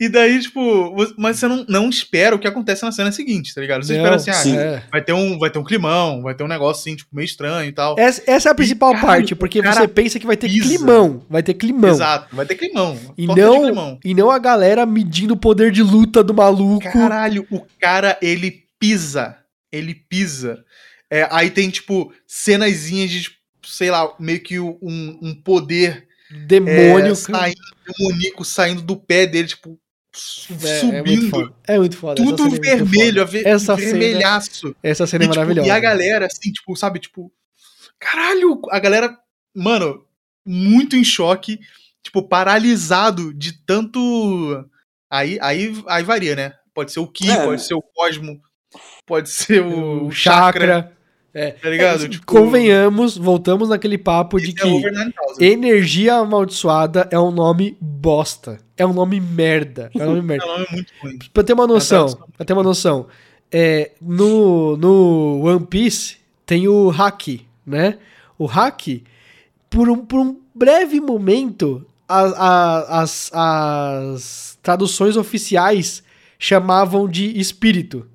Speaker 1: E daí, tipo, você- mas você não, não espera o que acontece na cena seguinte, tá ligado? Você
Speaker 2: Não,
Speaker 1: espera assim, ah,
Speaker 3: sim.
Speaker 2: é.
Speaker 1: vai ter, um, vai ter um climão, vai ter um negócio assim, tipo, meio estranho e tal.
Speaker 2: Essa, essa é a principal
Speaker 1: caralho,
Speaker 2: parte, porque
Speaker 1: o cara
Speaker 2: você pensa que vai ter
Speaker 1: pisa.
Speaker 2: climão. Vai ter climão.
Speaker 1: Exato, vai ter climão.
Speaker 2: E
Speaker 1: torta de
Speaker 2: não, e não a galera medindo o poder de luta do maluco.
Speaker 1: Caralho, o cara, ele pisa. Ele pisa. É, aí tem, tipo, cenazinhas de, tipo, sei lá, meio que um, um poder é,
Speaker 2: demônio. cara.
Speaker 1: saindo, demoníaco saindo do pé dele, tipo, su-
Speaker 2: é muito
Speaker 1: subindo.
Speaker 2: foda. É muito foda. essa
Speaker 1: tudo
Speaker 2: cena é muito
Speaker 1: vermelho,
Speaker 2: foda.
Speaker 1: a ver,
Speaker 2: Essa cena- é
Speaker 1: vermelhaço.
Speaker 2: Essa cena
Speaker 1: E,
Speaker 2: é
Speaker 1: tipo,
Speaker 2: maravilhosa.
Speaker 1: e a galera, assim, tipo, sabe, tipo, caralho, a galera, mano, muito em choque, tipo, paralisado de tanto. Aí, aí, aí varia, né? Pode ser o Ki,
Speaker 3: É.
Speaker 1: pode ser o Cosmo, pode ser o,
Speaker 2: o chakra. É,
Speaker 1: tá ligado? Tipo,
Speaker 2: Convenhamos, voltamos naquele papo de
Speaker 1: isso
Speaker 2: que
Speaker 1: é over 9000.
Speaker 2: energia amaldiçoada é um nome bosta. É um nome merda. É um nome
Speaker 1: É
Speaker 2: merda.
Speaker 1: um nome muito ruim.
Speaker 2: Pra ter uma
Speaker 1: Mas é
Speaker 2: noção,
Speaker 1: um-
Speaker 2: pra ter uma noção, é, no, no One Piece tem o hack, né? O hack, por um, por um breve momento, a- a- as, as traduções oficiais chamavam de espírito,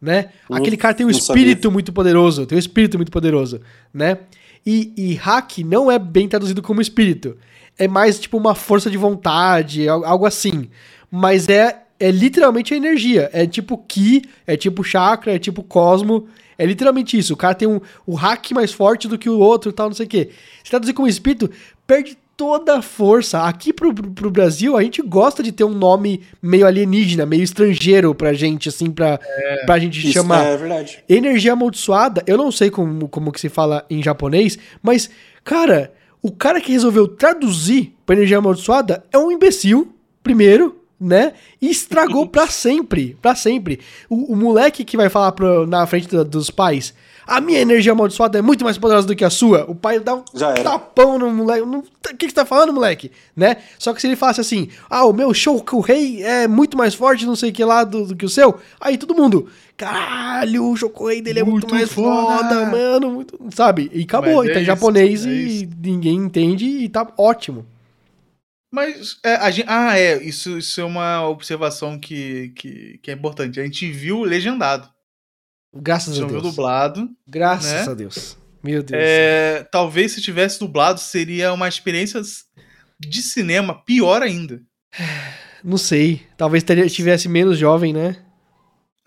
Speaker 2: né?
Speaker 3: Hum,
Speaker 2: Aquele cara tem um
Speaker 3: não sabia.
Speaker 2: espírito muito poderoso, tem um espírito muito poderoso, né? E, e hack não é bem traduzido como espírito. É mais tipo uma força de vontade, al- algo assim. Mas é, é literalmente a energia. É tipo ki, é tipo chakra, é tipo cosmo. É literalmente isso. O cara tem um, um hack mais forte do que o outro e tal, não sei o quê. Se traduzir como espírito, perde toda a força. Aqui pro, pro, pro Brasil, a gente gosta de ter um nome meio alienígena, meio estrangeiro pra gente, assim, pra, pra gente
Speaker 3: Isso,
Speaker 2: chamar.
Speaker 3: É verdade.
Speaker 2: Energia amaldiçoada, eu não sei como, como que se fala em japonês, mas, cara, o cara que resolveu traduzir pra energia amaldiçoada é um imbecil, primeiro, né? E estragou pra sempre, pra sempre. O, o moleque que vai falar pro- na frente do- dos pais, a minha energia amaldiçoada é muito mais poderosa do que a sua, o pai dá um
Speaker 3: Já era.
Speaker 2: tapão no moleque. não- O que, que você tá falando, moleque? Né? Só que se ele falasse assim, ah, o meu Shokuhei é muito mais forte, não sei o que lá, do, do que o seu, aí todo mundo, caralho, o Shokuhei dele é muito,
Speaker 1: Muito
Speaker 2: mais foda,
Speaker 1: foda."
Speaker 2: mano, muito, sabe? E acabou,
Speaker 1: Mas
Speaker 2: e tá
Speaker 1: é
Speaker 2: em
Speaker 1: isso,
Speaker 2: japonês
Speaker 1: é
Speaker 2: e ninguém entende e tá ótimo.
Speaker 1: Mas é, a gente, ah, é, isso, isso é uma observação que, que, que é importante. A gente viu legendado, a
Speaker 2: Graças
Speaker 1: gente
Speaker 2: a
Speaker 1: não viu
Speaker 2: Deus.
Speaker 1: dublado.
Speaker 2: Graças
Speaker 1: né?
Speaker 2: a Deus. Meu Deus.
Speaker 1: É, talvez se tivesse dublado seria uma experiência s- de cinema pior ainda.
Speaker 2: Não sei. Talvez teria- tivesse menos jovem, né?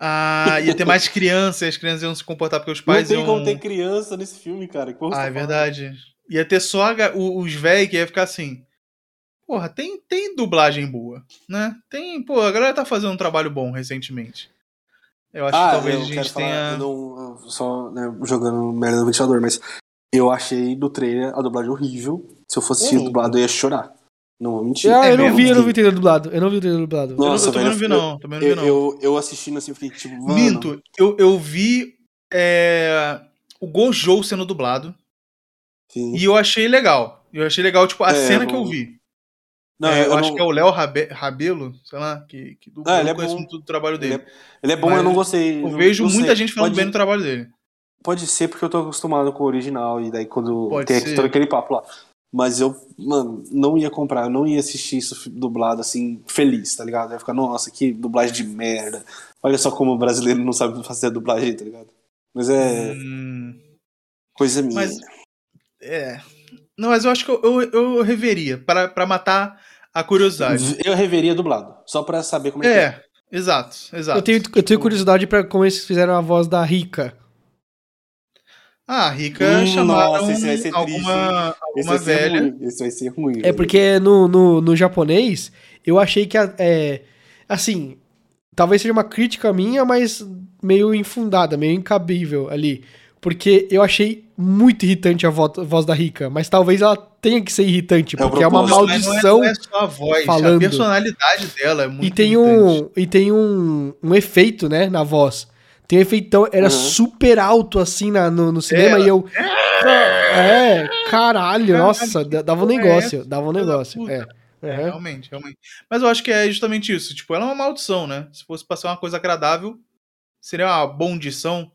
Speaker 1: Ah, ia ter mais crianças, as crianças iam se comportar porque os
Speaker 3: Não
Speaker 1: pais
Speaker 3: tem
Speaker 1: iam.
Speaker 2: um
Speaker 3: como ter criança nesse filme, cara. Que porra você
Speaker 1: Ah,
Speaker 3: tá
Speaker 1: é
Speaker 3: falando?
Speaker 1: verdade. Ia ter só a ga- o- os velhos que ia ficar assim. Porra, tem, tem dublagem boa, né? Tem, pô, a galera tá fazendo um trabalho bom recentemente. Eu acho que
Speaker 3: Ah,
Speaker 1: talvez
Speaker 3: eu
Speaker 1: a gente
Speaker 3: quero falar,
Speaker 1: tenha.
Speaker 3: eu não- eu só né, jogando merda no ventilador, mas eu achei do trailer a dublagem horrível. Se eu fosse assistir
Speaker 1: Ô, louco.
Speaker 3: dublado, eu ia chorar. Não vou mentir.
Speaker 2: Ah,
Speaker 1: É
Speaker 2: eu não
Speaker 1: mesmo?
Speaker 2: vi, eu não vi o trailer dublado. Eu não vi o trailer dublado.
Speaker 1: Eu não-
Speaker 3: Nossa,
Speaker 1: eu também
Speaker 3: velho,
Speaker 1: não vi, não. também não vi,
Speaker 3: Eu,
Speaker 1: não.
Speaker 3: eu, eu assistindo assim, fiquei tipo, mano.
Speaker 1: Minto, eu, eu vi é, o Gojo sendo dublado
Speaker 3: Sim.
Speaker 1: e eu achei legal. Eu achei legal, tipo, a
Speaker 3: É,
Speaker 1: cena que eu
Speaker 3: bom.
Speaker 1: vi.
Speaker 3: Não,
Speaker 1: É, eu,
Speaker 3: eu
Speaker 1: acho
Speaker 3: não-
Speaker 1: que é o Léo Rabe- Rabelo, sei lá, que, que dubla,
Speaker 3: Ah,
Speaker 1: eu
Speaker 3: ele é
Speaker 1: conheço
Speaker 3: bom.
Speaker 1: muito do trabalho
Speaker 3: Ele
Speaker 1: dele.
Speaker 3: é, ele é bom,
Speaker 1: Mas
Speaker 3: eu não gostei.
Speaker 1: Eu
Speaker 3: não-
Speaker 1: vejo
Speaker 3: não sei.
Speaker 1: muita gente falando
Speaker 3: pode,
Speaker 1: bem do trabalho dele.
Speaker 3: Pode ser porque eu tô acostumado com o original e daí quando
Speaker 1: Pode
Speaker 3: tem
Speaker 1: ser.
Speaker 3: todo aquele papo lá. Mas eu, mano, não ia comprar, eu não ia assistir isso fi- dublado assim, feliz, tá ligado? Eu ia ficar, nossa, que dublagem de merda. Olha só como o brasileiro não sabe fazer a dublagem, tá ligado? Mas é
Speaker 1: Hum,
Speaker 3: coisa minha.
Speaker 1: mas- é. Não, mas eu acho que eu, eu, eu reveria para pra matar a curiosidade.
Speaker 3: Eu reveria dublado, só pra saber como é, que é.
Speaker 1: É, exato, exato.
Speaker 2: Eu tenho, eu tenho curiosidade pra como eles fizeram a voz da Rica.
Speaker 1: Ah, a Rica
Speaker 3: Hum,
Speaker 1: chamaram
Speaker 3: nossa, esse vai ser
Speaker 1: alguma,
Speaker 3: Esse
Speaker 1: alguma
Speaker 3: vai ser
Speaker 1: velha.
Speaker 3: ruim, esse vai ser ruim.
Speaker 2: É
Speaker 3: velho.
Speaker 2: porque no, no, no japonês, eu achei que. a- É, assim, talvez seja uma crítica minha, mas meio infundada, meio incabível ali. Porque eu achei muito irritante a vo- voz da Rica, mas talvez ela tenha que ser irritante,
Speaker 3: É o
Speaker 2: porque é uma
Speaker 3: propósito.
Speaker 1: Mas
Speaker 2: maldição.
Speaker 1: Não é, não é só a voz,
Speaker 2: falando.
Speaker 1: a personalidade dela é muito
Speaker 2: E tem,
Speaker 1: irritante.
Speaker 2: um, e tem um, um efeito, né, na voz. Tem um efeitão, era
Speaker 3: Uhum.
Speaker 2: super alto assim na, no, no cinema
Speaker 1: Era.
Speaker 2: e eu. É, caralho,
Speaker 1: Caralho,
Speaker 2: nossa, dava um
Speaker 1: porra é
Speaker 2: negócio, dava um
Speaker 1: Filha da
Speaker 2: negócio.
Speaker 1: puta.
Speaker 2: É.
Speaker 1: É,
Speaker 2: Uhum.
Speaker 1: realmente, realmente. Mas eu acho que é justamente isso. Tipo, ela é uma maldição, né? Se fosse pra ser uma coisa agradável, seria uma bondição.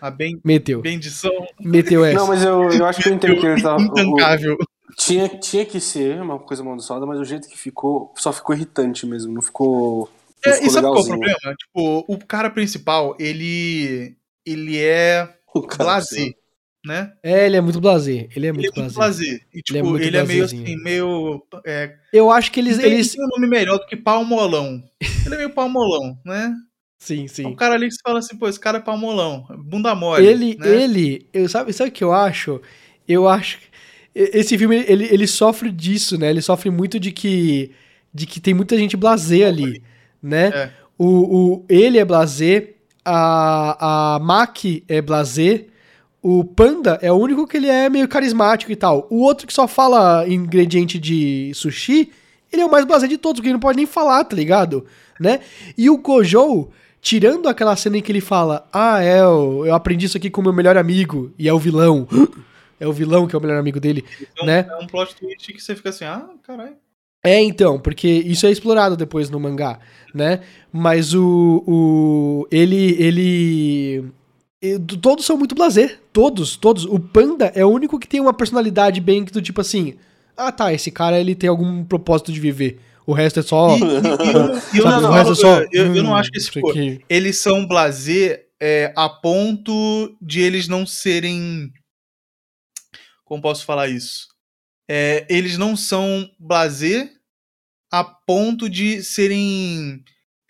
Speaker 1: A ben,
Speaker 2: Meteu.
Speaker 1: bendição
Speaker 2: Meteu
Speaker 1: É.
Speaker 2: essa.
Speaker 3: Não, mas eu, eu acho que eu entendo o que ele tá. o-
Speaker 1: intancável.
Speaker 3: Tinha, tinha que ser uma coisa amaldiçoada, mas o jeito que ficou, só ficou irritante mesmo, não ficou. Não
Speaker 1: É,
Speaker 3: ficou
Speaker 1: e sabe qual é o
Speaker 3: legalzinho. né?
Speaker 1: problema? Tipo, o cara principal, ele. Ele é
Speaker 3: O cara, assim,
Speaker 1: blasé, né?
Speaker 2: É, ele é muito blazer. Ele é muito
Speaker 1: Ele é muito
Speaker 2: blazer.
Speaker 1: blasé. E,
Speaker 2: é
Speaker 1: tipo,
Speaker 2: muito
Speaker 1: ele é meio
Speaker 2: blazezinho.
Speaker 1: assim, meio. é,
Speaker 2: Eu acho que eles.
Speaker 1: não tem,
Speaker 2: eles...
Speaker 1: tem um nome melhor do que palmolão. Ele é meio palmolão, né?
Speaker 2: Sim,
Speaker 1: É um
Speaker 2: sim.
Speaker 1: cara ali que você fala assim, pô, esse cara é palmolão, bunda mole.
Speaker 2: Ele,
Speaker 1: né?
Speaker 2: ele. Eu, sabe, sabe o que eu acho? Eu acho. que- e- Esse filme, ele, ele sofre disso, né? Ele sofre muito de que. De que tem muita gente blazer ali, né?
Speaker 1: É.
Speaker 2: O, o, ele é blazer, a, a Mac é blazer, o Panda é o único que ele é meio carismático e tal. O outro que só fala ingrediente de sushi, ele é o mais blazer de todos, porque ele não pode nem falar, tá ligado? Né? E o Gojo, tirando aquela cena em que ele fala, ah, é, eu, eu aprendi isso aqui com o meu melhor amigo, e é o vilão. É o vilão que é o melhor amigo dele,
Speaker 1: Então,
Speaker 2: né?
Speaker 1: É um plot twist que você fica assim, ah, caralho.
Speaker 2: É, então, porque isso é explorado depois no mangá, né? Mas o. o ele. ele. e- Todos são muito blazer. Todos, todos. O Panda é o único que tem uma personalidade bem que do tipo assim. Ah tá, esse cara ele tem algum propósito de viver. O resto é só.
Speaker 1: E- e- e eu- e eu
Speaker 2: sabe,
Speaker 1: não-
Speaker 2: o resto é só.
Speaker 1: eu- eu não
Speaker 2: hum,
Speaker 1: acho que esse
Speaker 2: isso
Speaker 1: pô,
Speaker 2: aqui.
Speaker 1: eles são um blazer é, a ponto de eles não serem. Como posso falar isso? É, eles não são blazer a ponto de serem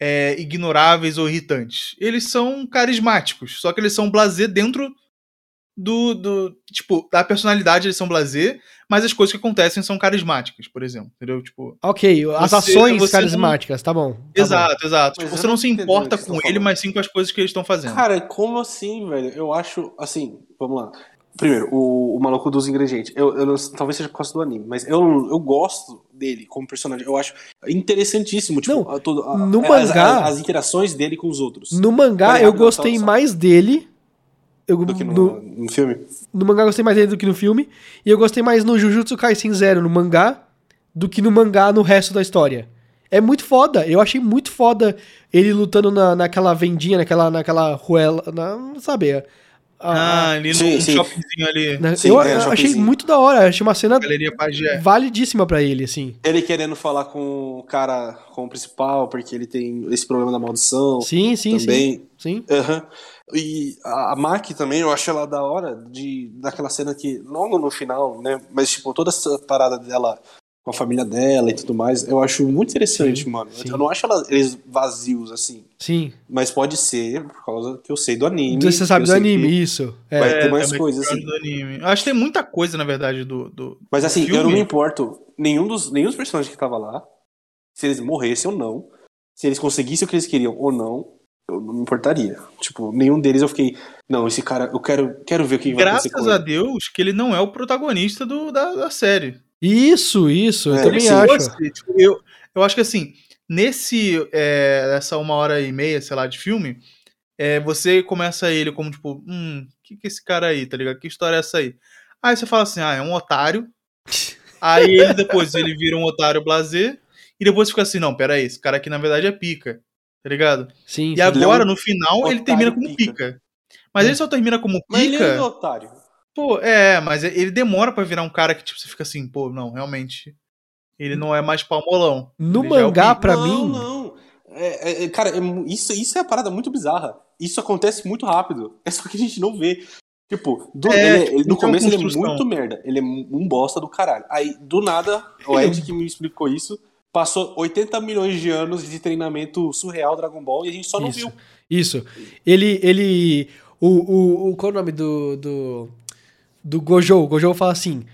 Speaker 1: é, ignoráveis ou irritantes. Eles são carismáticos, só que eles são blazer dentro do, do. Tipo, da personalidade eles são blazer, mas as coisas que acontecem são carismáticas, por exemplo. Entendeu? Tipo.
Speaker 2: Ok, as
Speaker 1: Você-
Speaker 2: ações
Speaker 1: você não-
Speaker 2: carismáticas, tá bom. tá bom.
Speaker 1: Exato, exato.
Speaker 3: Mas
Speaker 1: Tipo,
Speaker 3: eu
Speaker 1: você não
Speaker 3: não
Speaker 1: se
Speaker 3: entendi
Speaker 1: importa
Speaker 3: o que você
Speaker 1: com
Speaker 3: tá
Speaker 1: ele,
Speaker 3: falando.
Speaker 1: mas sim com as coisas que eles estão fazendo.
Speaker 3: Cara, como assim, velho? Eu acho, assim, vamos lá. Primeiro, o, o maluco dos ingredientes. Eu, eu não- talvez seja por causa do anime, mas eu, eu gosto dele como personagem. Eu acho interessantíssimo, tipo,
Speaker 2: Não,
Speaker 3: a- todo- a-
Speaker 2: no
Speaker 3: as-
Speaker 2: mangá-
Speaker 3: as, as interações dele com os outros.
Speaker 2: No mangá
Speaker 3: Peraí,
Speaker 2: eu
Speaker 3: rapidão,
Speaker 2: gostei
Speaker 3: só- só-
Speaker 2: mais dele. Eu,
Speaker 3: Do que no,
Speaker 2: no-
Speaker 3: no filme.
Speaker 2: No mangá eu gostei mais dele do que no filme. E eu gostei mais no Jujutsu Kaisen Zero, no mangá, do que no mangá no resto da história. É muito foda. Eu achei muito foda ele lutando na, naquela vendinha, naquela, naquela ruela. Na, não sabia.
Speaker 1: Ah, ali
Speaker 3: Sim,
Speaker 1: num
Speaker 3: sim.
Speaker 1: shoppingzinho ali.
Speaker 2: na,
Speaker 3: sim,
Speaker 2: eu
Speaker 3: é,
Speaker 2: eu achei
Speaker 3: shoppingzinho.
Speaker 2: muito da hora. Achei uma cena
Speaker 1: Galeria Pagé.
Speaker 2: validíssima pra ele, assim.
Speaker 3: Ele querendo falar com o cara, com o principal, porque ele tem esse problema da maldição.
Speaker 2: Sim, sim, sim.
Speaker 3: Oh, também.
Speaker 2: Sim.
Speaker 3: Aham. E a, a Mac também, eu acho ela da hora, de, daquela cena que, logo no final, né? Mas, tipo, toda essa parada dela com a família dela e tudo mais. Eu acho muito interessante,
Speaker 2: Sim,
Speaker 3: mano. Eu-
Speaker 2: sim.
Speaker 3: Eu não acho ela- eles vazios assim.
Speaker 2: Sim.
Speaker 3: Mas pode ser, por causa que eu sei do anime.
Speaker 2: Você sabe
Speaker 3: eu
Speaker 2: do
Speaker 3: sei
Speaker 2: anime,
Speaker 3: que-
Speaker 2: isso. É.
Speaker 3: Vai ter mais
Speaker 1: também
Speaker 3: coisas,
Speaker 1: por causa
Speaker 3: assim.
Speaker 1: do anime. Eu Acho que tem muita coisa, na verdade, do. do...
Speaker 3: Mas assim, eu não
Speaker 1: É Filme?
Speaker 3: me importo. Nenhum dos, nenhum dos personagens que tava lá, se eles morressem ou não, se eles conseguissem o que eles queriam ou não, eu não me importaria. Tipo, nenhum deles eu fiquei, não, esse cara, eu quero, quero ver o que vai acontecer
Speaker 1: Graças
Speaker 3: com
Speaker 1: a
Speaker 3: ele.
Speaker 1: Deus que ele não é o protagonista do, da, da série.
Speaker 2: Isso, isso. Eu
Speaker 3: É,
Speaker 2: também
Speaker 3: sim.
Speaker 2: acho.
Speaker 1: Fosse, tipo, eu, eu acho que assim, nesse. é, essa uma hora e meia, sei lá, de filme, é, você começa ele como, tipo, hum, o que, que é esse cara aí, tá ligado? Que história é essa aí? Aí você fala assim, ah, é um otário. Aí ele depois ele vira um otário blazer. E depois fica assim, não, peraí, esse cara aqui na verdade é pica. Tá ligado?
Speaker 2: Sim.
Speaker 1: E
Speaker 2: sim.
Speaker 1: agora,
Speaker 3: Leão,
Speaker 1: no final, ele
Speaker 3: é um otário,
Speaker 1: termina como pica.
Speaker 3: pica.
Speaker 1: Mas
Speaker 2: É.
Speaker 1: ele só termina como
Speaker 3: Mas ele é um
Speaker 1: pica.
Speaker 3: otário.
Speaker 1: Pô, é, mas ele demora pra virar um cara que, tipo, você fica assim, pô, não, realmente. Ele não é mais palmolão.
Speaker 2: No
Speaker 1: Ele já é o
Speaker 2: mangá,
Speaker 1: pica.
Speaker 2: pra
Speaker 3: não,
Speaker 2: mim.
Speaker 3: Não, É, é, é, cara, é mu- isso, isso é uma parada muito bizarra. Isso acontece muito rápido. É só que a gente não vê. Tipo, do-
Speaker 1: É,
Speaker 3: ele-
Speaker 1: tipo, não
Speaker 3: ele- no
Speaker 1: tem uma
Speaker 3: começo ele é
Speaker 1: construção.
Speaker 3: muito merda. Ele é um um bosta do caralho. Aí, do nada, o Ed que me explicou isso. Passou 80 milhões de anos de treinamento surreal Dragon Ball e a gente só não
Speaker 2: isso.
Speaker 3: viu.
Speaker 2: Isso. Ele. ele o, o, o- qual é o nome do. Do, do Gojo? O Gojo fala assim: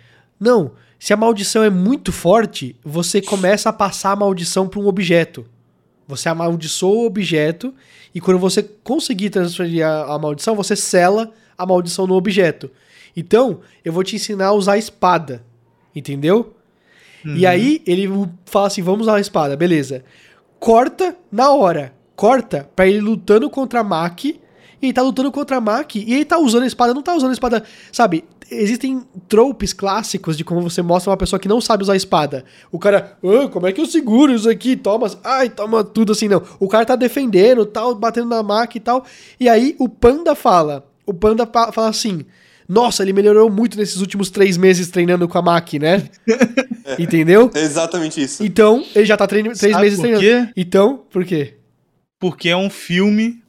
Speaker 2: Não, se a maldição é muito forte, você começa a passar a maldição para um objeto. Você amaldiçoa o objeto, e quando você conseguir transferir a, a maldição, você sela a maldição no objeto. Então, eu vou te ensinar a usar a espada. Entendeu? E
Speaker 1: Uhum.
Speaker 2: aí ele fala assim: vamos usar a espada, beleza. Corta na hora. Corta pra ele lutando contra a Mac. E ele tá lutando contra a Mac. E ele tá usando a espada, não tá usando a espada. Sabe, existem tropes clássicos de como você mostra uma pessoa que não sabe usar a espada. O cara, "Ah, como é que eu seguro isso aqui? Toma, ai, toma tudo assim, não. O cara tá defendendo, tal, batendo na Mac e tal. E aí o Panda fala. O Panda pa- fala assim. Nossa, ele melhorou muito nesses últimos três meses treinando com a Mac, né? Entendeu?
Speaker 3: É exatamente isso.
Speaker 2: Então, ele já tá trein- três
Speaker 1: Uhum. Sabe
Speaker 2: meses
Speaker 1: por
Speaker 2: treinando.
Speaker 1: quê?
Speaker 2: Então, por quê?
Speaker 1: Porque é um filme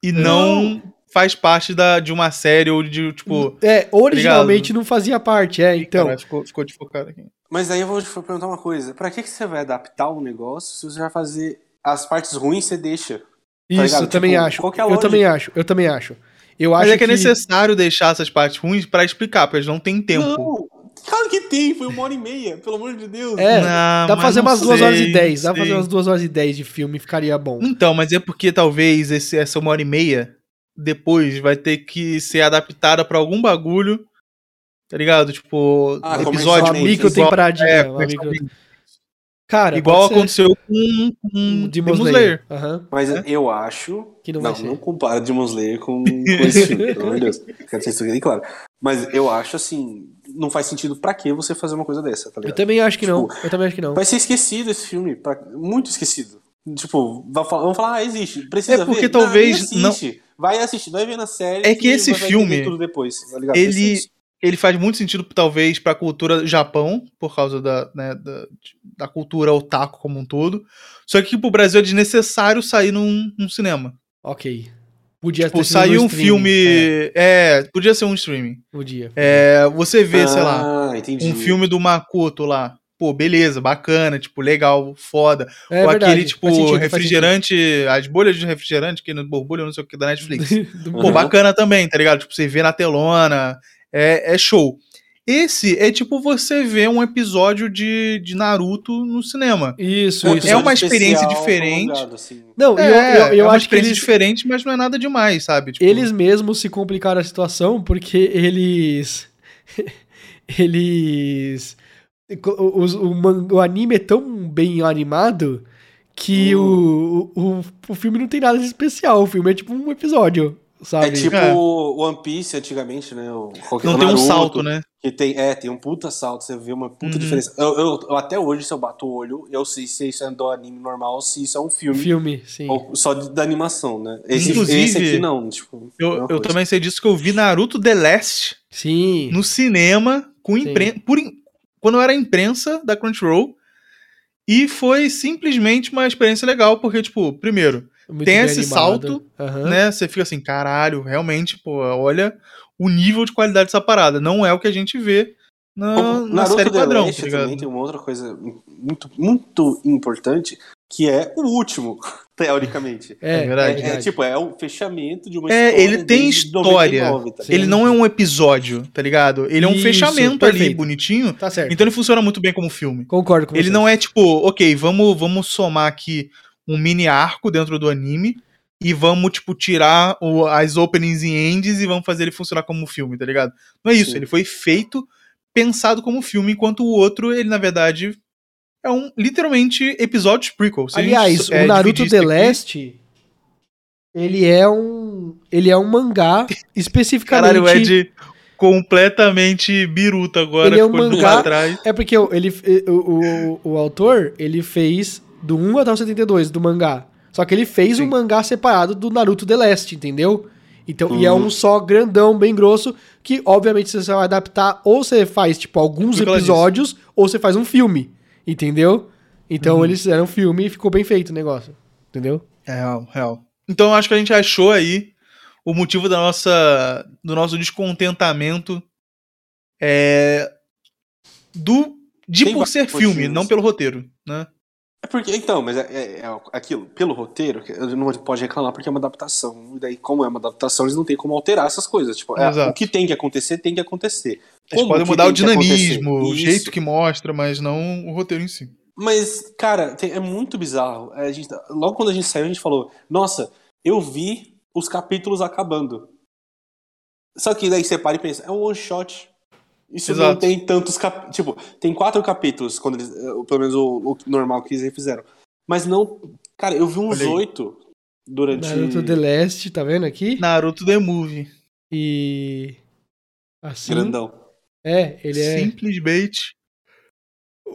Speaker 1: e não, faz parte da, de uma série ou de, tipo.
Speaker 2: É, originalmente
Speaker 1: Tá
Speaker 2: não fazia parte, é, então.
Speaker 3: Tá
Speaker 1: Caralho, ficou, ficou desfocado aqui.
Speaker 3: Mas aí eu vou te perguntar uma coisa: pra que, que você vai adaptar um negócio se você vai fazer as partes ruins você deixa?
Speaker 2: isso,
Speaker 3: ligado?
Speaker 2: eu também
Speaker 3: Tipo,
Speaker 2: acho.
Speaker 3: qual que é a
Speaker 2: eu
Speaker 3: lógica?
Speaker 2: também acho, eu também acho. Eu
Speaker 1: Mas
Speaker 2: acho
Speaker 1: é que é necessário deixar essas partes ruins pra explicar, porque eles não têm tempo.
Speaker 3: Não! Claro que tem, foi uma hora e meia, pelo amor de Deus.
Speaker 2: É,
Speaker 1: Não,
Speaker 2: dá pra
Speaker 1: mas
Speaker 2: fazer
Speaker 1: não
Speaker 2: umas duas horas e
Speaker 1: sei,
Speaker 2: dez. Dá
Speaker 1: não
Speaker 2: pra fazer
Speaker 1: sei.
Speaker 2: umas duas horas e dez de filme, ficaria bom.
Speaker 1: Então, mas é porque talvez esse- essa uma hora e meia depois vai ter que ser adaptada pra algum bagulho, tá ligado? Tipo,
Speaker 3: Ah, como
Speaker 1: episódio
Speaker 2: uma
Speaker 3: exatamente,
Speaker 2: micro
Speaker 1: igual,
Speaker 2: temporadinha.
Speaker 1: é,
Speaker 2: uma
Speaker 1: como
Speaker 2: micro-
Speaker 1: exatamente.
Speaker 2: Cara,
Speaker 1: igual
Speaker 2: pode ser
Speaker 1: aconteceu com, com
Speaker 2: um Demon
Speaker 1: Demon
Speaker 2: Slayer. Aham.
Speaker 3: Mas
Speaker 1: É?
Speaker 3: eu acho.
Speaker 2: Que não
Speaker 3: não,
Speaker 2: vai ser.
Speaker 3: não compara Demon Slayer com, com esse filme, pelo amor de Deus. Quero ser isso bem claro. Mas eu acho assim. Não faz sentido pra que você fazer uma coisa dessa, tá
Speaker 2: Eu
Speaker 3: ligado?
Speaker 2: também acho que não.
Speaker 3: Tipo,
Speaker 2: Eu também acho que não.
Speaker 3: Vai ser esquecido esse filme, pra- muito esquecido. Tipo, vai falar- vão falar, ah, existe, precisa
Speaker 1: É porque
Speaker 3: ver.
Speaker 1: talvez
Speaker 3: não, nem assiste. Vai assistir, vai ver na série.
Speaker 1: É que esse
Speaker 3: vai- vai entender
Speaker 1: filme,
Speaker 3: tudo depois, tá ligado? Vai ser
Speaker 1: Ele,
Speaker 3: isso.
Speaker 1: ele faz muito sentido, talvez, pra cultura Japão, por causa da, né, da, da cultura otaku como um todo. Só que pro Brasil é desnecessário sair num, num cinema.
Speaker 2: Ok. Podia
Speaker 1: Tipo,
Speaker 2: ter sido Tá no
Speaker 1: saiu um
Speaker 2: streaming,
Speaker 1: filme. É. podia ser um streaming.
Speaker 2: É, podia.
Speaker 1: É, você vê, sei lá.
Speaker 3: Ah, entendi.
Speaker 1: um filme do Makoto lá. Pô, beleza, bacana, tipo, legal, foda.
Speaker 2: É
Speaker 1: Ou
Speaker 2: verdade,
Speaker 1: aquele,
Speaker 2: faz
Speaker 1: tipo,
Speaker 2: sentido, faz
Speaker 1: refrigerante, as bolhas de refrigerante, que no borbulha, não sei o que, da Netflix.
Speaker 2: sentido. Do-
Speaker 1: Pô,
Speaker 3: Uhum.
Speaker 1: bacana também, tá ligado? Tipo, você vê na telona, é, é show. Esse é tipo você ver um episódio de, de Naruto no cinema.
Speaker 2: Isso,
Speaker 3: Um
Speaker 2: isso.
Speaker 1: É uma
Speaker 3: episódio
Speaker 1: experiência
Speaker 3: especial,
Speaker 1: diferente.
Speaker 3: prolongado, assim.
Speaker 2: Não, e
Speaker 1: é,
Speaker 2: eu, eu, eu
Speaker 1: é uma
Speaker 2: acho que
Speaker 1: experiência
Speaker 2: eles,
Speaker 1: diferente, mas não é nada demais, sabe? Tipo,
Speaker 2: eles mesmos se complicaram a situação porque eles. eles. os- o, man- o anime é tão bem animado que o, o, o, o filme não tem nada de especial. O filme é tipo um episódio, sabe?
Speaker 3: É tipo
Speaker 1: É.
Speaker 3: o One Piece antigamente, né? O Rock-
Speaker 1: não
Speaker 3: o
Speaker 1: tem um
Speaker 3: Naruto,
Speaker 1: salto, né?
Speaker 3: Que tem, é, tem um puta salto, você vê uma puta
Speaker 1: Uhum.
Speaker 3: diferença. Eu, eu- eu até hoje, se eu bato o olho, eu sei se isso é do anime normal, se isso é um filme.
Speaker 2: filme, sim.
Speaker 3: Ou só de- da animação, né? Esse,
Speaker 1: Inclusive,
Speaker 3: esse aqui não, tipo. é
Speaker 1: Eu,
Speaker 3: uma
Speaker 1: eu
Speaker 3: coisa.
Speaker 1: também sei disso que eu vi Naruto The Last
Speaker 2: Sim.
Speaker 1: no cinema com
Speaker 2: Sim.
Speaker 1: imprensa, por im- quando eu era imprensa da Crunchyroll e foi simplesmente uma experiência legal porque tipo primeiro
Speaker 2: Muito
Speaker 1: tem
Speaker 2: bem
Speaker 1: esse
Speaker 2: animado.
Speaker 1: salto,
Speaker 2: Aham.
Speaker 1: né você fica assim caralho realmente pô olha o nível de qualidade dessa parada não é o que a gente vê na, na
Speaker 3: Naruto
Speaker 1: série
Speaker 3: The
Speaker 1: padrão,
Speaker 3: Last
Speaker 1: tá ligado?
Speaker 3: também tem uma outra coisa muito, muito importante, que é o último, teoricamente.
Speaker 1: É verdade.
Speaker 3: É, tipo, é o fechamento de uma
Speaker 1: É,
Speaker 3: história.
Speaker 1: ele tem
Speaker 3: desde
Speaker 1: história.
Speaker 3: 99, tá
Speaker 1: Ele
Speaker 2: Sim.
Speaker 1: não é um episódio, tá ligado? Ele é um
Speaker 2: Isso,
Speaker 1: fechamento ali,
Speaker 2: perfeito.
Speaker 1: bonitinho.
Speaker 2: Tá certo.
Speaker 1: Então ele funciona muito bem como filme.
Speaker 2: Concordo com
Speaker 1: Ele
Speaker 2: você.
Speaker 1: não é tipo, ok, vamos, vamos somar aqui um mini arco dentro do anime e vamos, tipo, tirar o- as openings e ends e vamos fazer ele funcionar como filme, tá ligado? Não é isso,
Speaker 3: Sim.
Speaker 1: ele foi feito, pensado como filme, enquanto o outro, ele, na verdade, é um, literalmente, episódios prequel. Se a gente,
Speaker 2: Aliás,
Speaker 1: é,
Speaker 2: o Naruto
Speaker 1: dividir
Speaker 2: The
Speaker 1: isso aqui-
Speaker 2: Last, ele é um, ele é um mangá especificamente.
Speaker 1: Caralho, é o Ed completamente biruta agora,
Speaker 2: Ele é um
Speaker 1: ficou indo
Speaker 2: mangá.
Speaker 1: pra trás.
Speaker 2: É porque o- ele, o, o, o autor, ele fez do 1 até o 72 do mangá. Só que ele fez
Speaker 1: Sim.
Speaker 2: um mangá separado do Naruto The Last, entendeu? Então, e é
Speaker 3: Hum.
Speaker 2: um só grandão, bem grosso, que obviamente você só vai adaptar, ou você faz, tipo, alguns
Speaker 1: Por que ela disse?
Speaker 2: episódios, ou você faz um filme, entendeu? Então
Speaker 1: Uhum.
Speaker 2: eles fizeram um filme e ficou bem feito o negócio, entendeu?
Speaker 1: É real, real. Então eu acho que a gente achou aí o motivo da nossa, do nosso descontentamento é, do de
Speaker 3: Tem
Speaker 1: por ser
Speaker 3: vários
Speaker 1: filme,
Speaker 3: motivos.
Speaker 1: não pelo roteiro, né?
Speaker 3: É porque, então, mas é, é- é aquilo, pelo roteiro, que eu não pode reclamar porque é uma adaptação. E daí, como é uma adaptação, eles não têm como alterar essas coisas. Tipo, é,
Speaker 1: Exato.
Speaker 3: o que tem que acontecer, tem que acontecer.
Speaker 1: Eles
Speaker 3: Como
Speaker 1: podem
Speaker 3: que
Speaker 1: mudar
Speaker 3: tem
Speaker 1: o
Speaker 3: que acontecer?
Speaker 1: dinamismo, o
Speaker 3: Isso.
Speaker 1: jeito que mostra, mas não o roteiro em si.
Speaker 3: Mas, cara, tem- é muito bizarro. É, a gente tá- logo quando a gente saiu, a gente falou: Nossa, eu vi os capítulos acabando. Só que daí você para e pensa: É um one shot. Isso
Speaker 1: Exato.
Speaker 3: não tem tantos capítulos. Tipo, tem quatro capítulos, quando eles, eh, pelo menos o, o normal que eles fizeram. Mas não. Cara, eu vi uns
Speaker 1: Olha aí.
Speaker 3: oito durante.
Speaker 2: Naruto The Last, tá vendo aqui?
Speaker 1: Naruto The Movie,
Speaker 2: E. Assim.
Speaker 3: Grandão.
Speaker 2: É, ele é.
Speaker 1: simplesmente.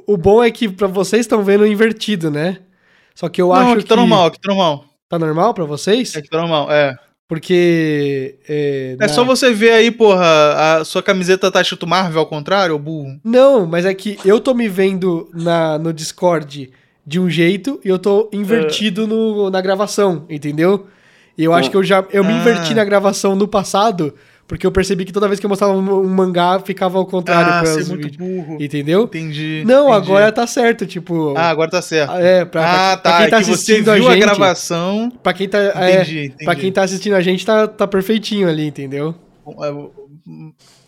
Speaker 2: O bom é que pra vocês estão vendo invertido, né? Só que eu
Speaker 1: não,
Speaker 2: acho
Speaker 1: aqui tá normal, aqui tá normal.
Speaker 2: Tá normal pra vocês?
Speaker 1: Aqui tá normal, é.
Speaker 2: Porque. É,
Speaker 1: É
Speaker 2: na-
Speaker 1: só você ver aí, porra, a sua camiseta tá escrito Marvel ao contrário, ô burro.
Speaker 2: Não, mas é que eu tô me vendo na, no Discord de um jeito e eu tô invertido no, na gravação, entendeu? E eu acho
Speaker 3: Ah.
Speaker 2: que eu já. Eu me
Speaker 1: Ah.
Speaker 2: inverti na gravação no passado, porque eu percebi que toda vez que eu mostrava um, um mangá, ficava ao contrário
Speaker 1: Ah,
Speaker 2: pra
Speaker 1: você é
Speaker 2: os
Speaker 1: muito
Speaker 2: vídeos.
Speaker 1: burro.
Speaker 2: Entendeu?
Speaker 1: Entendi.
Speaker 2: Não,
Speaker 1: entendi.
Speaker 2: agora tá certo, tipo.
Speaker 1: Ah, agora tá certo.
Speaker 2: é, pra,
Speaker 1: ah,
Speaker 2: pra,
Speaker 1: tá.
Speaker 2: pra quem tá
Speaker 1: é que você
Speaker 2: assistindo
Speaker 1: viu a,
Speaker 2: a gente.
Speaker 1: gravação.
Speaker 2: Pra quem tá. é,
Speaker 1: Entendi, entendi.
Speaker 2: Pra quem tá assistindo a gente, tá, tá perfeitinho ali, entendeu?
Speaker 1: É,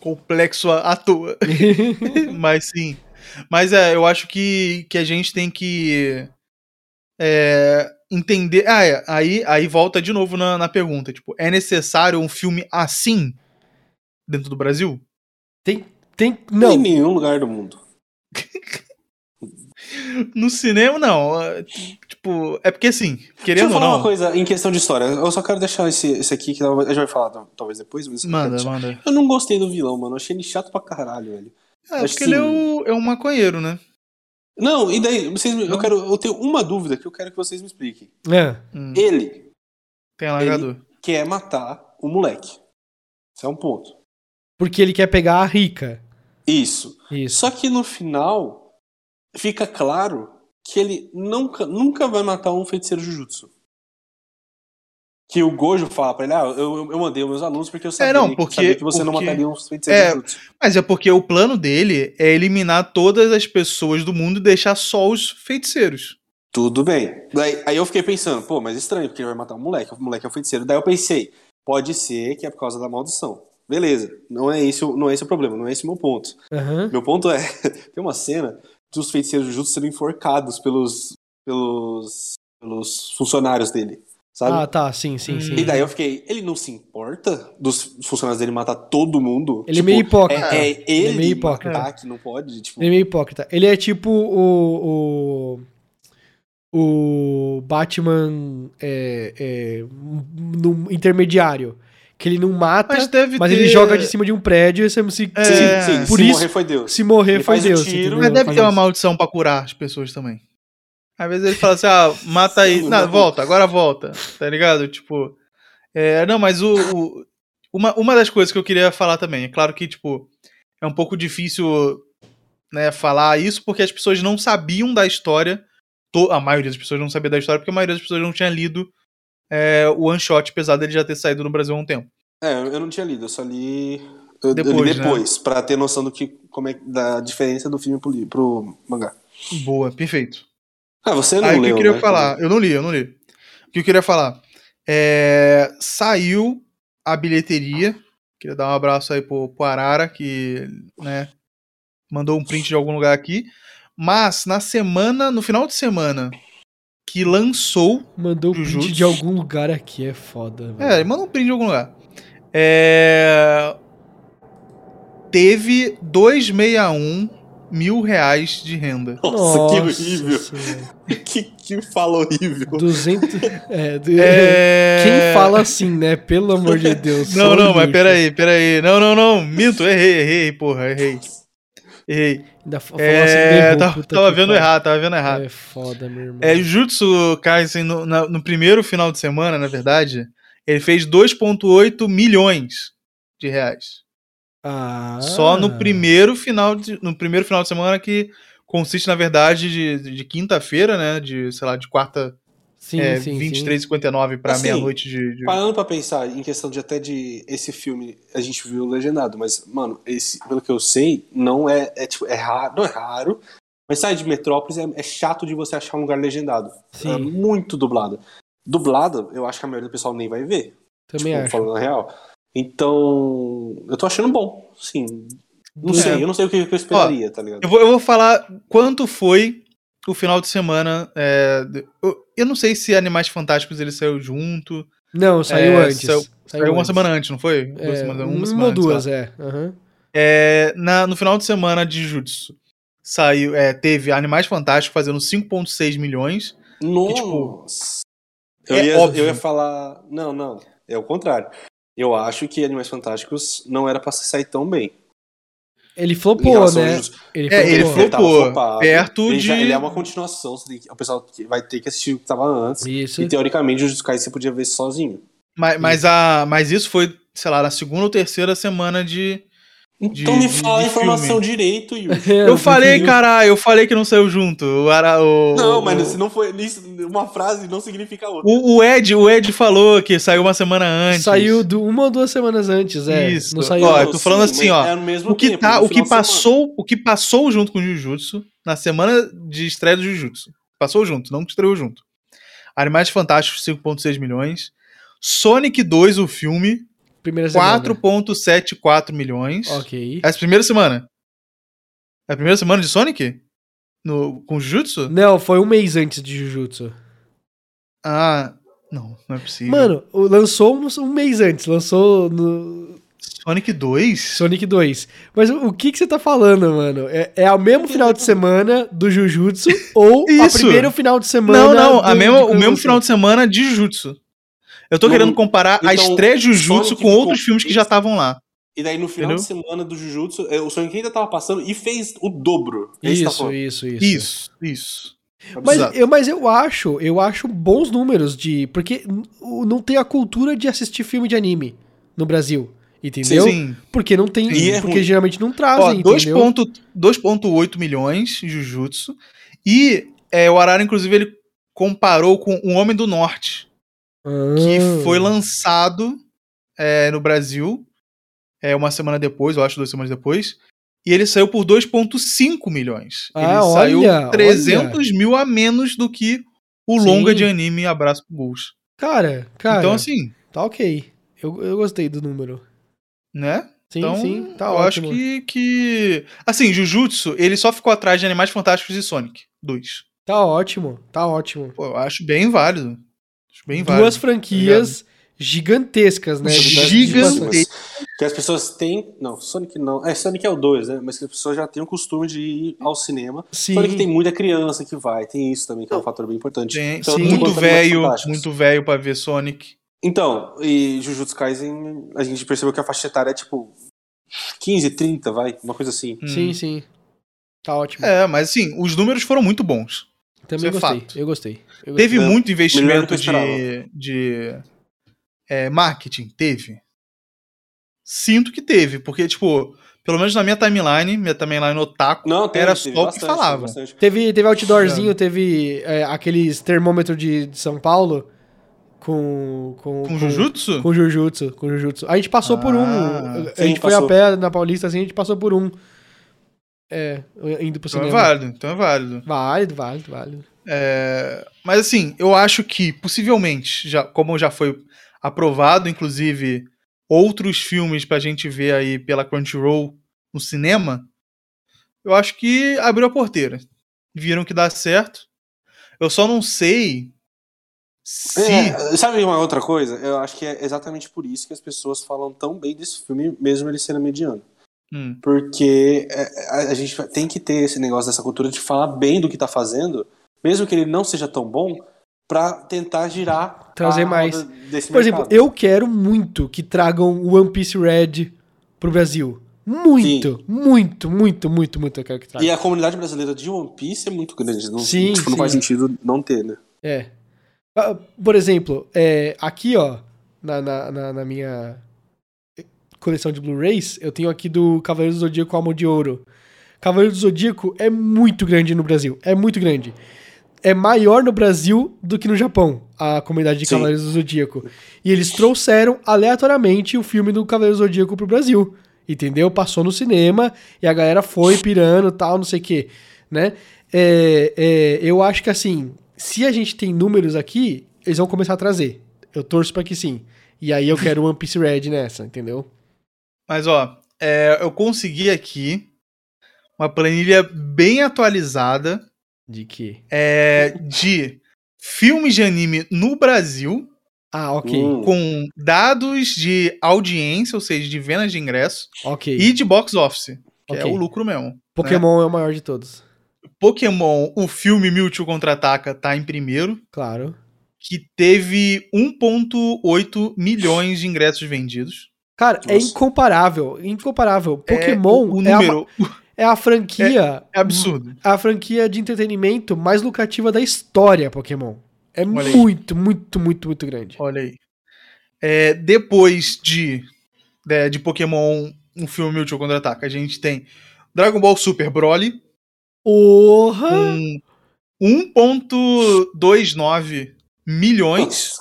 Speaker 1: Complexo à toa. Mas sim. Mas é, eu acho que, que a gente tem que é, entender. Ah, é, aí, aí volta de novo na, na pergunta. Tipo, é necessário um filme assim dentro do Brasil?
Speaker 2: Tem. tem
Speaker 3: Em
Speaker 2: não,
Speaker 3: nenhum lugar do mundo.
Speaker 1: No cinema, não. É, Tipo, é porque assim,
Speaker 3: Deixa eu
Speaker 1: querendo ou
Speaker 3: falar uma
Speaker 1: não.
Speaker 3: coisa em questão de história. Eu só quero deixar esse, esse aqui, que eu já vai falar talvez depois, mas. eu quero
Speaker 1: Manda,
Speaker 3: deixar.
Speaker 1: manda.
Speaker 3: Eu não gostei do vilão, mano. Eu achei ele chato pra caralho, velho.
Speaker 1: É,
Speaker 3: Mas
Speaker 1: porque ele é,
Speaker 3: sim.
Speaker 1: o, é um maconheiro, né?
Speaker 3: Não, e daí? Vocês, me-
Speaker 1: Não?
Speaker 3: eu, quero, eu tenho uma dúvida que eu quero que vocês me expliquem.
Speaker 2: É.
Speaker 1: Hum,
Speaker 3: Ele
Speaker 1: tem alargador.
Speaker 3: quer matar o moleque. Isso é um ponto.
Speaker 2: Porque ele quer pegar a rica.
Speaker 3: Isso.
Speaker 2: Isso.
Speaker 3: Só que no final, fica claro que ele nunca, nunca vai matar um feiticeiro Jujutsu. Que o Gojo fala pra ele, ah, eu, eu- eu mandei os meus alunos porque eu sabia,
Speaker 1: É, não, porque-
Speaker 3: sabia que você não
Speaker 1: porque-
Speaker 3: mataria um feiticeiro
Speaker 1: É,
Speaker 3: Jujutsu.
Speaker 1: Mas é porque o plano dele é eliminar todas as pessoas do mundo e deixar só os feiticeiros.
Speaker 3: Tudo bem. Daí, aí eu fiquei pensando, pô, mas estranho, porque ele vai matar um moleque, o moleque é um feiticeiro. Daí eu pensei, pode ser que é por causa da maldição. Beleza, não é esse, o- não é esse o problema, não é esse o meu ponto.
Speaker 2: Aham.
Speaker 3: Meu ponto é, tem uma cena dos feiticeiros juntos sendo enforcados pelos, pelos, pelos funcionários dele, sabe? Hum.
Speaker 2: Ah, tá, sim, sim, sim.
Speaker 3: E daí eu fiquei, ele não se importa dos funcionários dele matar todo mundo?
Speaker 2: Ele é meio hipócrita.
Speaker 3: É, é ele
Speaker 2: é meio hipócrita.
Speaker 3: matar que não pode? Tipo,
Speaker 2: Ele é meio hipócrita. Ele é tipo o. O, o Batman é, é, no intermediário. Que ele não mata,
Speaker 1: Mas
Speaker 2: mas,
Speaker 1: deve ter...
Speaker 2: ele joga de cima de um prédio e você se,
Speaker 1: É.
Speaker 2: se,
Speaker 3: sim, sim,
Speaker 2: por
Speaker 3: se
Speaker 2: isso-
Speaker 3: morrer foi Deus.
Speaker 2: se morrer
Speaker 3: Ele
Speaker 2: foi
Speaker 3: faz o
Speaker 2: Deus.
Speaker 3: tiro,
Speaker 2: entendeu?
Speaker 1: Mas deve
Speaker 3: Faz
Speaker 1: ter uma
Speaker 3: isso.
Speaker 1: maldição pra curar as pessoas também. Às vezes ele fala assim, ah, mata aí.
Speaker 3: Sim,
Speaker 1: Não,
Speaker 3: não.
Speaker 1: volta, agora volta. Tá ligado? Tipo... é, não, mas o... o- uma, uma das coisas que eu queria falar também, é claro que, tipo, é um pouco difícil né, falar isso porque as pessoas não sabiam da história. To- a maioria das pessoas não sabia da história porque a maioria das pessoas não tinha lido é, o One Shot, apesar dele já ter saído no Brasil há um tempo.
Speaker 3: É, eu não tinha lido, eu só li Eu, depois, eu li
Speaker 1: Depois, né?
Speaker 3: depois pra ter noção do que, como é, da diferença do filme pro, li- pro mangá.
Speaker 1: Boa, perfeito.
Speaker 3: Ah, você não
Speaker 1: Aí é o que
Speaker 3: leu,
Speaker 1: eu queria
Speaker 3: né?
Speaker 1: falar, eu não li, eu não li. O que eu queria falar é, saiu a bilheteria. Queria dar um abraço aí pro, pro Arara que, né, mandou um print de algum lugar aqui. Mas na semana, no final de semana que lançou,
Speaker 2: Mandou o print
Speaker 1: Jujutsu.
Speaker 2: de algum lugar aqui, é
Speaker 1: é,
Speaker 2: foda. velho.
Speaker 1: ele mandou um print de algum lugar. É, teve 261 mil reais de renda.
Speaker 3: Nossa, que
Speaker 2: Nossa
Speaker 3: horrível.
Speaker 2: senhora.
Speaker 3: que, que fala horrível.
Speaker 2: 200. É, do-
Speaker 1: É,
Speaker 2: Quem fala assim, né? Pelo amor de Deus.
Speaker 1: Não,
Speaker 2: só
Speaker 1: não,
Speaker 2: um
Speaker 1: mas
Speaker 2: lixo.
Speaker 1: peraí, peraí. Não, não, não. Minto, errei, errei, porra, errei. Errei.
Speaker 2: Ainda fa- falou assim,
Speaker 1: É,
Speaker 2: errou,
Speaker 1: tava,
Speaker 2: puta
Speaker 1: tava
Speaker 2: que
Speaker 1: vendo
Speaker 2: pariu.
Speaker 1: errado, tava vendo errado.
Speaker 2: É foda, meu irmão.
Speaker 1: É, Jutsu Kaisen, assim, no, na- no primeiro final de semana, na verdade, ele fez 2,8 milhões de reais.
Speaker 2: Ah.
Speaker 1: Só no primeiro final de, no primeiro final de semana que consiste, na verdade, de, de quinta-feira, né? De, sei lá, de quarta
Speaker 2: Sim,
Speaker 1: é,
Speaker 2: sim, sim.
Speaker 1: 23h59 pra
Speaker 3: Assim,
Speaker 1: meia-noite de, de-
Speaker 3: Parando pra pensar em questão de até de esse filme, a gente viu legendado, mas mano, esse, pelo que eu sei, não é, é tipo, é raro, não é raro. Mas sai de Metrópolis é, é chato de você achar um lugar legendado. É
Speaker 2: Sim,
Speaker 3: muito dublado. Dublado, eu acho que a maioria do pessoal nem vai ver,
Speaker 2: também
Speaker 3: tipo,
Speaker 2: acho.
Speaker 3: falando a real. Então, eu tô achando bom, sim. Não
Speaker 1: É.
Speaker 3: sei, eu não sei o que que eu esperaria, tá ligado?
Speaker 1: Eu vou, eu vou falar quanto foi o final de semana. é, de- eu, eu não sei se Animais Fantásticos ele saiu junto.
Speaker 2: Não, saiu
Speaker 1: É,
Speaker 2: antes.
Speaker 1: saiu- Saiu uma
Speaker 2: antes.
Speaker 1: semana antes, não foi?
Speaker 2: É,
Speaker 1: Duas semanas-
Speaker 2: uma
Speaker 1: semana
Speaker 2: ou
Speaker 1: antes, sei lá.
Speaker 2: duas, é. Aham.
Speaker 1: É, na, no final de semana de Jujutsu saiu, é, teve Animais Fantásticos fazendo 5,6 milhões.
Speaker 3: Nossa.
Speaker 1: tipo,
Speaker 3: eu,
Speaker 1: é
Speaker 3: ia,
Speaker 1: óbvio.
Speaker 3: eu ia falar. Não, não. É o contrário. Eu acho que Animais Fantásticos não era pra sair tão bem.
Speaker 2: Ele
Speaker 3: Em
Speaker 2: flopou,
Speaker 3: relação
Speaker 2: né?
Speaker 3: aos-
Speaker 2: Ele
Speaker 1: É, ele
Speaker 2: flopou.
Speaker 1: flopou.
Speaker 3: tava flopado.
Speaker 1: perto
Speaker 3: Ele,
Speaker 1: de.
Speaker 3: já- ele é uma continuação. você tem que- o pessoal que- vai ter que assistir o que tava antes.
Speaker 2: Isso.
Speaker 3: E teoricamente, o Jujutsu Kaisen você podia ver sozinho.
Speaker 1: mas, mas, a, mas isso foi, sei lá, na segunda ou terceira semana de.
Speaker 3: Então
Speaker 1: De-
Speaker 3: me
Speaker 1: de-
Speaker 3: fala
Speaker 1: de
Speaker 3: a informação direito, Yuri.
Speaker 2: É,
Speaker 1: Eu falei, caralho, eu falei que não saiu junto. O, Ara- o-
Speaker 3: Não,
Speaker 1: o-
Speaker 3: mas se não foi isso, uma frase não significa outra.
Speaker 1: O, o Ed, o Ed falou que saiu uma semana antes.
Speaker 2: Saiu do, uma ou duas semanas antes, é.
Speaker 1: Isso.
Speaker 2: Não saiu.
Speaker 1: Ó, eu tô falando assim, ó,
Speaker 3: mas é no mesmo
Speaker 1: O que
Speaker 3: tempo,
Speaker 1: tá,
Speaker 3: no
Speaker 1: o que
Speaker 3: final de semana.
Speaker 1: passou, o que passou junto com o Jujutsu na semana de estreia do Jujutsu. Passou junto, não que estreou junto. Animais Fantásticos 5.6 milhões. Sonic 2 o filme
Speaker 2: Primeira
Speaker 3: é né?
Speaker 2: semana.
Speaker 1: 4.74 milhões. É
Speaker 2: Ok.
Speaker 1: Essa primeira semana. É a primeira semana de Sonic? No com Jujutsu?
Speaker 2: Não, foi um mês antes de Jujutsu.
Speaker 1: Ah, não, não é possível.
Speaker 2: Mano, o- lançou um, um mês antes, lançou no
Speaker 1: Sonic 2?
Speaker 2: Sonic 2. Mas o, o que que você tá falando, mano? É, é o mesmo final de semana do Jujutsu ou o
Speaker 1: Isso.
Speaker 2: primeiro final de
Speaker 3: é
Speaker 2: semana
Speaker 1: Não, não,
Speaker 2: do-
Speaker 1: a mesma,
Speaker 2: de
Speaker 1: o mesmo
Speaker 2: Jujutsu?
Speaker 1: final de semana de Jujutsu. Eu tô
Speaker 3: Não,
Speaker 1: querendo comparar a
Speaker 3: então,
Speaker 1: estreia de Jujutsu
Speaker 3: Sonic
Speaker 1: com outros
Speaker 3: ficou-
Speaker 1: filmes que já estavam lá.
Speaker 3: E daí no final
Speaker 1: Entendeu?
Speaker 3: de semana do Jujutsu, eh, o Sonic ainda tava passando e fez o dobro. É isso que tá
Speaker 2: Isso,
Speaker 3: falando.
Speaker 2: isso, isso.
Speaker 1: Isso, isso.
Speaker 2: Mas
Speaker 1: Exato.
Speaker 2: eu, mas eu acho, eu acho bons números de. Porque n- o- não tem a cultura de assistir filme de anime no Brasil. Entendeu?
Speaker 1: Sim.
Speaker 2: Porque não tem.
Speaker 3: E é
Speaker 2: porque
Speaker 3: ruim.
Speaker 2: geralmente não
Speaker 1: Ó,
Speaker 2: trazem,
Speaker 1: dois
Speaker 2: entendeu?
Speaker 1: ponto- 2.8 milhões de Jujutsu. E é, o Arara, inclusive, ele comparou com O Homem do Norte,
Speaker 2: Ah.
Speaker 1: que foi lançado é, no Brasil é, uma semana depois, eu acho, duas semanas depois. E ele saiu por 2,5 milhões.
Speaker 2: Ah,
Speaker 1: ele
Speaker 2: olha, olha.
Speaker 1: saiu 300 mil a menos do que o
Speaker 2: Sim.
Speaker 1: longa de anime Abraço pro Bulls.
Speaker 2: Cara, cara.
Speaker 1: Então, assim,
Speaker 2: Tá ok. Eu, eu gostei do número.
Speaker 1: né?
Speaker 2: Sim,
Speaker 1: então,
Speaker 2: sim. Tá
Speaker 1: eu
Speaker 2: ótimo.
Speaker 1: acho que, que. Assim, Jujutsu, ele só ficou atrás de Animais Fantásticos e Sonic 2.
Speaker 2: Tá ótimo. Tá ótimo.
Speaker 1: Pô, eu acho bem válido. Acho bem
Speaker 2: Duas
Speaker 1: válido.
Speaker 2: franquias gigantescas, né? de- de-
Speaker 1: Gigante-
Speaker 2: de-
Speaker 3: Tipo assim, Que as pessoas têm. Não, Sonic não. É, Sonic é o 2, né? Mas que as pessoas já têm o costume de ir ao cinema.
Speaker 2: Sim.
Speaker 3: Sonic tem muita criança que vai, tem isso também, que é um fator bem importante.
Speaker 1: Tem-
Speaker 3: Tanto
Speaker 2: sim.
Speaker 3: quanto
Speaker 1: muito
Speaker 3: Animais
Speaker 1: velho,
Speaker 3: Fantásticos.
Speaker 1: muito velho pra ver Sonic.
Speaker 3: Então, e Jujutsu Kaisen, a gente percebeu que a faixa etária é tipo 15, 30, vai, uma coisa assim.
Speaker 1: Hum.
Speaker 2: Sim, sim. Tá ótimo.
Speaker 1: É, mas assim, os números foram muito bons.
Speaker 2: Também
Speaker 1: isso é
Speaker 2: gostei.
Speaker 1: fato.
Speaker 2: Eu gostei. Eu gostei.
Speaker 1: Teve um-
Speaker 3: Melhor-
Speaker 1: muito investimento
Speaker 3: melhor do que
Speaker 1: de, de é, marketing? Teve. Sinto que teve, porque, tipo, pelo menos na minha timeline, minha timeline otaku,
Speaker 3: Não, teve,
Speaker 1: era
Speaker 3: teve
Speaker 1: só o que
Speaker 3: bastante,
Speaker 1: falava.
Speaker 3: teve bastante.
Speaker 2: Teve, teve outdoorzinho, teve é, aqueles termômetros de, de São Paulo. com. Com,
Speaker 1: Com Jujutsu? então
Speaker 2: Com Jujutsu, com Jujutsu. A gente passou por um.
Speaker 1: Ah,
Speaker 2: a
Speaker 3: sim,
Speaker 2: gente foi a
Speaker 3: passou.
Speaker 2: pé na Paulista, assim, a gente passou por um. É, indo pro
Speaker 1: Então
Speaker 2: cinema.
Speaker 1: é válido, então é válido.
Speaker 2: Válido, válido, válido.
Speaker 1: É, mas assim, eu acho que possivelmente, já, como já foi aprovado, inclusive, outros filmes pra gente ver aí pela Crunchyroll no cinema, eu acho que abriu a porteira. Viram que dá certo. Eu só não sei se.
Speaker 3: É, sabe uma outra coisa? Eu acho que é exatamente por isso que as pessoas falam tão bem desse filme, mesmo ele sendo mediano.
Speaker 1: Hum,
Speaker 3: Porque é, a, a gente tem que ter esse negócio dessa cultura de falar bem do que tá fazendo, mesmo que ele não seja tão bom, pra tentar girar.
Speaker 2: Trazer
Speaker 3: a roda
Speaker 2: mais.
Speaker 3: Desse
Speaker 2: Por exemplo,
Speaker 3: mercado.
Speaker 2: eu quero muito que tragam o One Piece Red pro Brasil. Muito, muito, muito, muito, muito eu quero que tragam.
Speaker 3: E a comunidade brasileira de One Piece é muito grande. Não,
Speaker 2: Sim,
Speaker 3: tipo, não
Speaker 2: sim.
Speaker 3: faz sentido não ter, né?
Speaker 2: É. Ah, Por exemplo, é, aqui, ó, na, na, na- na minha coleção de Blu-rays, eu tenho aqui do Cavaleiro do Zodíaco Alma de Ouro. Cavaleiro do Zodíaco é muito grande no Brasil. É muito grande. É maior no Brasil do que no Japão, a comunidade de
Speaker 3: Sim.
Speaker 2: Cavaleiros do Zodíaco. E eles trouxeram aleatoriamente o filme do Cavaleiro do Zodíaco pro Brasil. Entendeu? Passou no cinema e a galera foi pirando tal, não sei o quê. Né? É, é, eu acho que assim, se a gente tem números aqui, eles vão começar a trazer. Eu torço pra que sim. E aí eu quero One Piece Red nessa, entendeu?
Speaker 1: Mas ó, é, eu consegui aqui uma planilha bem atualizada
Speaker 2: De que?
Speaker 1: é, de filmes de anime no Brasil.
Speaker 2: Ah, ok.
Speaker 3: Hum.
Speaker 1: com dados de audiência, ou seja, de vendas de ingresso,
Speaker 2: Ok.
Speaker 1: e né? de box office, que é
Speaker 2: Ok.
Speaker 1: o lucro mesmo.
Speaker 2: Pokémon é o maior de todos.
Speaker 1: Pokémon, o filme Mewtwo Contra-Ataca tá em primeiro,
Speaker 2: Claro.
Speaker 1: que teve 1.8 milhões de ingressos vendidos.
Speaker 2: Cara, é
Speaker 3: Nossa.
Speaker 2: incomparável. Incomparável.
Speaker 1: É,
Speaker 2: Pokémon
Speaker 1: o, o
Speaker 2: é, a- Hum.
Speaker 1: número
Speaker 2: é a, franquia.
Speaker 1: é absurdo.
Speaker 2: A franquia de entretenimento mais lucrativa da história, Pokémon. É
Speaker 1: Olha aí.
Speaker 2: muito, muito, muito, muito grande.
Speaker 1: Olha aí. É, depois de, né, de Pokémon, um filme Mewtwo Contra-Ataca, a gente tem Dragon Ball Super Broly, um
Speaker 2: Porra!
Speaker 1: com 1.29 milhões.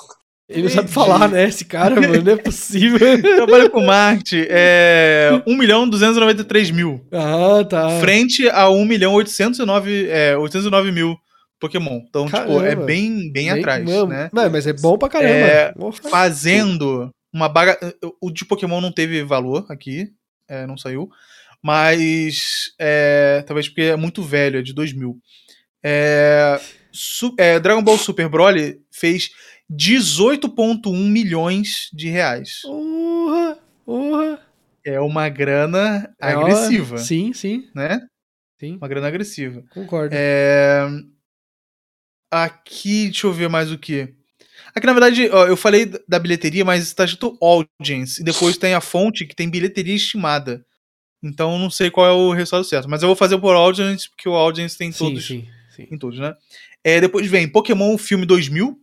Speaker 2: Ele não sabe falar, né? Esse cara, mano, não é possível.
Speaker 1: Trabalha com marketing é 1 milhão 293 mil.
Speaker 2: ah, tá.
Speaker 1: Frente a 1 milhão 809, é, 809 mil Pokémon. Então, tipo, é
Speaker 2: Caramba.
Speaker 1: bem, bem atrás,
Speaker 2: Não,
Speaker 1: né?
Speaker 2: não, mas é bom pra caramba.
Speaker 1: É,
Speaker 2: Porra.
Speaker 1: Fazendo uma baga... O de Pokémon não teve valor aqui, é, não saiu. Mas, é, talvez porque é muito velho, é de 2000. É, su- é, Dragon Ball Super Broly fez 18.1 milhões de reais.
Speaker 2: Porra, porra.
Speaker 1: É uma grana
Speaker 2: É, ó,
Speaker 1: agressiva,
Speaker 2: Sim, sim,
Speaker 1: né?
Speaker 2: sim.
Speaker 1: Uma grana agressiva.
Speaker 2: Concordo.
Speaker 1: É... Aqui, deixa eu ver mais o que. Aqui, na verdade, ó, eu falei d- da bilheteria, mas está escrito audience. E depois tem a fonte que tem bilheteria estimada. Então, eu não sei qual é o resultado certo. Mas eu vou fazer por audience, porque o audience tem em
Speaker 2: sim,
Speaker 1: todos,
Speaker 2: sim, sim.
Speaker 1: Em todos né? É, depois vem Pokémon Filme 2000.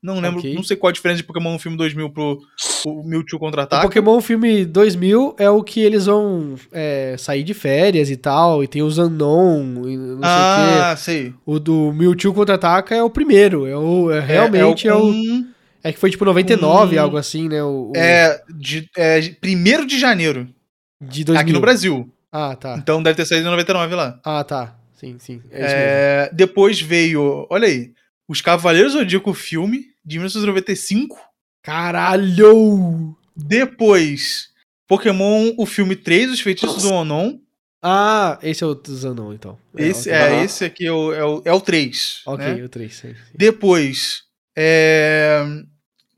Speaker 1: Não lembro,
Speaker 2: Ok.
Speaker 1: não sei qual a diferença de Pokémon Filme 2000 pro, pro Mewtwo
Speaker 2: O
Speaker 1: Contra-Ataque.
Speaker 2: Pokémon filme 2000 é o que eles vão é, sair de férias e tal, e tem os Unknown, e É não sei o quê.
Speaker 1: Ah, sei.
Speaker 2: O do Mewtwo Contra-Ataca é o primeiro, é o, é, realmente é, o, é,
Speaker 1: com-
Speaker 2: que foi tipo 99,
Speaker 1: com-
Speaker 2: algo assim, né, o, o
Speaker 1: um É, de, é, de- primeiro de janeiro,
Speaker 2: de 2000.
Speaker 1: aqui no Brasil.
Speaker 2: Ah, tá,
Speaker 1: Então deve ter saído em 99 lá.
Speaker 2: ah, tá, sim, sim, é isso mesmo.
Speaker 1: É, depois veio, olha aí, Os Cavaleiros do Zodíaco filme, de 1995.
Speaker 2: Caralho!
Speaker 1: Depois, Pokémon, o filme 3, Os Feitiços do Onon.
Speaker 2: Ah, esse é o dos Unknown, então.
Speaker 1: Esse,
Speaker 2: ok.
Speaker 1: é,
Speaker 3: Aham.
Speaker 1: esse aqui é o, é o, é o 3.
Speaker 2: Ok,
Speaker 1: né?
Speaker 2: o 3, sim.
Speaker 1: Depois, é,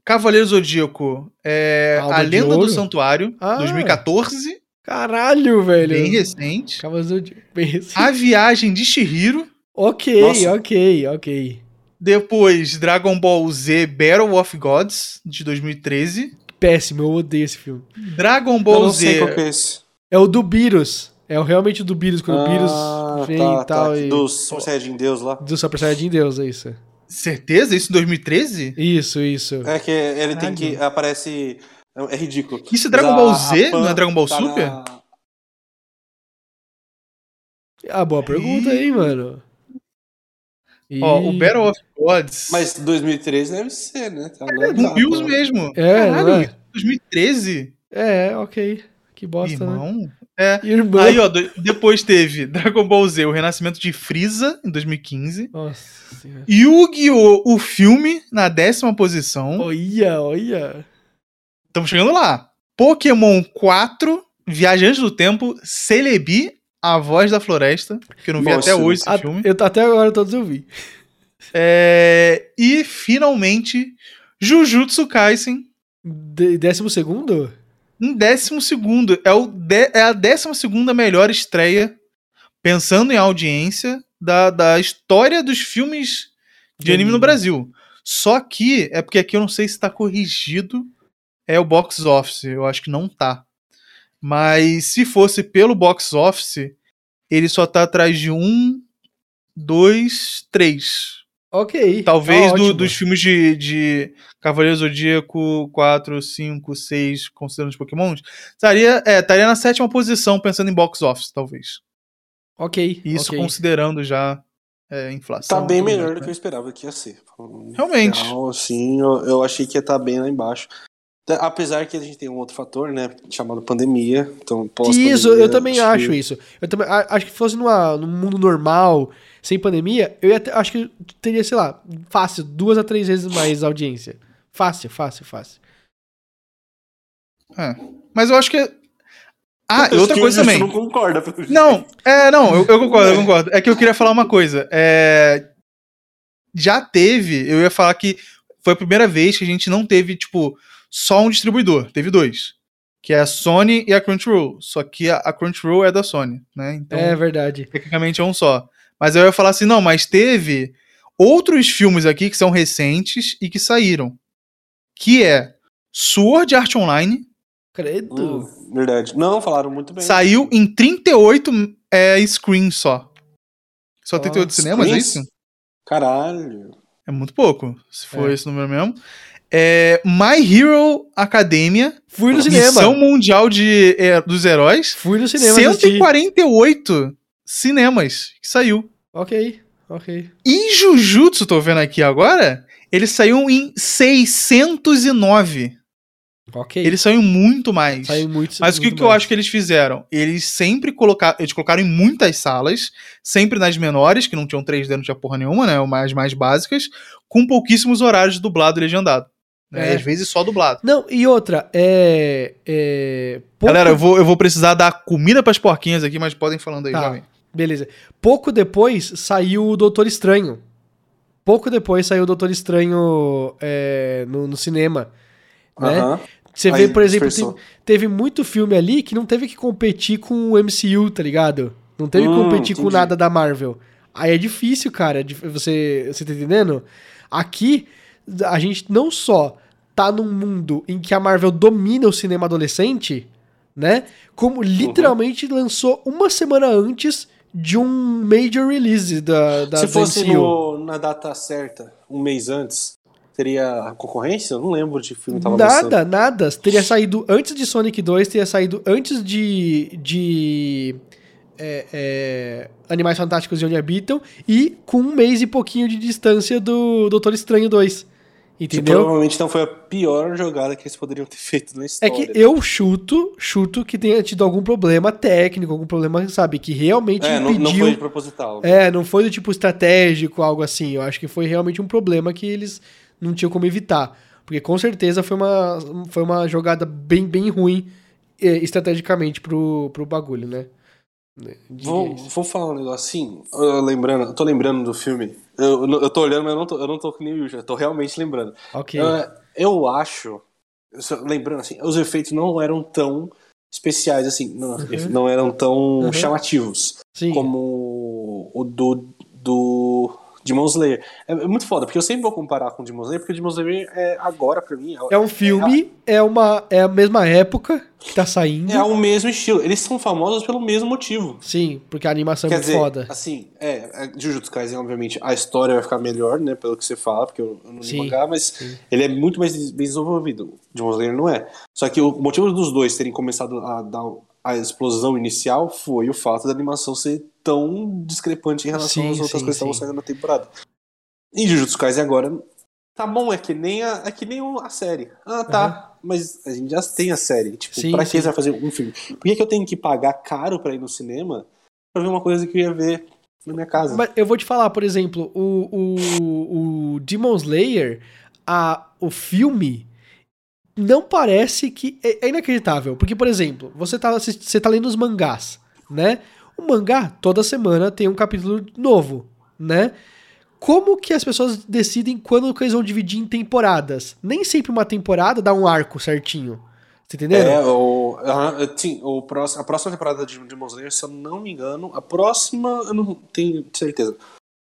Speaker 1: Cavaleiro Zodíaco, é,
Speaker 2: Alma
Speaker 1: A
Speaker 2: de
Speaker 1: Lenda do
Speaker 2: Ouro.
Speaker 1: Santuário,
Speaker 2: Ah.
Speaker 1: 2014,
Speaker 2: Caralho, velho!
Speaker 1: bem recente.
Speaker 2: Cavaleiros do Zodíaco, bem recente.
Speaker 1: A Viagem de Shihiro.
Speaker 2: Ok,
Speaker 3: Nossa.
Speaker 2: ok, ok.
Speaker 1: Depois, Dragon Ball Z Battle of Gods, de 2013.
Speaker 2: Péssimo, eu odeio esse filme.
Speaker 1: Dragon
Speaker 3: Eu
Speaker 1: Ball
Speaker 3: não sei qual
Speaker 1: Z.
Speaker 3: que é esse.
Speaker 2: É o do Beerus. É o realmente o do Beerus, quando o
Speaker 1: Ah, tá,
Speaker 3: Ah,
Speaker 2: Beerus vem
Speaker 3: tá,
Speaker 2: e tal. e... do...
Speaker 3: Do São Saiyajin Deus lá.
Speaker 2: Super Saiyajin Deus, é isso.
Speaker 1: Certeza? Isso em 2013?
Speaker 2: Isso, isso.
Speaker 3: É que ele tem
Speaker 1: Caralho.
Speaker 3: que. Aparece. É ridículo.
Speaker 1: Isso é Dragon
Speaker 3: Mas a-
Speaker 1: Ball
Speaker 3: a
Speaker 1: Z?
Speaker 3: Pan
Speaker 1: Não é Dragon Ball
Speaker 3: tá
Speaker 1: Super?
Speaker 3: na-
Speaker 1: É.
Speaker 2: Ah, boa pergunta, hein, mano. E-
Speaker 1: Ó, o Battle of Gods.
Speaker 3: Mas 2013 deve ser, né? Tá
Speaker 1: é
Speaker 3: datado,
Speaker 1: do Bills
Speaker 3: né?
Speaker 1: mesmo.
Speaker 2: É,
Speaker 1: Caralho,
Speaker 2: não é?
Speaker 1: 2013?
Speaker 2: é, ok. Que bosta, né?
Speaker 1: Irmão. É.
Speaker 2: Irmão.
Speaker 1: Aí, ó, do- depois teve Dragon Ball Z, o Renascimento de Frieza, em 2015.
Speaker 2: Nossa senhora.
Speaker 1: Yu-Gi-Oh! o filme, na décima posição.
Speaker 2: Olha, olha.
Speaker 1: Estamos chegando lá. Pokémon 4, Viajantes do Tempo, Celebi, A Voz da Floresta, que eu não vi
Speaker 3: Nossa,
Speaker 1: até hoje esse
Speaker 2: A-
Speaker 1: filme.
Speaker 2: eu, até agora todos eu vi.
Speaker 1: É, e, finalmente, Jujutsu Kaisen,
Speaker 2: De- décimo segundo?
Speaker 1: em décimo segundo. É, o dé- é a décima segunda melhor estreia, pensando em audiência, da, da história dos filmes de
Speaker 2: De
Speaker 1: anime no
Speaker 2: anime.
Speaker 1: Brasil. Só que, é porque aqui eu não sei se tá corrigido, é o box office, eu acho que não tá. Mas se fosse pelo box office, ele só tá atrás de um, dois, três.
Speaker 2: Ok.
Speaker 1: Talvez
Speaker 2: tá
Speaker 1: do-
Speaker 2: ótimo.
Speaker 1: dos filmes de, de Cavaleiro Zodíaco 4, 5, 6, considerando os Pokémons, estaria, é, estaria na sétima posição, pensando em box office, talvez.
Speaker 2: Ok.
Speaker 1: E Isso
Speaker 2: ok.
Speaker 1: considerando já é, a inflação.
Speaker 3: Tá bem
Speaker 1: tudo mais,
Speaker 3: melhor do
Speaker 1: né?
Speaker 3: que eu esperava que ia ser.
Speaker 1: Realmente.
Speaker 3: Real, assim, eu, eu achei que ia estar bem lá embaixo. Tá, Apesar que a gente tem um outro fator, né? Chamado pandemia. Então, pós-pandemia,
Speaker 2: Isso, eu também acho
Speaker 3: que-
Speaker 2: isso. Eu também a- acho que fosse numa, num mundo normal, sem pandemia, eu ia ter- acho que teria, sei lá, fácil, duas a três vezes mais audiência. Fácil, fácil, fácil.
Speaker 1: Mas eu acho que. Ah, e
Speaker 3: Acho
Speaker 1: outra
Speaker 3: que
Speaker 1: coisa
Speaker 3: o
Speaker 1: também.
Speaker 3: Justo não concorda. pelo jeito.
Speaker 1: Não, é, não, eu, eu concordo, eu
Speaker 3: É.
Speaker 1: concordo. É que eu queria falar uma coisa. É, já teve, eu ia falar que foi a primeira vez que a gente não teve, tipo, só um distribuidor, teve dois. Que é a Sony e a Crunchyroll. Só que a, a Crunchyroll é da Sony, né? Então,
Speaker 2: é verdade.
Speaker 1: tecnicamente é um só. Mas eu ia falar assim, não, mas teve outros filmes aqui que são recentes e que saíram. Que é Sword Art Online, uh,
Speaker 2: Credo.
Speaker 3: Hum, verdade. Não, falaram muito bem.
Speaker 1: saiu em 38 é, screens só. Só 38
Speaker 2: Nossa,
Speaker 1: cinemas, é
Speaker 3: screens?
Speaker 1: isso?
Speaker 3: Caralho.
Speaker 1: É muito pouco, se for
Speaker 2: É.
Speaker 1: esse número mesmo. É, My Hero Academia,
Speaker 2: Fui no cinema.
Speaker 1: missão mundial de, é, dos heróis,
Speaker 2: Fui no cinema. assistir.
Speaker 1: 148 cinemas que saiu.
Speaker 2: Ok, ok.
Speaker 1: E Jujutsu, tô vendo aqui agora, ele saiu em 609.
Speaker 2: Ok.
Speaker 1: Ele saiu em muito mais.
Speaker 2: Saiu muito
Speaker 1: Mas o que,
Speaker 2: é muito
Speaker 1: que eu
Speaker 2: mais.
Speaker 1: acho que eles fizeram? Eles sempre colocaram. Eles colocaram em muitas salas, sempre nas menores, que não tinham 3D, não tinha porra nenhuma, né? As mais básicas, com pouquíssimos horários de dublado e legendado. né,
Speaker 2: É.
Speaker 1: Às vezes só dublado.
Speaker 2: Não, e outra, é. é pouco-
Speaker 1: Galera, eu vou, eu vou precisar dar comida pras porquinhas aqui, mas podem falando aí,
Speaker 2: Tá.
Speaker 1: já vem.
Speaker 2: Beleza. Pouco depois saiu o Doutor Estranho. Pouco depois saiu o Doutor Estranho é, no, no cinema. Né?
Speaker 3: Aham.
Speaker 2: Você
Speaker 3: Aí,
Speaker 2: vê, por exemplo,
Speaker 3: dispersou.
Speaker 2: te- teve muito filme ali que não teve que competir com o MCU, tá ligado? Não teve que
Speaker 3: Hum,
Speaker 2: competir com
Speaker 3: entendi.
Speaker 2: nada da Marvel. Aí é difícil, cara. de- Você, você tá entendendo? Aqui, a gente não só tá num mundo em que a Marvel domina o cinema adolescente, né?
Speaker 3: Uhum.
Speaker 2: Como literalmente lançou uma semana antes de um major release da, da
Speaker 3: Se
Speaker 2: do
Speaker 3: fosse
Speaker 2: MCU.
Speaker 3: no- na data certa, um mês antes, teria concorrência? Eu não lembro de filme que tava lançando.
Speaker 2: Nada, nada. Teria saído antes de Sonic 2, teria saído antes de. de. é, é, Animais Fantásticos e Onde Habitam, e com um mês e pouquinho de distância do Doutor Estranho 2.
Speaker 3: Que
Speaker 2: Entendeu?
Speaker 3: provavelmente não foi a pior jogada que eles poderiam ter feito na
Speaker 2: É
Speaker 3: história.
Speaker 2: que eu chuto, chuto que tenha tido algum problema técnico, algum problema, sabe, que realmente
Speaker 3: É, não,
Speaker 2: impediu.
Speaker 3: não foi proposital.
Speaker 2: É, não foi do tipo estratégico, algo assim. Eu acho que foi realmente um problema que eles não tinham como evitar. Porque com certeza foi uma, foi uma jogada bem, bem ruim eh, estrategicamente pro, pro bagulho, né? Diria
Speaker 3: Vou,
Speaker 2: isso.
Speaker 3: vou falar um negocinho. Eu, lembrando, eu tô lembrando do filme. Eu, eu tô olhando, mas eu não tô, eu não tô com nem o Yuji, eu tô realmente lembrando.
Speaker 2: Ok.
Speaker 3: Eu, eu acho. eu só- Lembrando assim, os efeitos não eram tão especiais assim. Não, não eram tão
Speaker 2: Uhum.
Speaker 3: chamativos.
Speaker 2: Sim.
Speaker 3: como o do, do Demon Slayer. É, é muito foda, porque eu sempre vou comparar com o Demon Slayer, porque o Demon Slayer é agora, pra mim, é,
Speaker 2: É um filme, é, uma, é a mesma época que tá saindo.
Speaker 3: é o mesmo estilo. Eles são famosos pelo mesmo motivo.
Speaker 2: Sim, porque a animação é
Speaker 3: Quer
Speaker 2: muito
Speaker 3: dizer,
Speaker 2: foda.
Speaker 3: assim, é, é, Jujutsu Kaisen, obviamente, a história vai ficar melhor, né, pelo que você fala, porque eu, eu não li
Speaker 2: Sim,
Speaker 3: mangá, mas ele é muito mais des- bem desenvolvido. Demon Slayer não é. Só que o motivo dos dois terem começado a dar a explosão inicial foi o fato da animação ser tão discrepante em relação
Speaker 2: Sim,
Speaker 3: às
Speaker 2: sim,
Speaker 3: outras coisas que estavam
Speaker 2: sim.
Speaker 3: saindo na temporada. E Jujutsu Kaisen agora. Tá bom, é que nem a, é que nem a série. Ah, tá. Mas a gente já tem a série. Tipo,
Speaker 2: Sim,
Speaker 3: pra que
Speaker 2: sim.
Speaker 3: eles vão fazer um filme? Por que, que eu tenho que pagar caro pra ir no cinema pra ver uma coisa que eu ia ver na minha casa?
Speaker 2: Mas eu vou te falar, por exemplo, o, o, o Demon Slayer, a, o filme, não parece que. É, é inacreditável. Porque, por exemplo, você tá, assist- você tá lendo os mangás, né? O mangá, toda semana, tem um capítulo novo, né? Como que as pessoas decidem quando que eles vão dividir em temporadas? Nem sempre uma temporada dá um arco certinho. Você entendeu?
Speaker 3: É, o, aham, sim, o próximo, a próxima temporada de Demon Slayer, se eu não me engano, a próxima, eu não tenho certeza.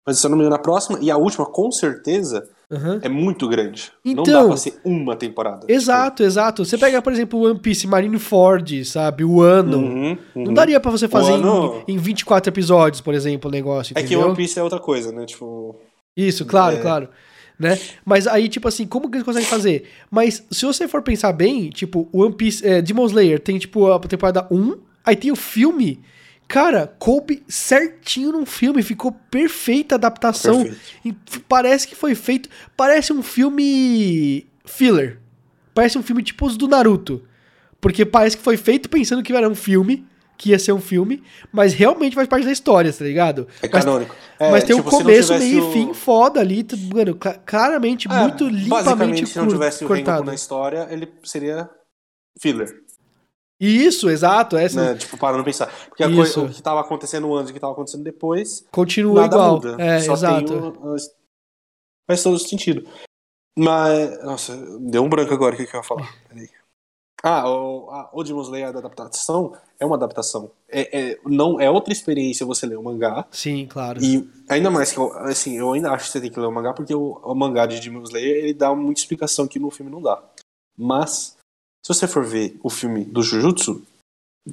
Speaker 3: Mas se eu não me engano, a próxima e a última, com certeza,
Speaker 2: Aham.
Speaker 3: é muito grande. não
Speaker 2: Então-
Speaker 3: dá pra ser uma temporada. tipo,
Speaker 2: Exato, exato. Você pega, por exemplo, One Piece, Marineford, sabe? O ano.
Speaker 3: Uhum,
Speaker 2: Não
Speaker 3: uhum.
Speaker 2: daria pra você fazer
Speaker 3: ano-
Speaker 2: em, em 24 episódios, por exemplo, o negócio,
Speaker 3: É que
Speaker 2: entendeu?
Speaker 3: One Piece é outra coisa, né? Tipo.
Speaker 2: Isso, claro,
Speaker 3: É.
Speaker 2: claro. Né? Mas aí, tipo assim, como que eles conseguem fazer? Mas se você for pensar bem, tipo, One Piece, é, Demon Slayer tem, tipo, a temporada 1, aí tem o filme. Cara, coube certinho num filme, ficou perfeita a adaptação.
Speaker 3: Perfeito.
Speaker 2: E f- Parece que foi feito. Parece um filme filler. Parece um filme tipo os do Naruto. Porque parece que foi feito pensando que era um filme, que ia ser um filme, mas realmente faz parte da história, tá ligado?
Speaker 3: É
Speaker 2: mas,
Speaker 3: canônico. É,
Speaker 2: mas tem
Speaker 3: tipo,
Speaker 2: um
Speaker 3: se não
Speaker 2: começo,
Speaker 3: tivesse
Speaker 2: meio e
Speaker 3: o-
Speaker 2: fim foda ali, tu- mano, cla- claramente,
Speaker 3: É,
Speaker 2: muito limpamente
Speaker 3: Basicamente, se não
Speaker 2: cur-
Speaker 3: tivesse o Rengoku
Speaker 2: cortado.
Speaker 3: na história, ele seria filler.
Speaker 2: Isso, exato, é, essa
Speaker 3: Né? Tipo, parando pra pensar. Porque a coisa,
Speaker 2: Isso.
Speaker 3: o que tava acontecendo antes e o que tava acontecendo depois.
Speaker 2: continua
Speaker 3: nada
Speaker 2: igual.
Speaker 3: muda.
Speaker 2: É,
Speaker 3: Só
Speaker 2: exato.
Speaker 3: Tem o- as- faz todo sentido. Mas. Nossa, deu um branco agora o que que eu ia falar. Peraí. Ah, o, a, o Demon Slayer da adaptação é uma adaptação. É, é- não, é outra experiência você ler o mangá.
Speaker 2: Sim, claro.
Speaker 3: E ainda mais que eu, assim, eu ainda acho que você tem que ler o mangá, porque o, o mangá de Demon Slayer ele dá muita explicação que no filme não dá. Mas, se você for ver o filme do Jujutsu,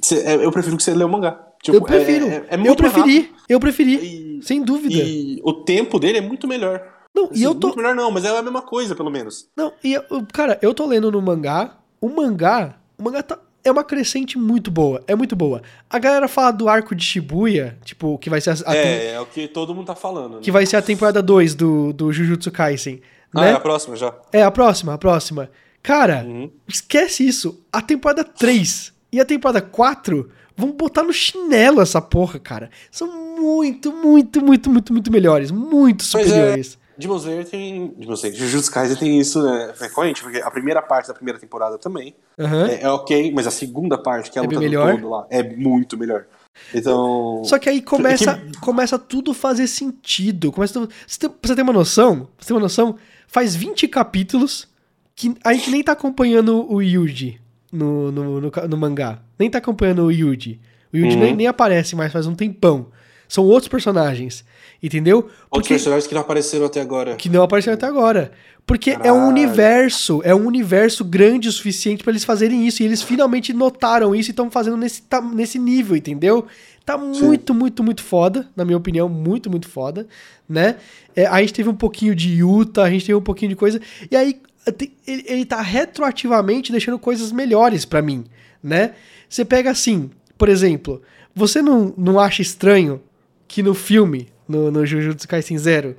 Speaker 3: você- é- eu prefiro que você leia o mangá. Tipo,
Speaker 2: eu prefiro.
Speaker 3: É, é, é
Speaker 2: eu
Speaker 3: muito mais
Speaker 2: preferi, eu
Speaker 3: rápido.
Speaker 2: preferi,
Speaker 3: E-
Speaker 2: sem dúvida.
Speaker 3: e o tempo dele é muito melhor.
Speaker 2: não,
Speaker 3: Assim,
Speaker 2: e eu tô,
Speaker 3: Muito melhor não, mas é a mesma coisa, pelo menos.
Speaker 2: Não, e eu- cara, eu tô lendo no mangá. O mangá, o mangá tá- é uma crescente muito boa, é muito boa. A galera fala do arco de Shibuya, tipo, que vai ser a, a tem-
Speaker 3: é, é o que todo mundo tá falando. né?
Speaker 2: que vai ser a temporada 2 do, do Jujutsu Kaisen,
Speaker 3: Ah,
Speaker 2: né?
Speaker 3: é a próxima já.
Speaker 2: É a próxima, a próxima. Cara,
Speaker 3: Uhum.
Speaker 2: esquece isso. A temporada 3 e a temporada 4 vão botar no chinelo essa porra, cara. São muito, muito, muito, muito, muito melhores, muito
Speaker 3: Pois é.
Speaker 2: superiores.
Speaker 3: Demon Slayer tem. Demon Slayer, Jujutsu Kaisen tem isso, né? Frequente, porque a primeira parte da primeira temporada também
Speaker 2: Aham.
Speaker 3: é, é ok, mas a segunda parte, que é a
Speaker 2: É bem
Speaker 3: luta
Speaker 2: melhor.
Speaker 3: do todo lá, é muito melhor. Então.
Speaker 2: Só que aí começa, começa tudo fazer sentido. Começa tudo... Você, tem, pra você ter uma noção? pra Você tem uma noção? Faz 20 capítulos que a gente nem tá acompanhando o Yuji no, no, no, ca- no mangá. Nem tá acompanhando o Yuji. O Yuji
Speaker 3: Uhum.
Speaker 2: nem, nem aparece mais faz um tempão. São outros personagens. Entendeu?
Speaker 3: Outros
Speaker 2: Porque,
Speaker 3: personagens que não apareceram até agora.
Speaker 2: que não apareceram até agora. Porque é um
Speaker 3: Caralho.
Speaker 2: universo, é um universo grande o suficiente pra eles fazerem isso. E eles finalmente notaram isso e estão fazendo nesse, ta- nesse nível, entendeu? Tá muito, muito, muito foda, na minha opinião, muito, muito foda, né? É, a gente teve um pouquinho de Utah, a gente teve um pouquinho de coisa. E aí tem- ele, ele tá retroativamente deixando coisas melhores pra mim, né? Você pega assim, por exemplo, você não, não acha estranho que no filme, no, no Jujutsu Kaisen Zero,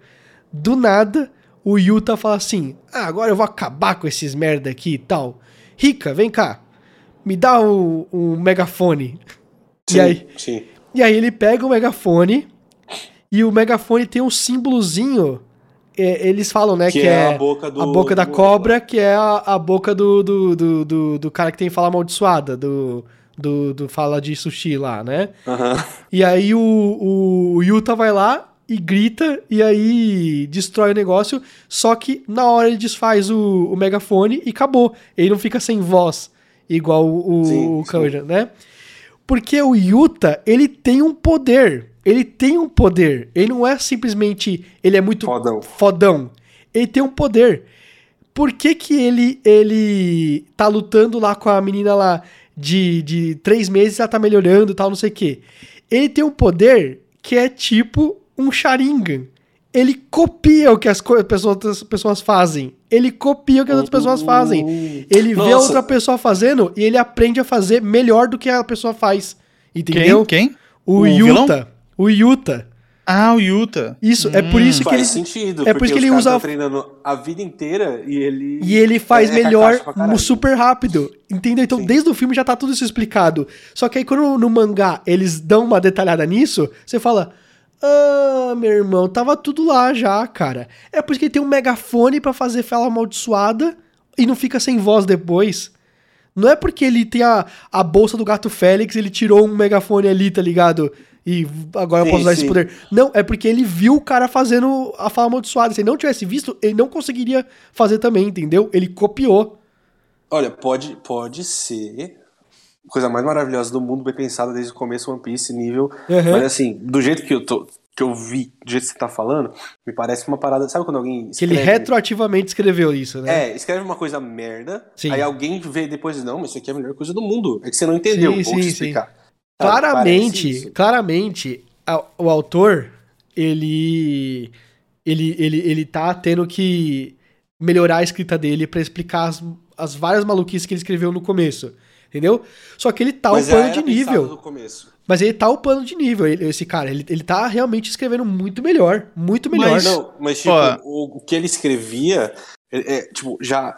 Speaker 2: do nada, o Yuta fala assim: Ah, agora eu vou acabar com esses merda aqui e tal. Rica, vem cá. Me dá o, o megafone.
Speaker 3: Sim,
Speaker 2: E aí?
Speaker 3: Sim.
Speaker 2: E aí ele pega o megafone. E o megafone tem um símbolozinho. é, eles falam, né?
Speaker 3: Que,
Speaker 2: Que,
Speaker 3: é, a boca do.
Speaker 2: a boca da
Speaker 3: do-
Speaker 2: cobra, que é a, a boca do, do, do, do- do cara que tem fala amaldiçoada, do, do, do fala de sushi lá, né?
Speaker 3: Aham.
Speaker 2: E aí o, o, o Yuta vai lá e grita, e aí destrói o negócio, só que na hora ele desfaz o, o megafone e acabou. Ele não fica sem voz, igual o, o,
Speaker 3: Sim,
Speaker 2: o
Speaker 3: sim.
Speaker 2: Kanja, né? Porque o Yuta, ele tem um poder. Ele tem um poder. Ele não é simplesmente. Ele é muito
Speaker 3: Fodão.
Speaker 2: fodão. Ele tem um poder. Por que, que ele, ele tá lutando lá com a menina lá de, de três meses, ela tá melhorando e tal, não sei o quê? Ele tem um poder que é tipo um Sharingan. Ele copia o que as co- pessoas, outras pessoas fazem. Ele copia o que as outras pessoas fazem. Ele vê a
Speaker 3: Nossa.
Speaker 2: outra pessoa fazendo e ele aprende a fazer melhor do que a pessoa faz.
Speaker 1: Quem?
Speaker 2: Entendeu?
Speaker 1: Quem?
Speaker 2: O,
Speaker 1: O
Speaker 2: Yuta.
Speaker 1: vilão? Hum,
Speaker 2: O Yuta.
Speaker 1: Ah, o Yuta.
Speaker 2: Isso, é por isso que
Speaker 3: Faz
Speaker 2: ele.
Speaker 3: sentido,
Speaker 2: é
Speaker 3: é
Speaker 2: porque
Speaker 3: porque, os
Speaker 2: ele
Speaker 3: caras
Speaker 2: usa-
Speaker 3: tão treinando a vida inteira e ele...
Speaker 2: E ele faz
Speaker 3: é
Speaker 2: melhor
Speaker 3: cacacho pra caralho.
Speaker 2: mu- super rápido. Entendeu? Então,
Speaker 3: Sim.
Speaker 2: desde o filme já tá tudo isso explicado. Só que aí, quando no mangá eles dão uma detalhada nisso, você fala. Ah, meu irmão, tava tudo lá já, cara. É porque ele tem um megafone pra fazer fala amaldiçoada e não fica sem voz depois. Não é porque ele tem a, a bolsa do gato Félix, ele tirou um megafone ali, tá ligado? E v- agora eu
Speaker 3: Sim,
Speaker 2: posso usar esse
Speaker 3: sim.
Speaker 2: poder. Não, é porque ele viu o cara fazendo a fala amaldiçoada. Se ele não tivesse visto, ele não conseguiria fazer também, entendeu? Ele copiou.
Speaker 3: Olha, pode, pode ser a coisa mais maravilhosa do mundo, bem pensada desde o começo, One Piece, nível...
Speaker 2: Uhum.
Speaker 3: Mas assim, do jeito que eu tô... Que eu vi, do jeito que você tá falando, me parece uma parada. Sabe quando alguém
Speaker 2: Que ele
Speaker 3: escreve-
Speaker 2: retroativamente escreveu isso, né?
Speaker 3: É, escreve uma coisa merda,
Speaker 2: Sim.
Speaker 3: aí alguém vê depois e diz, não, mas isso aqui é a melhor coisa do mundo. É que você não entendeu,
Speaker 2: Sim,
Speaker 3: vou
Speaker 2: sim,
Speaker 3: te
Speaker 2: sim.
Speaker 3: explicar. Sabe, parece
Speaker 2: claramente,
Speaker 3: isso.
Speaker 2: claramente, a- o autor, ele, ele, ele, ele tá tendo que melhorar a escrita dele pra explicar as, as várias maluquices que ele escreveu no começo, entendeu? Só que ele tá
Speaker 3: Mas já
Speaker 2: upando de
Speaker 3: era pensado
Speaker 2: nível.
Speaker 3: no começo.
Speaker 2: Mas ele tá upando de nível, ele- esse cara. Ele, ele tá realmente escrevendo muito melhor, muito melhor.
Speaker 1: Mas-
Speaker 3: Não, mas tipo,
Speaker 1: Ó.
Speaker 3: o, o que ele escrevia, é, é, tipo, já...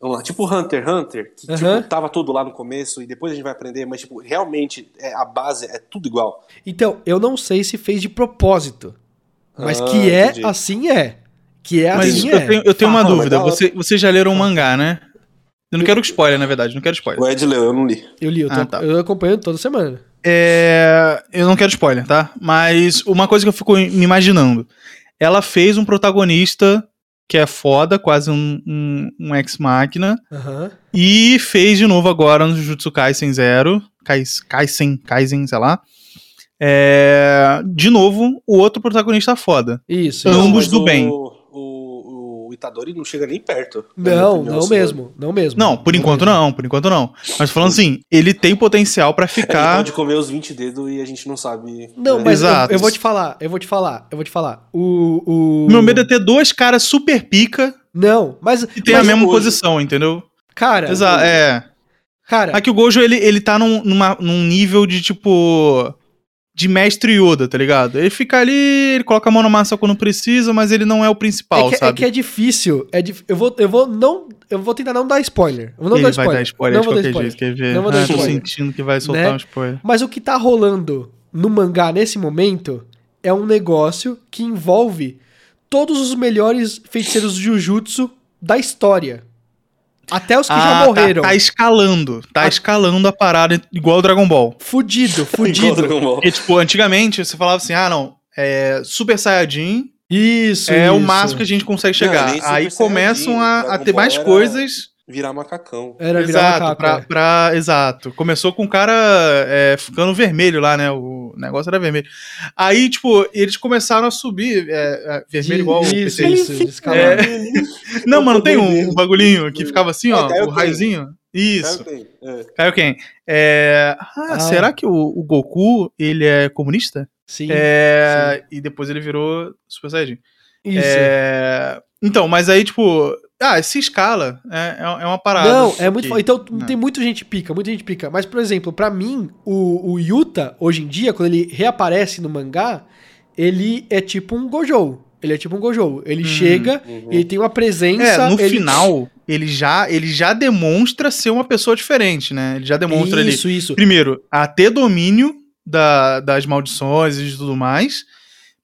Speaker 3: Vamos lá, tipo Hunter x Hunter, que
Speaker 2: Aham.
Speaker 3: tipo, tava tudo lá no começo e depois a gente vai aprender, mas tipo, realmente é, a base é tudo igual.
Speaker 2: Então, eu não sei se fez de propósito. Mas
Speaker 3: Ah,
Speaker 2: que é,
Speaker 3: entendi.
Speaker 2: assim é. Que é,
Speaker 1: Mas
Speaker 2: assim
Speaker 1: eu
Speaker 2: é.
Speaker 1: tenho, eu tenho uma
Speaker 3: Ah, mas
Speaker 1: dúvida.
Speaker 3: da hora.
Speaker 1: Você, vocês já leram o mangá, né? Eu não quero spoiler, na verdade. Não quero
Speaker 2: É.
Speaker 1: spoiler.
Speaker 3: O Ed leu, eu não li.
Speaker 2: Eu li, eu, tô-
Speaker 1: Ah, tá.
Speaker 2: eu acompanho toda semana.
Speaker 1: É, eu não quero spoiler, tá? Mas uma coisa que eu fico me imaginando. Ela fez um protagonista que é foda, quase um, um, um ex-máquina.
Speaker 2: Aham.
Speaker 1: E fez de novo agora no Jujutsu Kaisen Zero. Kais- Kaisen, Kaisen, sei lá. É, de novo, o outro protagonista foda.
Speaker 2: Isso.
Speaker 1: Ambos
Speaker 2: isso.
Speaker 3: Não, mas
Speaker 1: do
Speaker 3: o-
Speaker 1: bem.
Speaker 3: O, o Itadori não chega nem perto. na minha
Speaker 2: Não,
Speaker 3: opinião,
Speaker 2: não
Speaker 3: assim.
Speaker 2: mesmo. Não mesmo.
Speaker 1: Não, por enquanto
Speaker 2: mesmo.
Speaker 1: não, por enquanto não. Mas falando assim, ele tem potencial pra
Speaker 3: É, Ele
Speaker 1: ficar.
Speaker 3: pode comer os 20 dedos e a gente não sabe.
Speaker 2: Não,
Speaker 3: né?
Speaker 2: mas eu,
Speaker 1: Exato.
Speaker 2: eu vou te falar, eu vou te falar, eu vou te falar. O. o...
Speaker 1: Meu medo é ter dois caras super pica
Speaker 2: Não, mas.
Speaker 1: que tem
Speaker 2: mas,
Speaker 1: a mesma
Speaker 3: Gojo.
Speaker 1: posição, entendeu?
Speaker 2: Cara,
Speaker 1: Exato, é.
Speaker 2: cara,
Speaker 1: Aqui o Gojo, ele, ele tá num, numa- num nível de, tipo, de mestre Yoda, tá ligado? Ele fica ali, ele coloca a mão na massa quando precisa, mas ele não é o principal,
Speaker 2: é que, é
Speaker 1: sabe?
Speaker 2: que é difícil. É dif- Eu, vou, eu vou não. Eu vou tentar não dar spoiler. Eu vou não
Speaker 1: ele
Speaker 2: dar
Speaker 1: vai dar
Speaker 2: spoiler.
Speaker 1: spoiler
Speaker 2: não
Speaker 1: de
Speaker 2: vou dar
Speaker 1: qualquer jeito,
Speaker 2: spoiler.
Speaker 1: quer ver?
Speaker 2: Não vou dar
Speaker 1: ah, tô
Speaker 2: spoiler.
Speaker 1: sentindo que vai soltar
Speaker 2: Né?
Speaker 1: um spoiler.
Speaker 2: Mas o que tá rolando no mangá nesse momento é um negócio que envolve todos os melhores feiticeiros de Jujutsu da história. Até os que já
Speaker 1: Ah,
Speaker 2: morreram.
Speaker 1: Tá, tá escalando, tá
Speaker 2: Ah.
Speaker 1: escalando a parada igual o Dragon Ball.
Speaker 2: Fudido,
Speaker 3: Igual
Speaker 2: fudido.
Speaker 3: Dragon Ball.
Speaker 1: Porque, tipo, antigamente você falava assim, ah, não, é Super Saiyajin
Speaker 2: Isso,
Speaker 1: é o
Speaker 2: isso.
Speaker 1: máximo que a gente consegue
Speaker 3: Não,
Speaker 1: chegar.
Speaker 3: nem Super
Speaker 1: Aí começam
Speaker 3: Saiyajin,
Speaker 1: a, a
Speaker 3: Dragon
Speaker 1: ter
Speaker 3: Ball
Speaker 1: mais
Speaker 3: era-
Speaker 1: coisas...
Speaker 3: Virar macacão.
Speaker 2: Era virar
Speaker 1: exato,
Speaker 2: macaco,
Speaker 1: pra,
Speaker 2: é.
Speaker 1: pra- exato. Começou com o cara é, ficando vermelho lá, né? O negócio era vermelho. Aí, tipo, eles começaram a subir. é, é, vermelho igual o
Speaker 2: Isso,
Speaker 1: PT.
Speaker 2: isso, escalar.
Speaker 1: É. Não,
Speaker 3: Eu
Speaker 1: mano,
Speaker 3: tô
Speaker 1: tem um
Speaker 3: doideiro.
Speaker 1: bagulhinho que ficava assim,
Speaker 3: É,
Speaker 1: ó,
Speaker 3: Kaioken.
Speaker 1: o raiozinho. Isso,
Speaker 3: Sabe, é.
Speaker 1: Caio quem? É, ah,
Speaker 2: Ah.
Speaker 1: será que o, o Goku, ele é comunista?
Speaker 2: Sim,
Speaker 1: É, e depois ele virou Super Saiyajin.
Speaker 2: isso.
Speaker 1: É, então, mas aí, tipo, ah, se escala, é, é é uma parada.
Speaker 2: Não, é muito.
Speaker 1: que-
Speaker 2: fo- Então
Speaker 1: Não.
Speaker 2: tem muita gente pica, muita gente pica. Mas, por exemplo, pra mim, o, o Yuta, hoje em dia, quando ele reaparece no mangá, ele é tipo um Gojo. Ele é tipo um Gojo. Ele
Speaker 1: Hum,
Speaker 2: chega,
Speaker 3: uhum.
Speaker 2: ele tem uma presença.
Speaker 1: É, no
Speaker 2: ele-
Speaker 1: final, ele já, ele já demonstra ser uma pessoa diferente, né? Ele já demonstra ali,
Speaker 2: Isso, isso.
Speaker 1: primeiro, a ter domínio da- das maldições e de tudo mais,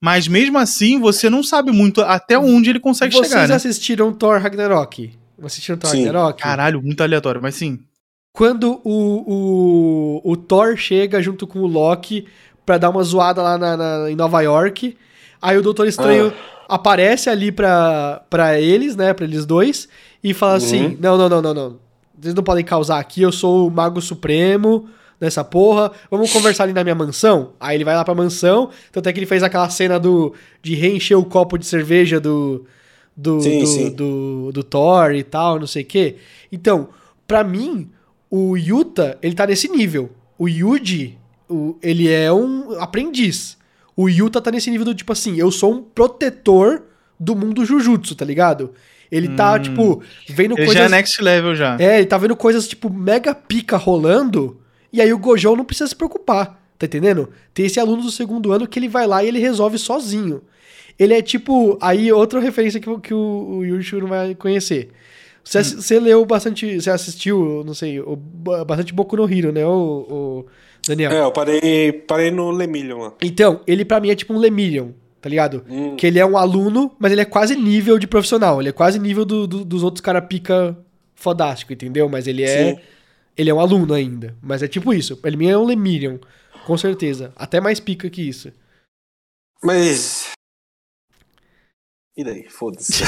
Speaker 1: mas mesmo assim, você não sabe muito até onde ele consegue
Speaker 2: Vocês
Speaker 1: chegar, né?
Speaker 2: assistiram Thor Ragnarok? Assistiram Thor
Speaker 3: Sim.
Speaker 2: Ragnarok?
Speaker 1: Caralho, muito aleatório, mas sim.
Speaker 2: Quando o, o, o Thor chega junto com o Loki pra dar uma zoada lá na- na- em Nova York, aí o Doutor Estranho aparece ali pra, pra eles, né, pra eles dois, e fala
Speaker 3: Uhum.
Speaker 2: assim, não, não, não, não, não, vocês não podem causar aqui, eu sou o Mago Supremo dessa porra, vamos conversar ali na minha mansão? Aí ele vai lá pra mansão, tanto é que ele fez aquela cena do de reencher o copo de cerveja do, do,
Speaker 3: Sim,
Speaker 2: do,
Speaker 3: sim.
Speaker 2: do, do Thor e tal, não sei o quê. Então, pra mim, o Yuta, ele tá nesse nível. O Yuji, o- ele é um aprendiz. O Yuta tá nesse nível do tipo assim, eu sou um protetor do mundo Jujutsu, tá ligado? Ele tá,
Speaker 1: Hum.
Speaker 2: tipo, vendo
Speaker 1: Ele já é
Speaker 2: coisas...
Speaker 1: next level já.
Speaker 2: É, ele tá vendo coisas, tipo, mega pica rolando, e aí o Gojo não precisa se preocupar, tá Tá entendendo? Tem esse aluno do segundo ano que ele vai lá e ele resolve sozinho. Ele é tipo. Aí, outra referência que, o- que o, o Yushiro vai conhecer. Você assi- você leu bastante. Você assistiu, não sei, o- ba- bastante Boku no Hero, né, o, Daniel?
Speaker 3: É, eu parei, parei no Lemillion lá.
Speaker 2: Então, ele pra mim é tipo um Lemillion, tá ligado?
Speaker 3: Hum.
Speaker 2: Que ele é um aluno, mas ele é quase nível de profissional. Ele é quase nível do- do- dos outros cara pica fodástico, entendeu? Mas ele é.
Speaker 3: Sim.
Speaker 2: Ele é um aluno ainda. Mas é tipo isso. Ele mim é um Lemillion, com certeza. Até mais pica que isso.
Speaker 3: Mas. E daí? Foda-se.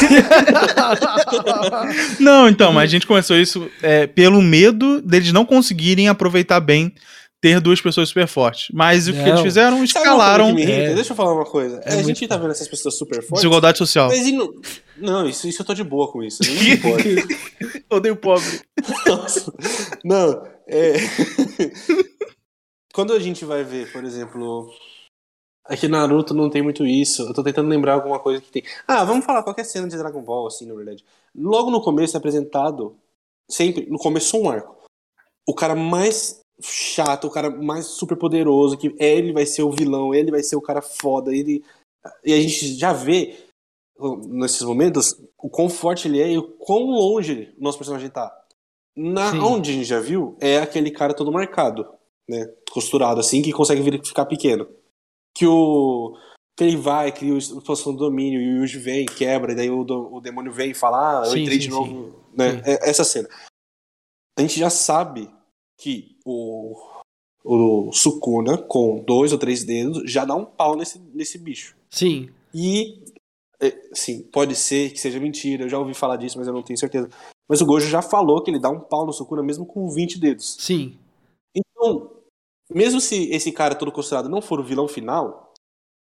Speaker 1: Não, então, mas a gente começou isso é, pelo medo deles não conseguirem aproveitar bem ter duas pessoas super fortes. Mas o que
Speaker 2: Não.
Speaker 1: eles fizeram?
Speaker 3: Sabe uma coisa que
Speaker 1: Escalaram
Speaker 3: me irrita?
Speaker 2: É.
Speaker 3: Deixa eu falar uma coisa.
Speaker 2: É
Speaker 3: a
Speaker 2: muito-
Speaker 3: gente tá vendo essas pessoas super fortes.
Speaker 1: desigualdade social.
Speaker 3: Mas e não. Não, isso, isso eu tô de boa com isso. Não me importa.
Speaker 1: Odeio pobre.
Speaker 3: Nossa. Não, é. Quando a gente vai ver, por exemplo. Aqui É Naruto não tem muito isso. Eu tô tentando lembrar alguma coisa que tem. Ah, vamos falar qualquer cena de Dragon Ball, assim, na verdade. Logo no começo é apresentado. Sempre, no começo um arco. O cara mais chato, o cara mais super poderoso, que ele vai ser o vilão, ele vai ser o cara foda, ele. E a gente já vê nesses momentos o quão forte ele é e o quão longe o nosso personagem tá. Na
Speaker 2: Sim.
Speaker 3: onde a gente já viu, é aquele cara todo marcado, né? Costurado assim, que consegue vir, ficar pequeno. Que o. Que ele vai, cria o posição do domínio, e o Yuji vem, quebra, e daí o, do- o demônio vem e fala, ah, eu
Speaker 2: Sim,
Speaker 3: entrei
Speaker 2: sim,
Speaker 3: de novo. Né?
Speaker 2: Sim.
Speaker 3: É- Essa cena. A gente já sabe que o, o Sukuna, com dois ou três dedos, já dá um pau nesse, nesse bicho.
Speaker 2: Sim.
Speaker 3: E, é, sim, pode ser que seja mentira, eu já ouvi falar disso, mas eu não tenho certeza. Mas o Gojo já falou que ele dá um pau no Sukuna mesmo com 20 dedos.
Speaker 2: Sim.
Speaker 3: Então, mesmo se esse cara todo costurado não for o vilão final,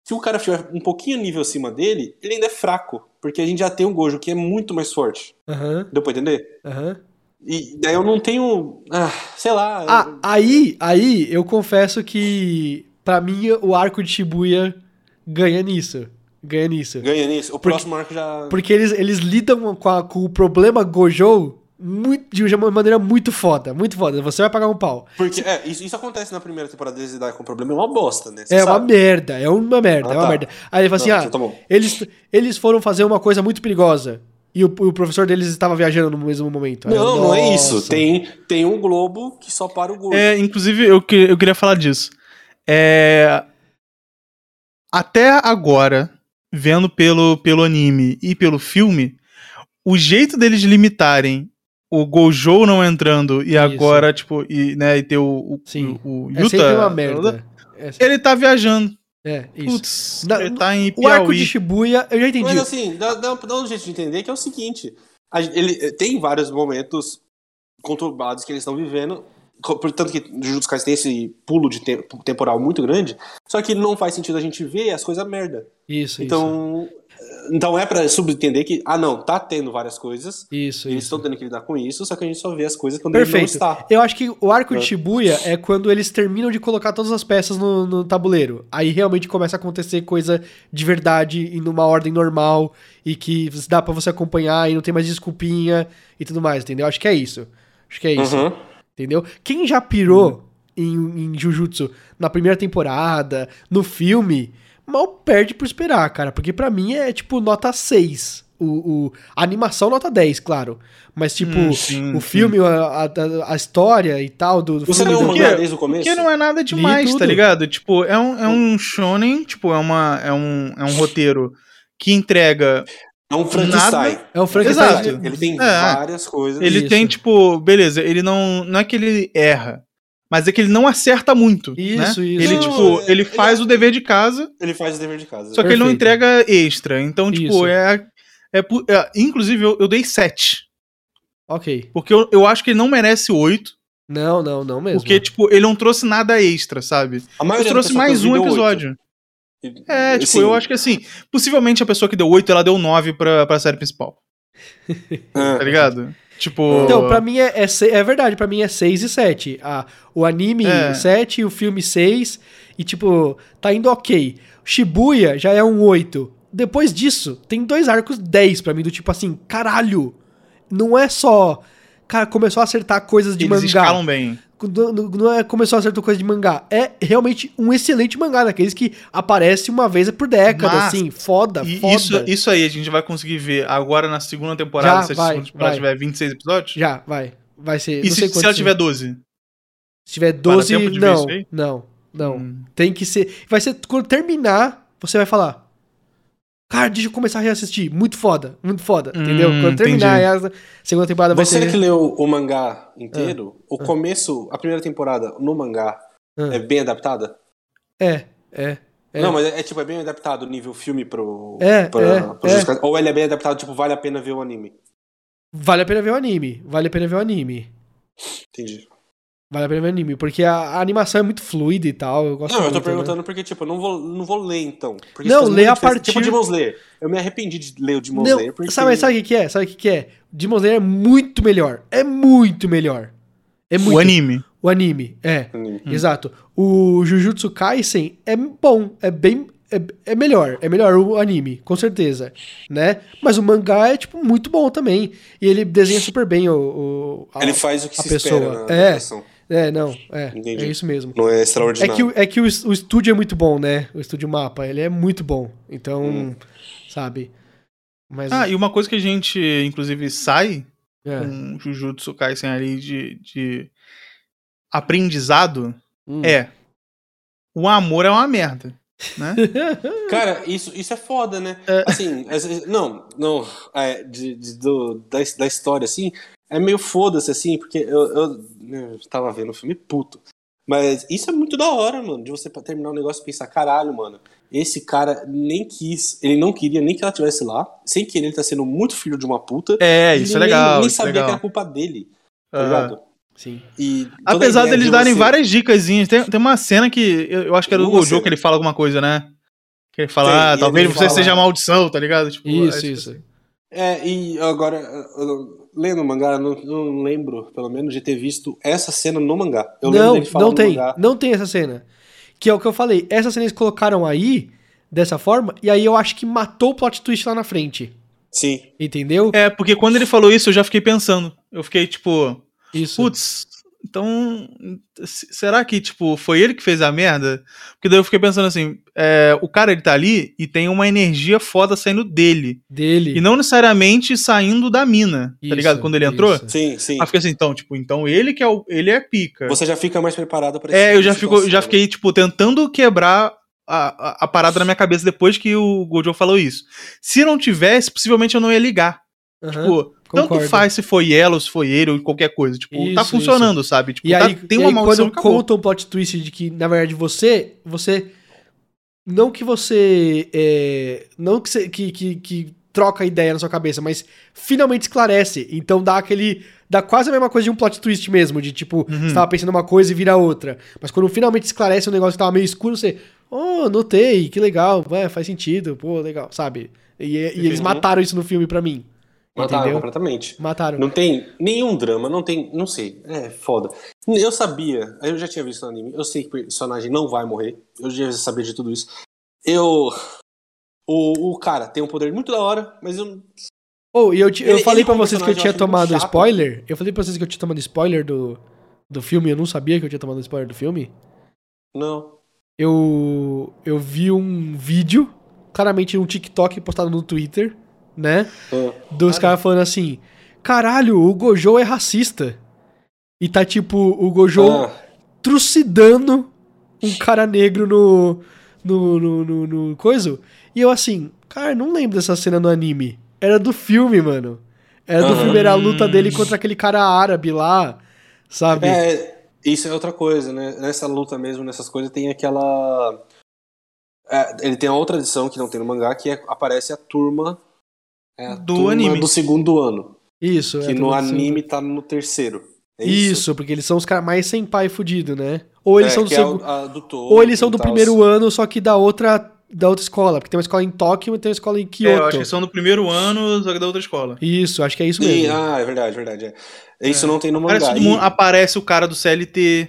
Speaker 3: se o cara tiver um pouquinho nível acima dele, ele ainda é fraco. Porque a gente já tem um Gojo que é muito mais forte.
Speaker 2: Aham.
Speaker 3: Deu pra entender?
Speaker 2: Aham.
Speaker 3: E daí eu não tenho. Ah, sei lá.
Speaker 2: Ah, aí, aí eu confesso que pra mim o arco de Shibuya ganha nisso. Ganha nisso.
Speaker 3: ganha nisso. O
Speaker 2: Porque-
Speaker 3: próximo arco já.
Speaker 2: Porque eles, eles lidam com, a- com o problema Gojo muito, de uma maneira muito foda, muito foda. Você vai pagar um pau.
Speaker 3: Porque, é, isso, isso acontece na primeira temporada deles lidar com o problema, é uma bosta, né? Cê
Speaker 2: É uma
Speaker 3: sabe.
Speaker 2: merda, é uma merda,
Speaker 3: Ah,
Speaker 2: é uma
Speaker 3: tá.
Speaker 2: merda. Aí ele fala assim:
Speaker 3: Não,
Speaker 2: ah,
Speaker 3: então tá bom.
Speaker 2: eles, eles foram fazer uma coisa muito perigosa. E o, o professor deles estava viajando no mesmo momento. Aí eu,
Speaker 3: Não, não é
Speaker 2: "Nossa."
Speaker 3: isso. Tem, tem um globo que só para o Gojo.
Speaker 1: É, inclusive, eu, que- eu queria falar disso. É, até agora, vendo pelo, pelo anime e pelo filme, o jeito deles limitarem o Gojo não entrando e agora, tipo, e, né, e ter o, o,
Speaker 2: Sim.
Speaker 1: o, o
Speaker 2: É sempre
Speaker 1: Yuta,
Speaker 2: uma merda. É,
Speaker 1: Ele tá viajando.
Speaker 2: é, isso.
Speaker 1: Putz,
Speaker 2: Na-
Speaker 1: ele tá em
Speaker 2: O arco de
Speaker 1: Piauí.
Speaker 2: Shibuya, eu já entendi.
Speaker 3: é Mas assim, dá, dá- dá um jeito de entender que é o seguinte: a gen- ele eh, tem vários momentos conturbados que eles estão vivendo. co- Portanto, que Jujutsu Kaisen tem esse pulo de te- temporal muito grande, só que não faz sentido a gente ver as coisas merda.
Speaker 2: Isso,
Speaker 3: Então, eh, então é pra subentender que, ah não, tá tendo várias coisas,
Speaker 2: isso. Isso,
Speaker 3: eles
Speaker 2: isso.
Speaker 3: estão tendo que lidar com isso, só que a gente só vê as coisas quando ele não
Speaker 2: Perfeito.
Speaker 3: está.
Speaker 2: Eu acho que o arco de
Speaker 3: É.
Speaker 2: Shibuya é quando eles terminam de colocar todas as peças no, no tabuleiro. Aí realmente começa a acontecer coisa de verdade e numa ordem normal e que dá pra você acompanhar e não tem mais desculpinha e tudo mais, entendeu? Acho que é isso. Acho que é isso.
Speaker 3: Uhum.
Speaker 2: Entendeu? Quem já pirou em, em Jujutsu na primeira temporada, no filme, mal perde por esperar, cara. Porque pra mim é tipo nota 6. O, o- a animação nota 10, claro. Mas tipo,
Speaker 1: Hum, sim, sim.
Speaker 2: o filme, a, a- a história e tal do, do
Speaker 3: Você
Speaker 2: filme.
Speaker 3: leu o
Speaker 2: do-
Speaker 1: Porque-
Speaker 3: mangá desde o começo?
Speaker 1: Porque não é nada demais,
Speaker 2: tudo.
Speaker 1: tá ligado? Tipo, é um, é um shonen, tipo, é, uma, é, um, é um roteiro que entrega.
Speaker 3: É um Frankenstein.
Speaker 2: É o
Speaker 1: Exato.
Speaker 2: Frankenstein.
Speaker 3: Ele, ele tem
Speaker 1: É.
Speaker 3: várias coisas.
Speaker 1: Ele
Speaker 2: Isso.
Speaker 1: tem, tipo, beleza, ele não. Não é que ele erra, mas é que ele não acerta muito. né?
Speaker 2: Isso, isso.
Speaker 1: Ele,
Speaker 3: Não,
Speaker 1: tipo,
Speaker 3: é-
Speaker 1: ele
Speaker 3: ele-
Speaker 1: faz o dever de casa,
Speaker 3: Ele faz o dever de casa.
Speaker 1: só que ele não
Speaker 2: Perfeito.
Speaker 1: entrega extra. Então, tipo,
Speaker 2: Isso.
Speaker 1: é. é, pu- é- inclusive, eu, eu dei 7.
Speaker 2: Ok.
Speaker 1: Porque eu, eu acho que ele não merece 8.
Speaker 2: Não, não, não mesmo.
Speaker 1: Porque, tipo, ele não trouxe nada extra, sabe?
Speaker 3: A
Speaker 1: Eu
Speaker 3: maioria das
Speaker 1: trouxe
Speaker 3: pessoas
Speaker 1: mais
Speaker 3: que eu
Speaker 1: um
Speaker 3: vi deu
Speaker 1: episódio.
Speaker 3: oito.
Speaker 1: É, tipo,
Speaker 3: Assim,
Speaker 1: eu acho que assim, possivelmente a pessoa que deu 8, ela deu 9 pra, pra série principal,
Speaker 3: é.
Speaker 1: tá ligado? Tipo.
Speaker 2: Então, pra mim é, é, se- é verdade, pra mim é 6 e 7. Ah, o anime
Speaker 1: É.
Speaker 2: 7, o filme 6, e tipo, tá indo ok. Shibuya já é um 8. Depois disso, tem dois arcos 10 pra mim, do tipo assim, caralho, não é só. Cara, começou a acertar coisas de
Speaker 1: eles
Speaker 2: mangá.
Speaker 1: escalam bem.
Speaker 2: não- não não é começou a certa coisa de mangá. É realmente um excelente mangá, daqueles que aparece uma vez por década,
Speaker 1: Mas-
Speaker 2: assim. Foda,
Speaker 1: E
Speaker 2: foda.
Speaker 1: isso, isso aí a gente vai conseguir ver agora na segunda temporada,
Speaker 2: Já,
Speaker 1: se a
Speaker 2: vai,
Speaker 1: segunda temporada
Speaker 2: vai.
Speaker 1: tiver 26 episódios.
Speaker 2: Já, vai. Vai ser.
Speaker 1: E
Speaker 2: não sei
Speaker 1: se, se
Speaker 2: quantos
Speaker 1: ela
Speaker 2: são.
Speaker 1: tiver 12?
Speaker 2: Se tiver
Speaker 1: dá
Speaker 2: 12.
Speaker 1: tempo de ver
Speaker 2: Não,
Speaker 1: isso aí?
Speaker 2: não, não.
Speaker 1: Hum.
Speaker 2: Tem que ser. Vai ser. Quando terminar, você vai falar. Cara, deixa eu começar a reassistir. Muito foda, muito foda.
Speaker 1: Hum,
Speaker 2: entendeu? Quando terminar a segunda temporada vai
Speaker 3: Você é
Speaker 2: ser.
Speaker 3: que leu o mangá inteiro, o começo, a primeira temporada no mangá
Speaker 2: Ah.
Speaker 3: é bem adaptada?
Speaker 2: É, é. É.
Speaker 3: Não, mas é, é tipo, é bem adaptado o nível filme pro.
Speaker 2: É,
Speaker 3: pra-
Speaker 2: é,
Speaker 3: pros
Speaker 2: é.
Speaker 3: outros caras. Ou ele é bem adaptado, tipo, vale a pena ver o anime.
Speaker 2: Vale a pena ver o anime. Vale a pena ver o anime.
Speaker 3: Entendi.
Speaker 2: Vale a pena ver o anime. Porque a, a animação é muito fluida e tal. Eu gosto
Speaker 3: Não, eu
Speaker 2: muito,
Speaker 3: tô
Speaker 2: né?
Speaker 3: perguntando porque, tipo, eu não vou, não vou ler então. Porque
Speaker 2: Não,
Speaker 3: isso faz
Speaker 2: ler
Speaker 3: muita
Speaker 2: a
Speaker 3: diferença.
Speaker 2: partir-
Speaker 3: Tipo, Demon Slayer. Eu me arrependi de ler o Demon
Speaker 2: Não,
Speaker 3: Slayer. Porque...
Speaker 2: sabe, sabe o que, que é? Sabe o que, que é? Demon Slayer é muito melhor. É muito melhor. É muito.
Speaker 1: O anime.
Speaker 2: O anime, é.
Speaker 3: Anime.
Speaker 2: Exato. O Jujutsu Kaisen é bom, é bem. É, é melhor, é melhor o anime, com certeza, né? Mas o mangá é, tipo, muito bom também. E ele desenha super bem o... o- a-
Speaker 3: Ele faz o que
Speaker 2: a
Speaker 3: se
Speaker 2: pessoa.
Speaker 3: espera na
Speaker 2: É.
Speaker 3: adaptação.
Speaker 2: É, não, é.
Speaker 3: Entendi.
Speaker 2: É isso mesmo.
Speaker 3: Não é
Speaker 2: É
Speaker 3: extraordinário.
Speaker 2: que, o- é que o, es- o estúdio é muito bom, né? O estúdio mapa, ele é muito bom. Então,
Speaker 3: Hum.
Speaker 2: sabe? Mas...
Speaker 1: Ah, e uma coisa que a gente, inclusive, sai
Speaker 2: é.
Speaker 1: com Jujutsu Kaisen ali de, de aprendizado
Speaker 2: Hum.
Speaker 1: é o amor é uma merda, né?
Speaker 3: Cara, isso, isso é foda, né?
Speaker 1: É.
Speaker 3: Assim, às vezes- não, não, é, de, de- do- da, da história, assim, é meio foda-se, assim, porque eu, eu, né, eu tava vendo o filme puto. Mas isso é muito da hora, mano, de você terminar um negócio e pensar, caralho, mano, esse cara nem quis, ele não queria nem que ela tivesse lá, sem querer ele tá sendo muito filho de uma puta.
Speaker 1: É,
Speaker 3: e
Speaker 1: isso é
Speaker 3: nem-
Speaker 1: legal.
Speaker 3: Nem
Speaker 1: isso é
Speaker 3: sabia
Speaker 1: legal.
Speaker 3: que era culpa dele, tá
Speaker 1: Ah.
Speaker 3: ligado?
Speaker 2: Sim.
Speaker 3: E toda a
Speaker 1: Apesar
Speaker 3: ideia
Speaker 2: é
Speaker 1: deles
Speaker 3: de
Speaker 1: darem
Speaker 2: assim.
Speaker 3: você-
Speaker 1: várias dicasinhas, tem, tem uma cena que eu, eu acho que era do
Speaker 3: Uma
Speaker 1: Gojo
Speaker 3: cena.
Speaker 1: que ele fala alguma coisa, né? Que ele
Speaker 3: Tem,
Speaker 1: fala, ah,
Speaker 3: e
Speaker 1: talvez
Speaker 3: ele
Speaker 1: você
Speaker 3: fala-
Speaker 1: seja maldição, tá ligado? Tipo, é,
Speaker 2: Isso,
Speaker 1: tipo
Speaker 2: isso.
Speaker 1: assim.
Speaker 3: É, e agora, eu- eu- lendo o mangá, eu não, não lembro, pelo menos, de ter visto essa cena no mangá. Eu lembro
Speaker 2: não,
Speaker 3: dele falar
Speaker 2: não
Speaker 3: no
Speaker 2: tem.
Speaker 3: mangá.
Speaker 2: Não tem essa cena. Que é o que eu falei. Essa cena eles colocaram aí, dessa forma, e aí eu acho que matou o plot twist lá na frente.
Speaker 3: Sim.
Speaker 2: Entendeu?
Speaker 1: É, porque quando ele falou isso, eu já fiquei pensando. Eu fiquei, tipo,
Speaker 2: Isso.
Speaker 1: putz, então. se- Será que, tipo, foi ele que fez a merda? Porque daí eu fiquei pensando assim: é, o cara ele tá ali e tem uma energia foda saindo dele.
Speaker 2: Dele.
Speaker 1: E não necessariamente saindo da mina,
Speaker 2: Isso,
Speaker 1: tá ligado? Quando ele entrou.
Speaker 2: isso.
Speaker 3: Sim, sim.
Speaker 1: Aí eu fiquei assim, então, tipo, então ele que é o. Ele é pica.
Speaker 3: Você já fica mais preparado pra esse
Speaker 1: É,
Speaker 3: tipo
Speaker 1: eu
Speaker 3: de
Speaker 1: já, fico, já
Speaker 3: situação, né?
Speaker 1: fiquei, tipo, tentando quebrar a, a, a parada na minha cabeça depois que o Gojo falou isso. Se não tivesse, possivelmente eu não ia ligar.
Speaker 2: Aham,
Speaker 1: Tipo,
Speaker 2: concordo.
Speaker 1: tanto faz se foi ela ou se foi ele ou qualquer coisa. Tipo, tá
Speaker 2: Isso,
Speaker 1: funcionando, sabe? Tipo,
Speaker 2: E
Speaker 1: tá-
Speaker 2: aí,
Speaker 1: tem
Speaker 2: e
Speaker 1: uma
Speaker 2: aí
Speaker 1: maldição
Speaker 2: quando
Speaker 1: que acabou.
Speaker 2: contam o plot twist de que, na verdade, você. Você. Não que você. é, não que, você- que, que, que troca a ideia na sua cabeça, mas finalmente esclarece. Então dá aquele. Dá quase a mesma coisa de um plot twist mesmo, de tipo,
Speaker 1: Uhum.
Speaker 2: você tava pensando uma coisa e vira outra. Mas quando finalmente esclarece um negócio que tava meio escuro, você. Oh, notei, que legal, é, faz sentido, pô, legal, sabe? E, e eles
Speaker 3: Uhum.
Speaker 2: mataram isso no filme pra mim.
Speaker 3: Mataram
Speaker 2: Entendeu?
Speaker 3: completamente.
Speaker 2: Mataram.
Speaker 3: Não tem nenhum drama, não tem. Não sei. É foda. Eu sabia, eu já tinha visto no anime, eu sei que o personagem não vai morrer. Eu já sabia de tudo isso. Eu. O, o cara tem um poder muito da hora, mas eu
Speaker 2: Oh, e eu, te- eu
Speaker 3: Ele-
Speaker 2: falei
Speaker 3: ele
Speaker 2: pra
Speaker 3: como
Speaker 2: vocês que eu
Speaker 3: personagem eu
Speaker 2: tinha
Speaker 3: acho
Speaker 2: tomado
Speaker 3: muito chato. né?
Speaker 2: spoiler. Eu falei pra vocês que eu tinha tomado spoiler do, do filme. Eu não sabia que eu tinha tomado spoiler do filme.
Speaker 3: não.
Speaker 2: Eu, eu vi um vídeo, claramente um TikTok postado no Twitter, né?
Speaker 3: Ah.
Speaker 2: Dos caras falando assim: caralho, o Gojo é racista. E tá tipo o Gojo
Speaker 3: Ah,
Speaker 2: trucidando um cara negro no. no. no. no, no coisa. E eu assim, cara, não lembro dessa cena no anime. Era do filme, mano. Era do
Speaker 3: Aham.
Speaker 2: filme, era a luta dele contra aquele cara árabe lá, sabe?
Speaker 3: É, isso é outra coisa, né? Nessa luta mesmo, nessas coisas, tem aquela. É, ele tem uma outra edição que não tem no mangá, que é- aparece a turma. é a
Speaker 1: Do
Speaker 3: turma
Speaker 1: anime.
Speaker 3: do segundo ano.
Speaker 2: Isso. é
Speaker 3: Que
Speaker 2: do
Speaker 3: no
Speaker 2: filme.
Speaker 3: anime tá no terceiro. É
Speaker 2: Isso. porque eles são os caras mais sem pai fudido, né? Ou eles
Speaker 3: É,
Speaker 2: são do
Speaker 3: que é a-
Speaker 2: segundo.
Speaker 3: a do Tolkien
Speaker 2: Ou eles são do
Speaker 3: e tal.
Speaker 2: primeiro ano, só que da outra, da outra escola. Porque tem uma escola em Tóquio e tem uma escola em
Speaker 1: É, eu acho
Speaker 2: Kyoto.
Speaker 1: que são do primeiro ano, só que da outra escola.
Speaker 2: Isso, acho que é isso
Speaker 3: Sim,
Speaker 2: mesmo.
Speaker 3: ah, é verdade, verdade. É. Isso não tem no mangá.
Speaker 1: Aparece, todo
Speaker 3: E-
Speaker 1: mundo- aparece o cara do CLT.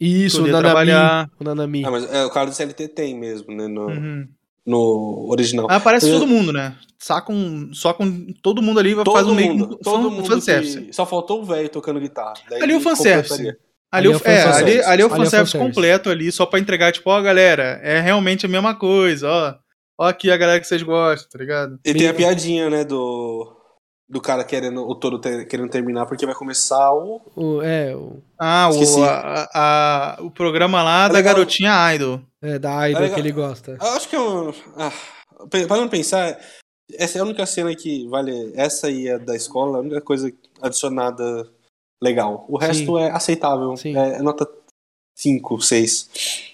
Speaker 2: Isso, o
Speaker 1: Poder
Speaker 2: Nanami.
Speaker 1: trabalhar.
Speaker 2: O Nanami.
Speaker 3: Ah, mas é, o cara do CLT tem mesmo, né? No,
Speaker 1: Uhum. Ah,
Speaker 3: no original.
Speaker 1: Aparece
Speaker 3: Eu-
Speaker 1: todo mundo, né? Sacam, socam todo mundo ali,
Speaker 3: todo
Speaker 1: faz um meio
Speaker 3: mundo,
Speaker 1: que-
Speaker 3: todo
Speaker 1: fan-
Speaker 3: mundo
Speaker 1: fanservice.
Speaker 3: que- Só faltou o velho tocando guitarra. Daí
Speaker 1: Ali o fanservice.
Speaker 3: completaria.
Speaker 1: Ali,
Speaker 2: Ali
Speaker 1: o-
Speaker 2: é o
Speaker 1: é,
Speaker 2: fanservice.
Speaker 1: ali, ali é o
Speaker 2: Ali é o
Speaker 1: fanservice
Speaker 2: fanservice.
Speaker 1: completo ali, só pra entregar, tipo, ó, galera, é realmente a mesma coisa, ó. Ó aqui a galera que vocês gostam, tá ligado?
Speaker 3: E tem a piadinha, né, do. Do cara querendo, o todo querendo terminar, porque vai começar o.
Speaker 2: O, é, o,
Speaker 1: Ah,
Speaker 3: Esqueci.
Speaker 1: o, a- a- a- o programa lá
Speaker 3: É
Speaker 1: da
Speaker 3: legal.
Speaker 1: garotinha Idol.
Speaker 2: é da Aida
Speaker 3: Tá legal.
Speaker 2: que ele gosta.
Speaker 3: Eu acho que é um. Ah, pe- parando pra pensar, essa é a única cena que vale. Essa e a da escola, a única coisa adicionada legal. O resto é aceitável.
Speaker 2: Sim.
Speaker 3: É, é nota 5, 6.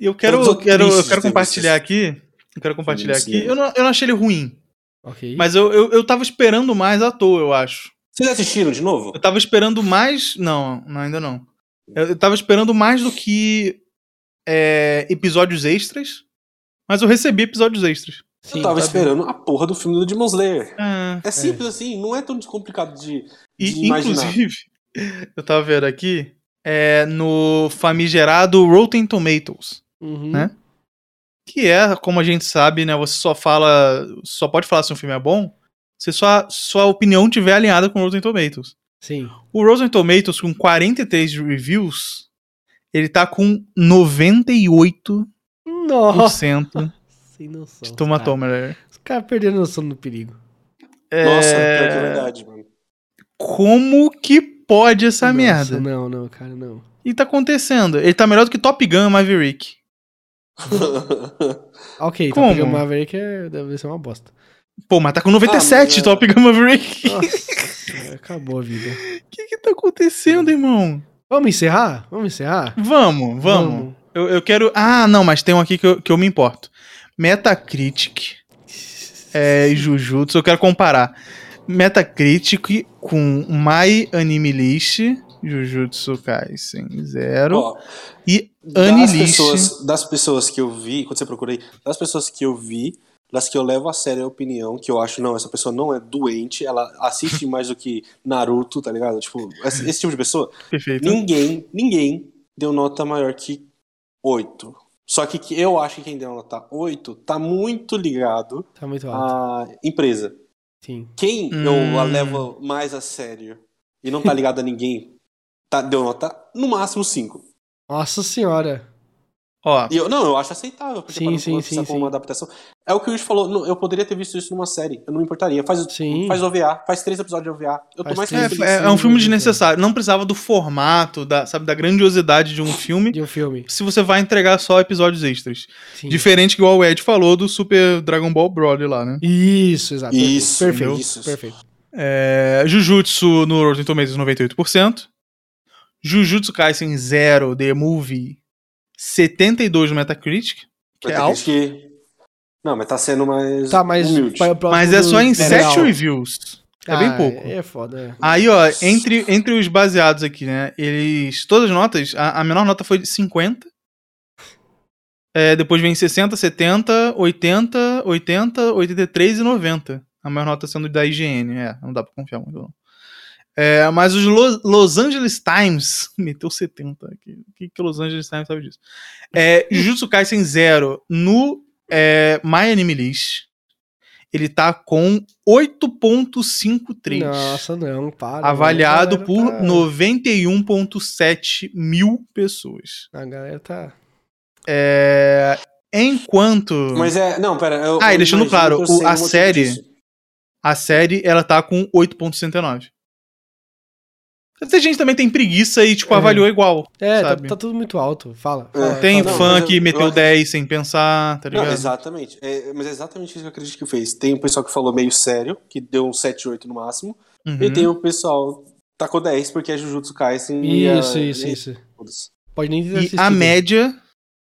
Speaker 1: E eu quero,
Speaker 3: Todos
Speaker 1: eu quero, eu
Speaker 3: tristes,
Speaker 1: quero compartilhar
Speaker 3: tristes.
Speaker 1: aqui. Eu quero compartilhar
Speaker 3: Sim,
Speaker 1: aqui.
Speaker 3: sim.
Speaker 1: Eu não, eu não achei ele ruim,
Speaker 2: Ok.
Speaker 1: mas eu, eu, eu tava esperando mais à toa, eu acho.
Speaker 3: Vocês assistiram de novo?
Speaker 1: Eu tava esperando mais. Não, não, ainda não. Eu, eu tava esperando mais do que é, episódios extras, mas eu recebi episódios extras.
Speaker 2: Sim,
Speaker 3: eu
Speaker 2: tá
Speaker 3: tava
Speaker 2: bem.
Speaker 3: esperando a porra do filme do Demon Slayer.
Speaker 1: Ah,
Speaker 3: É simples assim, não é tão descomplicado de. de
Speaker 1: E,
Speaker 3: imaginar.
Speaker 1: inclusive, eu tava vendo aqui, é, no famigerado Rotten Tomatoes,
Speaker 2: Uhum.
Speaker 1: né? que é, como a gente sabe, né, você só fala, só pode falar se um filme é bom, se sua, sua opinião tiver alinhada com o Rotten Tomatoes.
Speaker 2: Sim.
Speaker 1: O Rotten Tomatoes, com 43 reviews, ele tá com 98%
Speaker 2: Nossa, sem noção.
Speaker 1: de
Speaker 2: cara.
Speaker 1: Tomatometer.
Speaker 2: Os caras perderam noção do perigo.
Speaker 3: Nossa,
Speaker 1: É,
Speaker 3: pior que é verdade, mano.
Speaker 1: Como que pode essa
Speaker 2: Nossa,
Speaker 1: é merda?
Speaker 2: Não, não, cara, não.
Speaker 1: E tá acontecendo. Ele tá melhor do que Top Gun Maverick.
Speaker 2: Ok,
Speaker 1: Como?
Speaker 2: Como? Top Gun Maverick é, deve ser uma bosta.
Speaker 1: Pô, mas tá com 97
Speaker 3: Ah, mas,
Speaker 1: Top Gun Maverick. O
Speaker 2: Nossa, acabou a vida.
Speaker 1: que que tá acontecendo, irmão?
Speaker 2: Vamos encerrar? Vamos encerrar?
Speaker 1: Vamos, vamos. Eu, eu quero... Ah, não, mas tem um aqui que eu, que eu me importo. Metacritic é, e Jujutsu, eu quero comparar. Metacritic com My Anime List, Jujutsu Kaisen Zero
Speaker 3: Ó,
Speaker 1: e
Speaker 3: das
Speaker 1: Anilist.
Speaker 3: pessoas, das pessoas que eu vi, quando você procurei, das pessoas que eu vi, das que eu levo a sério a opinião, que eu acho, não, essa pessoa não é doente, ela assiste mais do que Naruto, tá ligado? Tipo, esse, esse tipo de pessoa,
Speaker 1: Perfeito.
Speaker 3: ninguém, ninguém deu nota maior que 8. Só que que eu acho que quem deu nota 8 tá muito ligado
Speaker 2: Tá muito alto.
Speaker 3: à empresa.
Speaker 2: Sim.
Speaker 3: Quem
Speaker 1: Hum.
Speaker 3: eu a levo mais a sério e não tá ligado a ninguém, tá, deu nota no máximo 5.
Speaker 2: Nossa senhora.
Speaker 1: Ó,
Speaker 3: E eu, não, eu acho aceitável, porque
Speaker 2: Sim,
Speaker 3: para não
Speaker 2: sim,
Speaker 3: começar
Speaker 2: sim,
Speaker 3: com
Speaker 2: sim.
Speaker 3: uma adaptação. É o que o Yush falou, não, eu poderia ter visto isso numa série, eu não me importaria. Faz,
Speaker 2: Sim.
Speaker 3: faz OVA, faz três episódios de OVA. Eu tô
Speaker 2: Faz
Speaker 3: mais
Speaker 2: três
Speaker 3: feliz.
Speaker 1: é, é- é um filme desnecessário. Não precisava do formato, da, sabe, da grandiosidade de um filme.
Speaker 2: De um filme.
Speaker 1: Se você vai entregar só episódios extras.
Speaker 2: Sim.
Speaker 1: Diferente que o Ed falou do Super Dragon Ball Broly lá, né?
Speaker 2: Isso, exato.
Speaker 3: Isso,
Speaker 2: perfeito.
Speaker 3: isso.
Speaker 2: Perfeito.
Speaker 1: É, Jujutsu no Rotten Tomatoes 98%. Jujutsu Kaisen Zero The Movie 72 no Metacritic, que
Speaker 3: Vai
Speaker 1: é
Speaker 3: ter
Speaker 1: alto.
Speaker 3: gente que- Não, mas tá sendo mais
Speaker 2: Tá, mas.
Speaker 3: humilde.
Speaker 2: pra- pra-
Speaker 1: Mas é só em
Speaker 2: pro-
Speaker 1: 7
Speaker 2: geral.
Speaker 1: reviews. É bem
Speaker 2: Ah,
Speaker 1: pouco.
Speaker 2: É foda.
Speaker 1: Aí, ó, entre, entre os baseados aqui, né? Eles. Todas as notas, a, a menor nota foi de 50. É, depois vem 60, 70, 80, 80, 83 e 90. A maior nota sendo da IGN, é. Não dá pra confiar muito, não. É, mas os Lo- Los Angeles Times. Meteu 70 aqui. O que, que o Los Angeles Times sabe disso? É, Jujutsu Kaisen Zero no é, My Anime List. Ele tá com 8.53
Speaker 2: Nossa, não, para.
Speaker 1: avaliado
Speaker 2: A galera
Speaker 1: por
Speaker 2: tá-
Speaker 1: 91,7 mil pessoas.
Speaker 2: A galera tá.
Speaker 1: É, enquanto
Speaker 3: Mas é. Não, pera. Eu,
Speaker 1: Ah, e
Speaker 3: eu
Speaker 1: deixando
Speaker 3: imagino
Speaker 1: claro,
Speaker 3: que eu
Speaker 1: o-
Speaker 3: sei um
Speaker 1: a
Speaker 3: motivo
Speaker 1: série-
Speaker 3: disso.
Speaker 2: tá
Speaker 1: a série ela tá com 8,69. Tem gente que também tem preguiça e tipo
Speaker 2: É.
Speaker 1: avaliou igual.
Speaker 2: É, tá,
Speaker 1: sabe?
Speaker 2: tá tudo muito alto. Fala.
Speaker 3: É,
Speaker 2: fala,
Speaker 1: Tem
Speaker 2: fala.
Speaker 3: não,
Speaker 1: fã
Speaker 3: mas eu-
Speaker 1: que
Speaker 3: eu
Speaker 1: meteu
Speaker 3: acho-
Speaker 1: 10 sem pensar, tá
Speaker 3: Não,
Speaker 1: ligado?
Speaker 3: exatamente. É, mas é exatamente isso que eu acredito que fez. Tem um pessoal que falou meio sério, que deu um 7, 8 no máximo.
Speaker 1: Uhum.
Speaker 3: E tem o pessoal que tacou 10 porque é Jujutsu Kaisen. e a-
Speaker 2: Isso, isso,
Speaker 3: e- é
Speaker 2: isso.
Speaker 3: todos.
Speaker 2: Pode nem ter
Speaker 1: E
Speaker 2: assistido.
Speaker 1: a média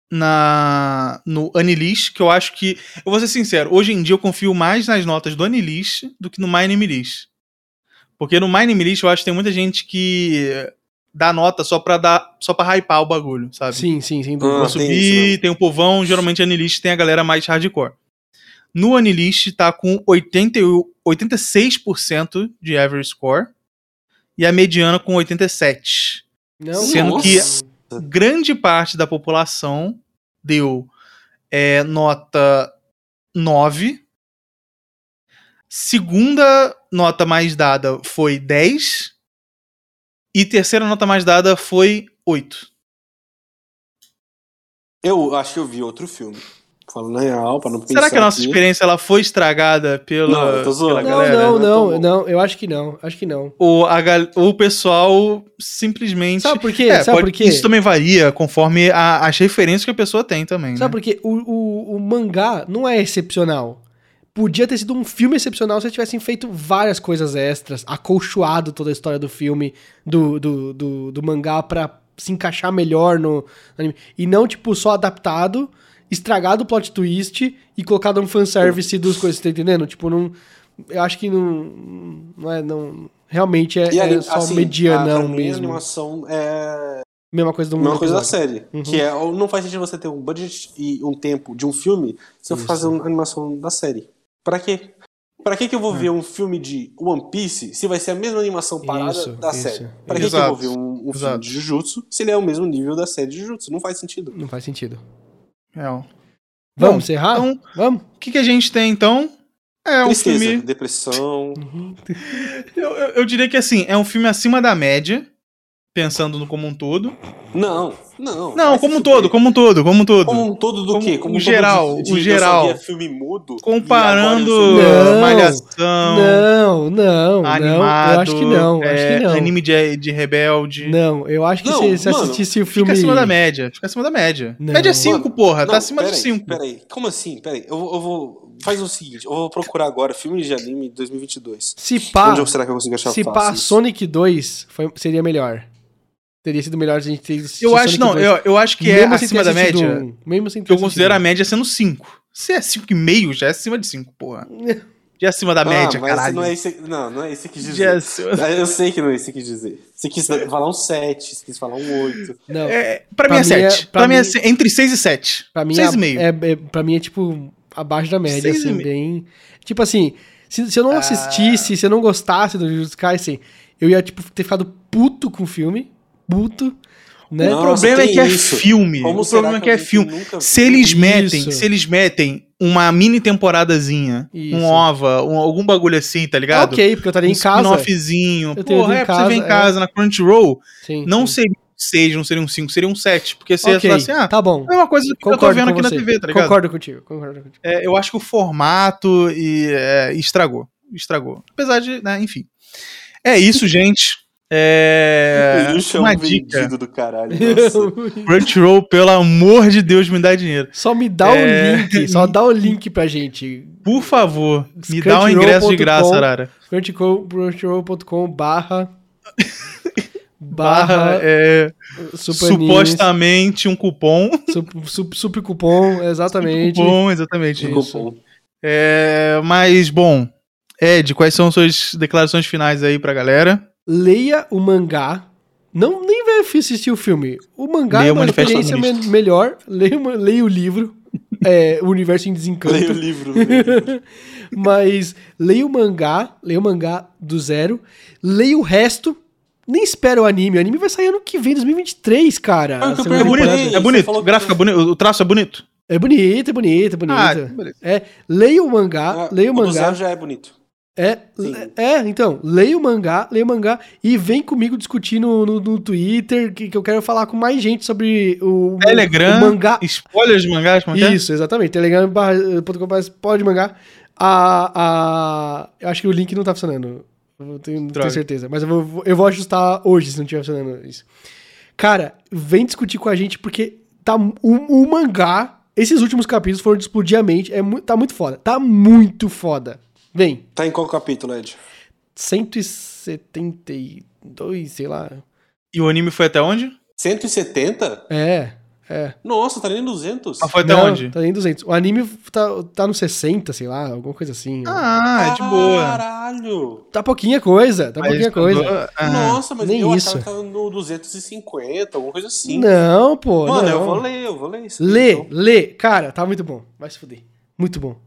Speaker 1: na no Anilist, que eu acho que. Eu vou ser sincero, hoje em dia eu confio mais nas notas do Anilist do que no My Name List. Porque no My Name List eu acho que tem muita gente que dá nota só pra dar. só pra hypar o bagulho, sabe?
Speaker 2: Sim, sim, sem
Speaker 3: Ah,
Speaker 2: dúvida.
Speaker 1: Vou
Speaker 3: tem
Speaker 1: subir,
Speaker 3: isso
Speaker 1: tem, o povão, geralmente Anilist tem a galera mais hardcore. No Anilist tá com 80, e o- 86% de average score e a mediana com 87
Speaker 2: Não,
Speaker 1: Sendo
Speaker 2: não.
Speaker 1: que- grande parte da população deu é, nota 9. Segunda nota mais dada foi 10. E terceira nota mais dada foi 8.
Speaker 3: Eu acho que eu vi outro filme. Falando real, pra não pensar.
Speaker 1: Será que a nossa
Speaker 3: aqui.
Speaker 1: experiência ela foi estragada pela,
Speaker 3: Não, eu tô zoando.
Speaker 1: pela
Speaker 2: Não,
Speaker 1: galera?
Speaker 2: não,
Speaker 3: né?
Speaker 2: não,
Speaker 3: Tá bom.
Speaker 2: não, eu acho que não, acho que não.
Speaker 1: Ou, a, gal- ou o pessoal simplesmente.
Speaker 2: Sabe por quê?
Speaker 1: É,
Speaker 2: Sabe
Speaker 1: pode-
Speaker 2: por quê?
Speaker 1: Isso também varia conforme a- as referências que a pessoa tem também.
Speaker 2: Sabe
Speaker 1: né?
Speaker 2: por quê? O, o, o mangá não é excepcional. Podia ter sido um filme excepcional se eles tivessem feito várias coisas extras, acolchoado toda a história do filme, do, do, do, do mangá pra se encaixar melhor no, no anime. E não, tipo, só adaptado, estragado o plot twist e colocado um fanservice dos coisas, tá entendendo? Tipo, não. Eu acho que não. Não é. Não, realmente é,
Speaker 3: E ali,
Speaker 2: é só
Speaker 3: assim, a,
Speaker 1: um
Speaker 3: pra
Speaker 2: medianão
Speaker 3: mim, A
Speaker 2: mesmo.
Speaker 3: animação é
Speaker 2: Mesma coisa do
Speaker 3: a
Speaker 2: mundo.
Speaker 3: mesma coisa da
Speaker 2: episódio.
Speaker 3: série.
Speaker 2: Uhum.
Speaker 3: Que é, ou não faz sentido você ter um budget e um tempo de um filme se eu for
Speaker 2: Isso.
Speaker 3: fazer uma animação da série. Pra quê? Pra que, que eu
Speaker 1: Hum.
Speaker 3: vou ver um filme de One Piece se vai ser a mesma animação parada
Speaker 2: Isso,
Speaker 3: da
Speaker 2: isso.
Speaker 3: série? Pra que, que eu
Speaker 1: Exato,
Speaker 3: vou ver um, um filme
Speaker 1: exato.
Speaker 3: de Jujutsu se ele é o mesmo nível da série de Jujutsu? Não faz sentido.
Speaker 2: Não faz sentido.
Speaker 1: Real. Bom,
Speaker 2: Vamos
Speaker 1: É,
Speaker 2: encerrar?
Speaker 1: Então,
Speaker 2: Vamos?
Speaker 1: o que, que a gente tem então? É um
Speaker 3: Tristeza,
Speaker 1: filme.
Speaker 3: depressão.
Speaker 1: Eu, eu- eu diria que assim, é um filme acima da média, pensando no como um todo.
Speaker 3: Não, não.
Speaker 1: Não,
Speaker 3: vai
Speaker 1: como
Speaker 3: se
Speaker 1: um todo,
Speaker 3: fuder.
Speaker 1: como um todo, como um todo.
Speaker 3: Como um todo do
Speaker 1: Como
Speaker 3: quê?
Speaker 1: um
Speaker 3: Como um todo
Speaker 1: geral,
Speaker 3: de-
Speaker 1: um
Speaker 3: eu só
Speaker 1: geral.
Speaker 3: via filme mudo.
Speaker 1: Comparando
Speaker 2: e agora eu sou- Não.
Speaker 1: Malhação,
Speaker 2: Não, não,
Speaker 1: Animado,
Speaker 2: não. Eu acho que não, eu acho
Speaker 1: é,
Speaker 2: que não.
Speaker 1: anime de, de rebelde.
Speaker 2: Não, eu acho que
Speaker 3: Não,
Speaker 2: se, se
Speaker 3: mano,
Speaker 2: assistisse o
Speaker 1: Fica
Speaker 2: filme.
Speaker 1: acima da média, fica acima da média.
Speaker 2: Não.
Speaker 1: Média é 5, porra, tá acima de
Speaker 3: peraí,
Speaker 1: 5.
Speaker 3: Peraí, como assim? Peraí, eu, vou- eu vou. Faz o seguinte, eu vou procurar agora filme de anime 2022.
Speaker 2: Se pá,
Speaker 3: Onde eu- será que eu consigo achar
Speaker 2: se
Speaker 3: fácil
Speaker 2: pá
Speaker 3: isso?
Speaker 2: Sonic 2 foi- seria melhor. Teria sido melhor se a gente ter assistido
Speaker 1: Eu acho,
Speaker 2: Sonic
Speaker 1: não,
Speaker 2: 2,
Speaker 1: eu, eu acho que é
Speaker 2: mesmo sem
Speaker 1: acima
Speaker 2: ter
Speaker 1: da
Speaker 2: assistido
Speaker 1: média.
Speaker 2: um, mesmo sem ter
Speaker 1: Que eu
Speaker 2: assistido
Speaker 1: considero
Speaker 2: um.
Speaker 1: a média sendo 5. Se é 5,5, já é acima de 5, porra.
Speaker 2: um.
Speaker 1: Já é acima da
Speaker 3: Ah,
Speaker 1: média,
Speaker 3: mas
Speaker 1: caralho.
Speaker 3: Não é, isso, não, não é isso que quis
Speaker 1: Já é
Speaker 3: dizer.
Speaker 1: acima-
Speaker 3: Eu sei que não é isso que quis dizer. Você quis falar um 7, você quis falar um 8.
Speaker 2: Não,
Speaker 1: É, pra, mim é 7. Pra, mim é se- entre 6 e 7.
Speaker 2: pra mim,
Speaker 1: 6,5.
Speaker 2: é, é, é- pra mim é tipo abaixo da média,
Speaker 1: Seis e
Speaker 2: assim,
Speaker 1: meio.
Speaker 2: bem. Tipo assim, se, se eu não
Speaker 1: Ah.
Speaker 2: assistisse, se eu não gostasse do Jujutsu Kaisen, eu ia tipo ter ficado puto com o filme, puto, né?
Speaker 1: O
Speaker 3: Não,
Speaker 1: problema é
Speaker 3: tem
Speaker 1: que é
Speaker 3: isso.
Speaker 1: filme.
Speaker 3: Como
Speaker 1: o
Speaker 3: será
Speaker 1: problema é que
Speaker 3: eu
Speaker 1: é
Speaker 3: vi
Speaker 1: filme.
Speaker 3: nunca
Speaker 1: Se
Speaker 3: vi?
Speaker 1: eles metem,
Speaker 2: Isso.
Speaker 1: se eles metem uma mini temporadazinha,
Speaker 2: Isso.
Speaker 1: um OVA, um- algum bagulho assim, tá ligado?
Speaker 2: Ok, porque eu estaria
Speaker 1: um
Speaker 2: em casa.
Speaker 1: spin-offzinho.
Speaker 2: Eu tenho
Speaker 1: Porra,
Speaker 2: em
Speaker 1: é, pra você ver
Speaker 2: casa,
Speaker 1: em
Speaker 2: é.
Speaker 1: casa, na Crunchyroll,
Speaker 2: Sim,
Speaker 1: não
Speaker 2: sim.
Speaker 1: seria um 6, não seria um 5, seria um 7. Porque você
Speaker 2: Ok,
Speaker 1: ia falar assim, ah,
Speaker 2: tá bom.
Speaker 1: é uma coisa do que eu tô
Speaker 2: Concordo
Speaker 1: vendo
Speaker 2: com
Speaker 1: aqui na
Speaker 2: você.
Speaker 1: TV, tá ligado?
Speaker 2: Concordo contigo, concordo contigo.
Speaker 1: É, eu acho que o formato e, é, estragou. Estragou. Apesar de, né, enfim. É isso, gente. É,
Speaker 3: O Yuxa é um
Speaker 1: uma dica.
Speaker 3: vendido do caralho. Nossa.
Speaker 1: Crunchyroll, pelo amor de Deus, me dá dinheiro.
Speaker 2: só me dá
Speaker 1: É.
Speaker 2: o link, só dá o link pra gente.
Speaker 1: Por favor, me dá um ingresso de graça,
Speaker 2: Crunchyroll.com.
Speaker 1: Arara.
Speaker 2: crunchyroll.com barra
Speaker 1: Barra,
Speaker 2: barra
Speaker 1: é,
Speaker 2: super
Speaker 1: supostamente um cupom.
Speaker 2: sup, sup, sup cupom, exatamente.
Speaker 1: Cupom, exatamente.
Speaker 3: Ficou
Speaker 1: isso.
Speaker 3: bom.
Speaker 1: É, mas, bom, Ed, quais são suas declarações finais aí pra galera?
Speaker 2: Leia o mangá. Não, nem vai assistir o filme. O mangá
Speaker 1: Leia
Speaker 2: é
Speaker 1: o
Speaker 2: uma
Speaker 1: Manifesto
Speaker 2: experiência me- melhor. Leia, o ma- leia o livro. É, o Universo em Desencanto.
Speaker 3: Leia o livro. leia o livro.
Speaker 2: Mas leia o mangá, leia o mangá do zero, leia o resto, nem espera o anime. O anime vai sair ano que vem, 2023, cara.
Speaker 3: Ah, que
Speaker 2: A
Speaker 3: eu
Speaker 2: segunda
Speaker 1: É bonito,
Speaker 2: temporada.
Speaker 1: é bonito. O gráfico é bonito, o traço é bonito.
Speaker 2: É bonito, é bonito, é bonito.
Speaker 1: Ah, beleza.
Speaker 2: É, leia o mangá,
Speaker 3: Ah,
Speaker 2: leia o
Speaker 3: do
Speaker 2: mangá.
Speaker 3: zero já é bonito.
Speaker 2: É,
Speaker 3: Sim.
Speaker 2: é, então, leia o mangá, leia o mangá e vem comigo discutir no, no, no Twitter, que, que eu quero falar com mais gente sobre o,
Speaker 1: Telegram,
Speaker 2: o mangá.
Speaker 1: Spoilers de mangás, como é que é?
Speaker 2: Isso, exatamente. eh, Telegram.com pode mangá. A, a, eu acho que o link não tá funcionando. Eu tenho, não
Speaker 1: Droga.
Speaker 2: tenho certeza. Mas eu vou, eu vou ajustar hoje se não estiver funcionando isso. Cara, vem discutir com a gente porque tá o, o mangá. Esses últimos capítulos foram de explodir a mente. É, mu- tá muito foda. Tá muito foda. Vem.
Speaker 3: Tá em qual capítulo, Ed?
Speaker 2: 172, sei lá.
Speaker 1: E o anime foi até onde?
Speaker 3: 170?
Speaker 2: É, é.
Speaker 3: Nossa, tá nem 200.
Speaker 1: Ah, foi até
Speaker 2: Não,
Speaker 1: onde?
Speaker 2: Tá nem 200. O anime tá, tá no 60, sei lá, alguma coisa assim.
Speaker 1: Ah, é de boa.
Speaker 3: Caralho.
Speaker 2: Tá pouquinha coisa, tá
Speaker 1: Mas
Speaker 2: pouquinha
Speaker 1: andou-
Speaker 2: coisa.
Speaker 1: ah,
Speaker 3: Nossa, mas
Speaker 2: nem
Speaker 3: eu
Speaker 2: isso.
Speaker 3: achava que tava no 250, alguma coisa assim.
Speaker 2: Não, pô.
Speaker 3: Mano,
Speaker 2: não.
Speaker 3: eu vou ler, eu vou ler isso. aqui,
Speaker 2: Lê,
Speaker 3: então.
Speaker 2: lê. Cara, tá muito bom. Vai se fuder. Muito bom.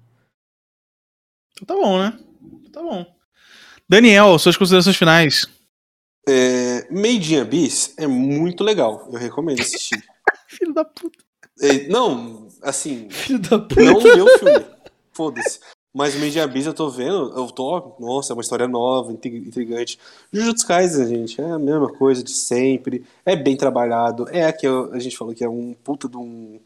Speaker 1: então tá bom, né? Então Tá bom. Daniel, suas considerações finais.
Speaker 3: É, Made in Abyss é muito legal. Eu recomendo assistir.
Speaker 1: Filho da puta.
Speaker 3: É, não, assim,
Speaker 2: Filho da puta.
Speaker 3: não vê o filme. Foda-se. Mas o Media Beast eu tô vendo, eu tô. Nossa, é uma história nova, intri- intrigante. Jujutsu Kaisen, gente, é a mesma coisa de sempre. É bem trabalhado. É a que eu- a gente falou que é um puta de um.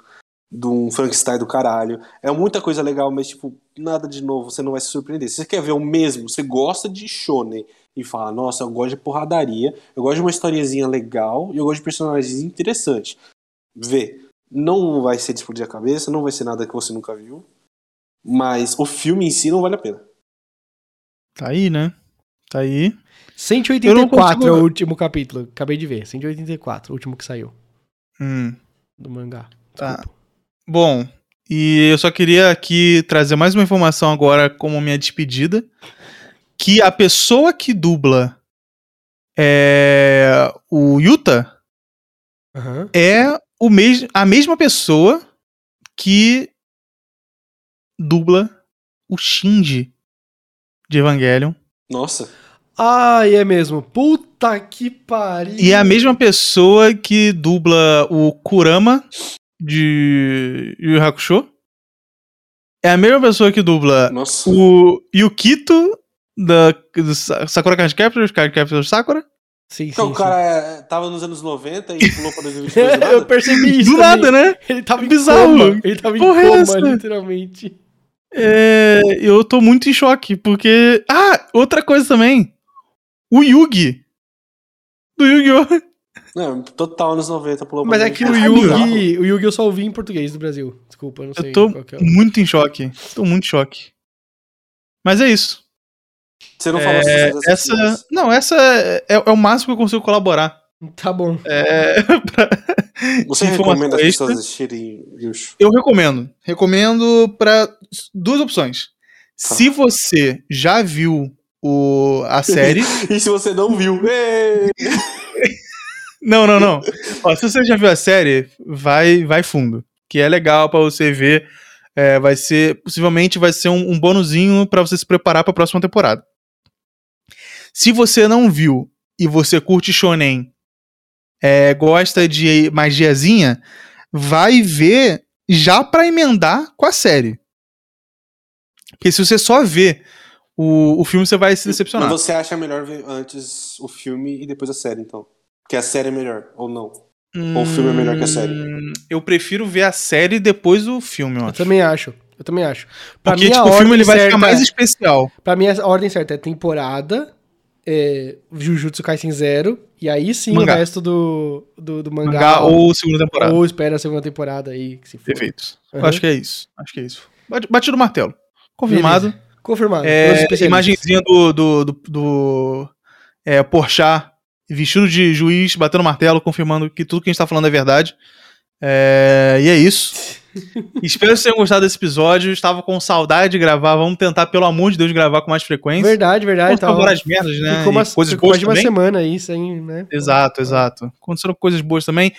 Speaker 3: De um Frankenstein do caralho. É muita coisa legal, mas, tipo, nada de novo, você não vai se surpreender. Se você quer ver o mesmo, você gosta de Shonen e fala, nossa, eu gosto de porradaria, eu gosto de uma historiezinha legal e eu gosto de personagens interessantes. Vê. Não vai ser de explodir a cabeça, não vai ser nada que você nunca viu. Mas o filme em si não vale a pena.
Speaker 1: Tá aí, né? Tá aí.
Speaker 2: 184
Speaker 1: Eu
Speaker 2: é
Speaker 1: não
Speaker 2: o
Speaker 1: consigo-
Speaker 2: último capítulo. Acabei de ver. 184, o último que saiu
Speaker 1: Hum.
Speaker 2: do mangá.
Speaker 1: Tá.
Speaker 2: Desculpa.
Speaker 1: Bom, e eu só queria aqui trazer mais uma informação agora como minha despedida, que a pessoa que dubla é o Yuta
Speaker 2: Aham.
Speaker 1: é o mes a mesma pessoa que dubla o Shinji de Evangelion
Speaker 3: Nossa,
Speaker 2: Ai, é mesmo. Puta que pariu.
Speaker 1: e é a mesma pessoa que dubla o Kurama de Yu Yu Hakusho. É a mesma pessoa que dubla
Speaker 3: nossa.
Speaker 1: O Yukito da, do Sa- Sakura Card Captors, Card Captors Sakura.
Speaker 2: Sim,
Speaker 3: Então
Speaker 2: sim,
Speaker 3: o
Speaker 2: sim.
Speaker 3: cara é, tava nos anos 90 e pulou pra 2022 do
Speaker 2: Eu
Speaker 3: nada?
Speaker 2: percebi isso.
Speaker 1: do
Speaker 2: também.
Speaker 1: nada, né?
Speaker 2: Ele tava em
Speaker 1: Bizarro.
Speaker 2: coma. Ele tava em
Speaker 1: Porra é
Speaker 2: coma,
Speaker 1: essa?
Speaker 2: literalmente.
Speaker 1: É, eu tô muito em choque, porque. Ah, outra coisa também. O Yugi. Do Yu-Gi-Oh!
Speaker 3: Não, total anos 90 pulou pra
Speaker 2: Mas é que o
Speaker 3: 2022.
Speaker 2: Yugi, o Yugi eu só ouvi em português do Brasil. Desculpa, eu não sei
Speaker 1: Eu tô
Speaker 2: qual que é.
Speaker 1: muito em choque. Tô muito em choque. Mas é isso.
Speaker 3: Você não falou
Speaker 1: É,
Speaker 3: essas coisas assim,
Speaker 1: essa. Não, essa é, é o máximo que eu consigo colaborar.
Speaker 2: Tá bom.
Speaker 1: É, pra-
Speaker 3: Você
Speaker 1: informação
Speaker 3: recomenda as
Speaker 1: extra.
Speaker 3: pessoas assistirem Yushu?
Speaker 1: Eu recomendo. Recomendo para duas opções.
Speaker 3: Tá.
Speaker 1: Se você já viu o, a série.
Speaker 3: E se você não viu? é, ê!
Speaker 1: não, não, não. Ó, se você já viu a série, vai, vai fundo. Que é legal pra você ver. É, vai ser. Possivelmente vai ser um, um bonuzinho pra você se preparar pra próxima temporada. Se você não viu e você curte Shonen, é, gosta de magiazinha, vai ver já pra emendar com a série. Porque se você só vê o, o filme, você vai se decepcionar.
Speaker 3: Mas você acha melhor ver antes o filme e depois a série, então? Porque a série é melhor, ou não? Ou o filme é melhor que a série?
Speaker 1: Hum, Eu prefiro ver a série depois do filme, eu
Speaker 2: Eu
Speaker 1: acho.
Speaker 2: também acho. Eu também acho. Pra
Speaker 1: Porque
Speaker 2: mim, a
Speaker 1: tipo, o filme
Speaker 2: ordem
Speaker 1: ele vai
Speaker 2: certa
Speaker 1: ficar mais
Speaker 2: é-
Speaker 1: especial.
Speaker 2: Pra mim, a ordem certa é temporada, é, Jujutsu Kaisen Zero, e aí sim
Speaker 1: Mangá.
Speaker 2: o resto do, do, do mangá,
Speaker 1: Mangá ou segunda temporada.
Speaker 2: ou espera a segunda temporada aí, que se for.
Speaker 1: Perfeito.
Speaker 2: Aham.
Speaker 1: Eu Acho que é isso. Acho que é isso. Bate- Batido o martelo. Confirmado.
Speaker 2: Confirmado. pelos
Speaker 1: É,
Speaker 2: especialistas.
Speaker 1: imagenzinha do, do, do, do é, Porchat vestido de juiz, batendo martelo, confirmando que tudo que a gente tá falando é verdade. É, e é isso. Espero que vocês tenham gostado desse episódio. Estava com saudade de gravar. Vamos tentar, pelo amor de Deus, gravar com mais frequência.
Speaker 2: Verdade, verdade.
Speaker 1: Vamos
Speaker 2: Tava,
Speaker 1: falar as merdas, né? É,
Speaker 2: ficou
Speaker 1: E
Speaker 2: uma,
Speaker 1: coisas
Speaker 2: ficou
Speaker 1: boas
Speaker 2: mais de uma
Speaker 1: também.
Speaker 2: semana aí, sem, né?
Speaker 1: Exato, exato. Aconteceram coisas boas também.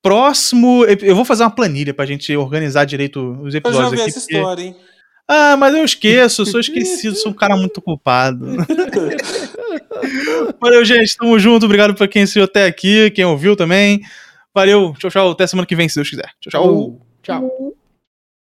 Speaker 1: Próximo. ep- Eu vou fazer uma planilha pra gente organizar direito os
Speaker 3: Eu já
Speaker 1: episódios
Speaker 3: vi
Speaker 1: aqui.
Speaker 3: essa
Speaker 1: porque-
Speaker 3: história, hein?
Speaker 1: Ah, mas eu esqueço, eu sou esquecido, sou um cara muito culpado. Valeu, gente. Tamo junto. Obrigado pra quem assistiu até aqui, quem ouviu também. Valeu, tchau, tchau. Até semana que vem, se Deus quiser. Tchau, tchau.
Speaker 2: Tchau.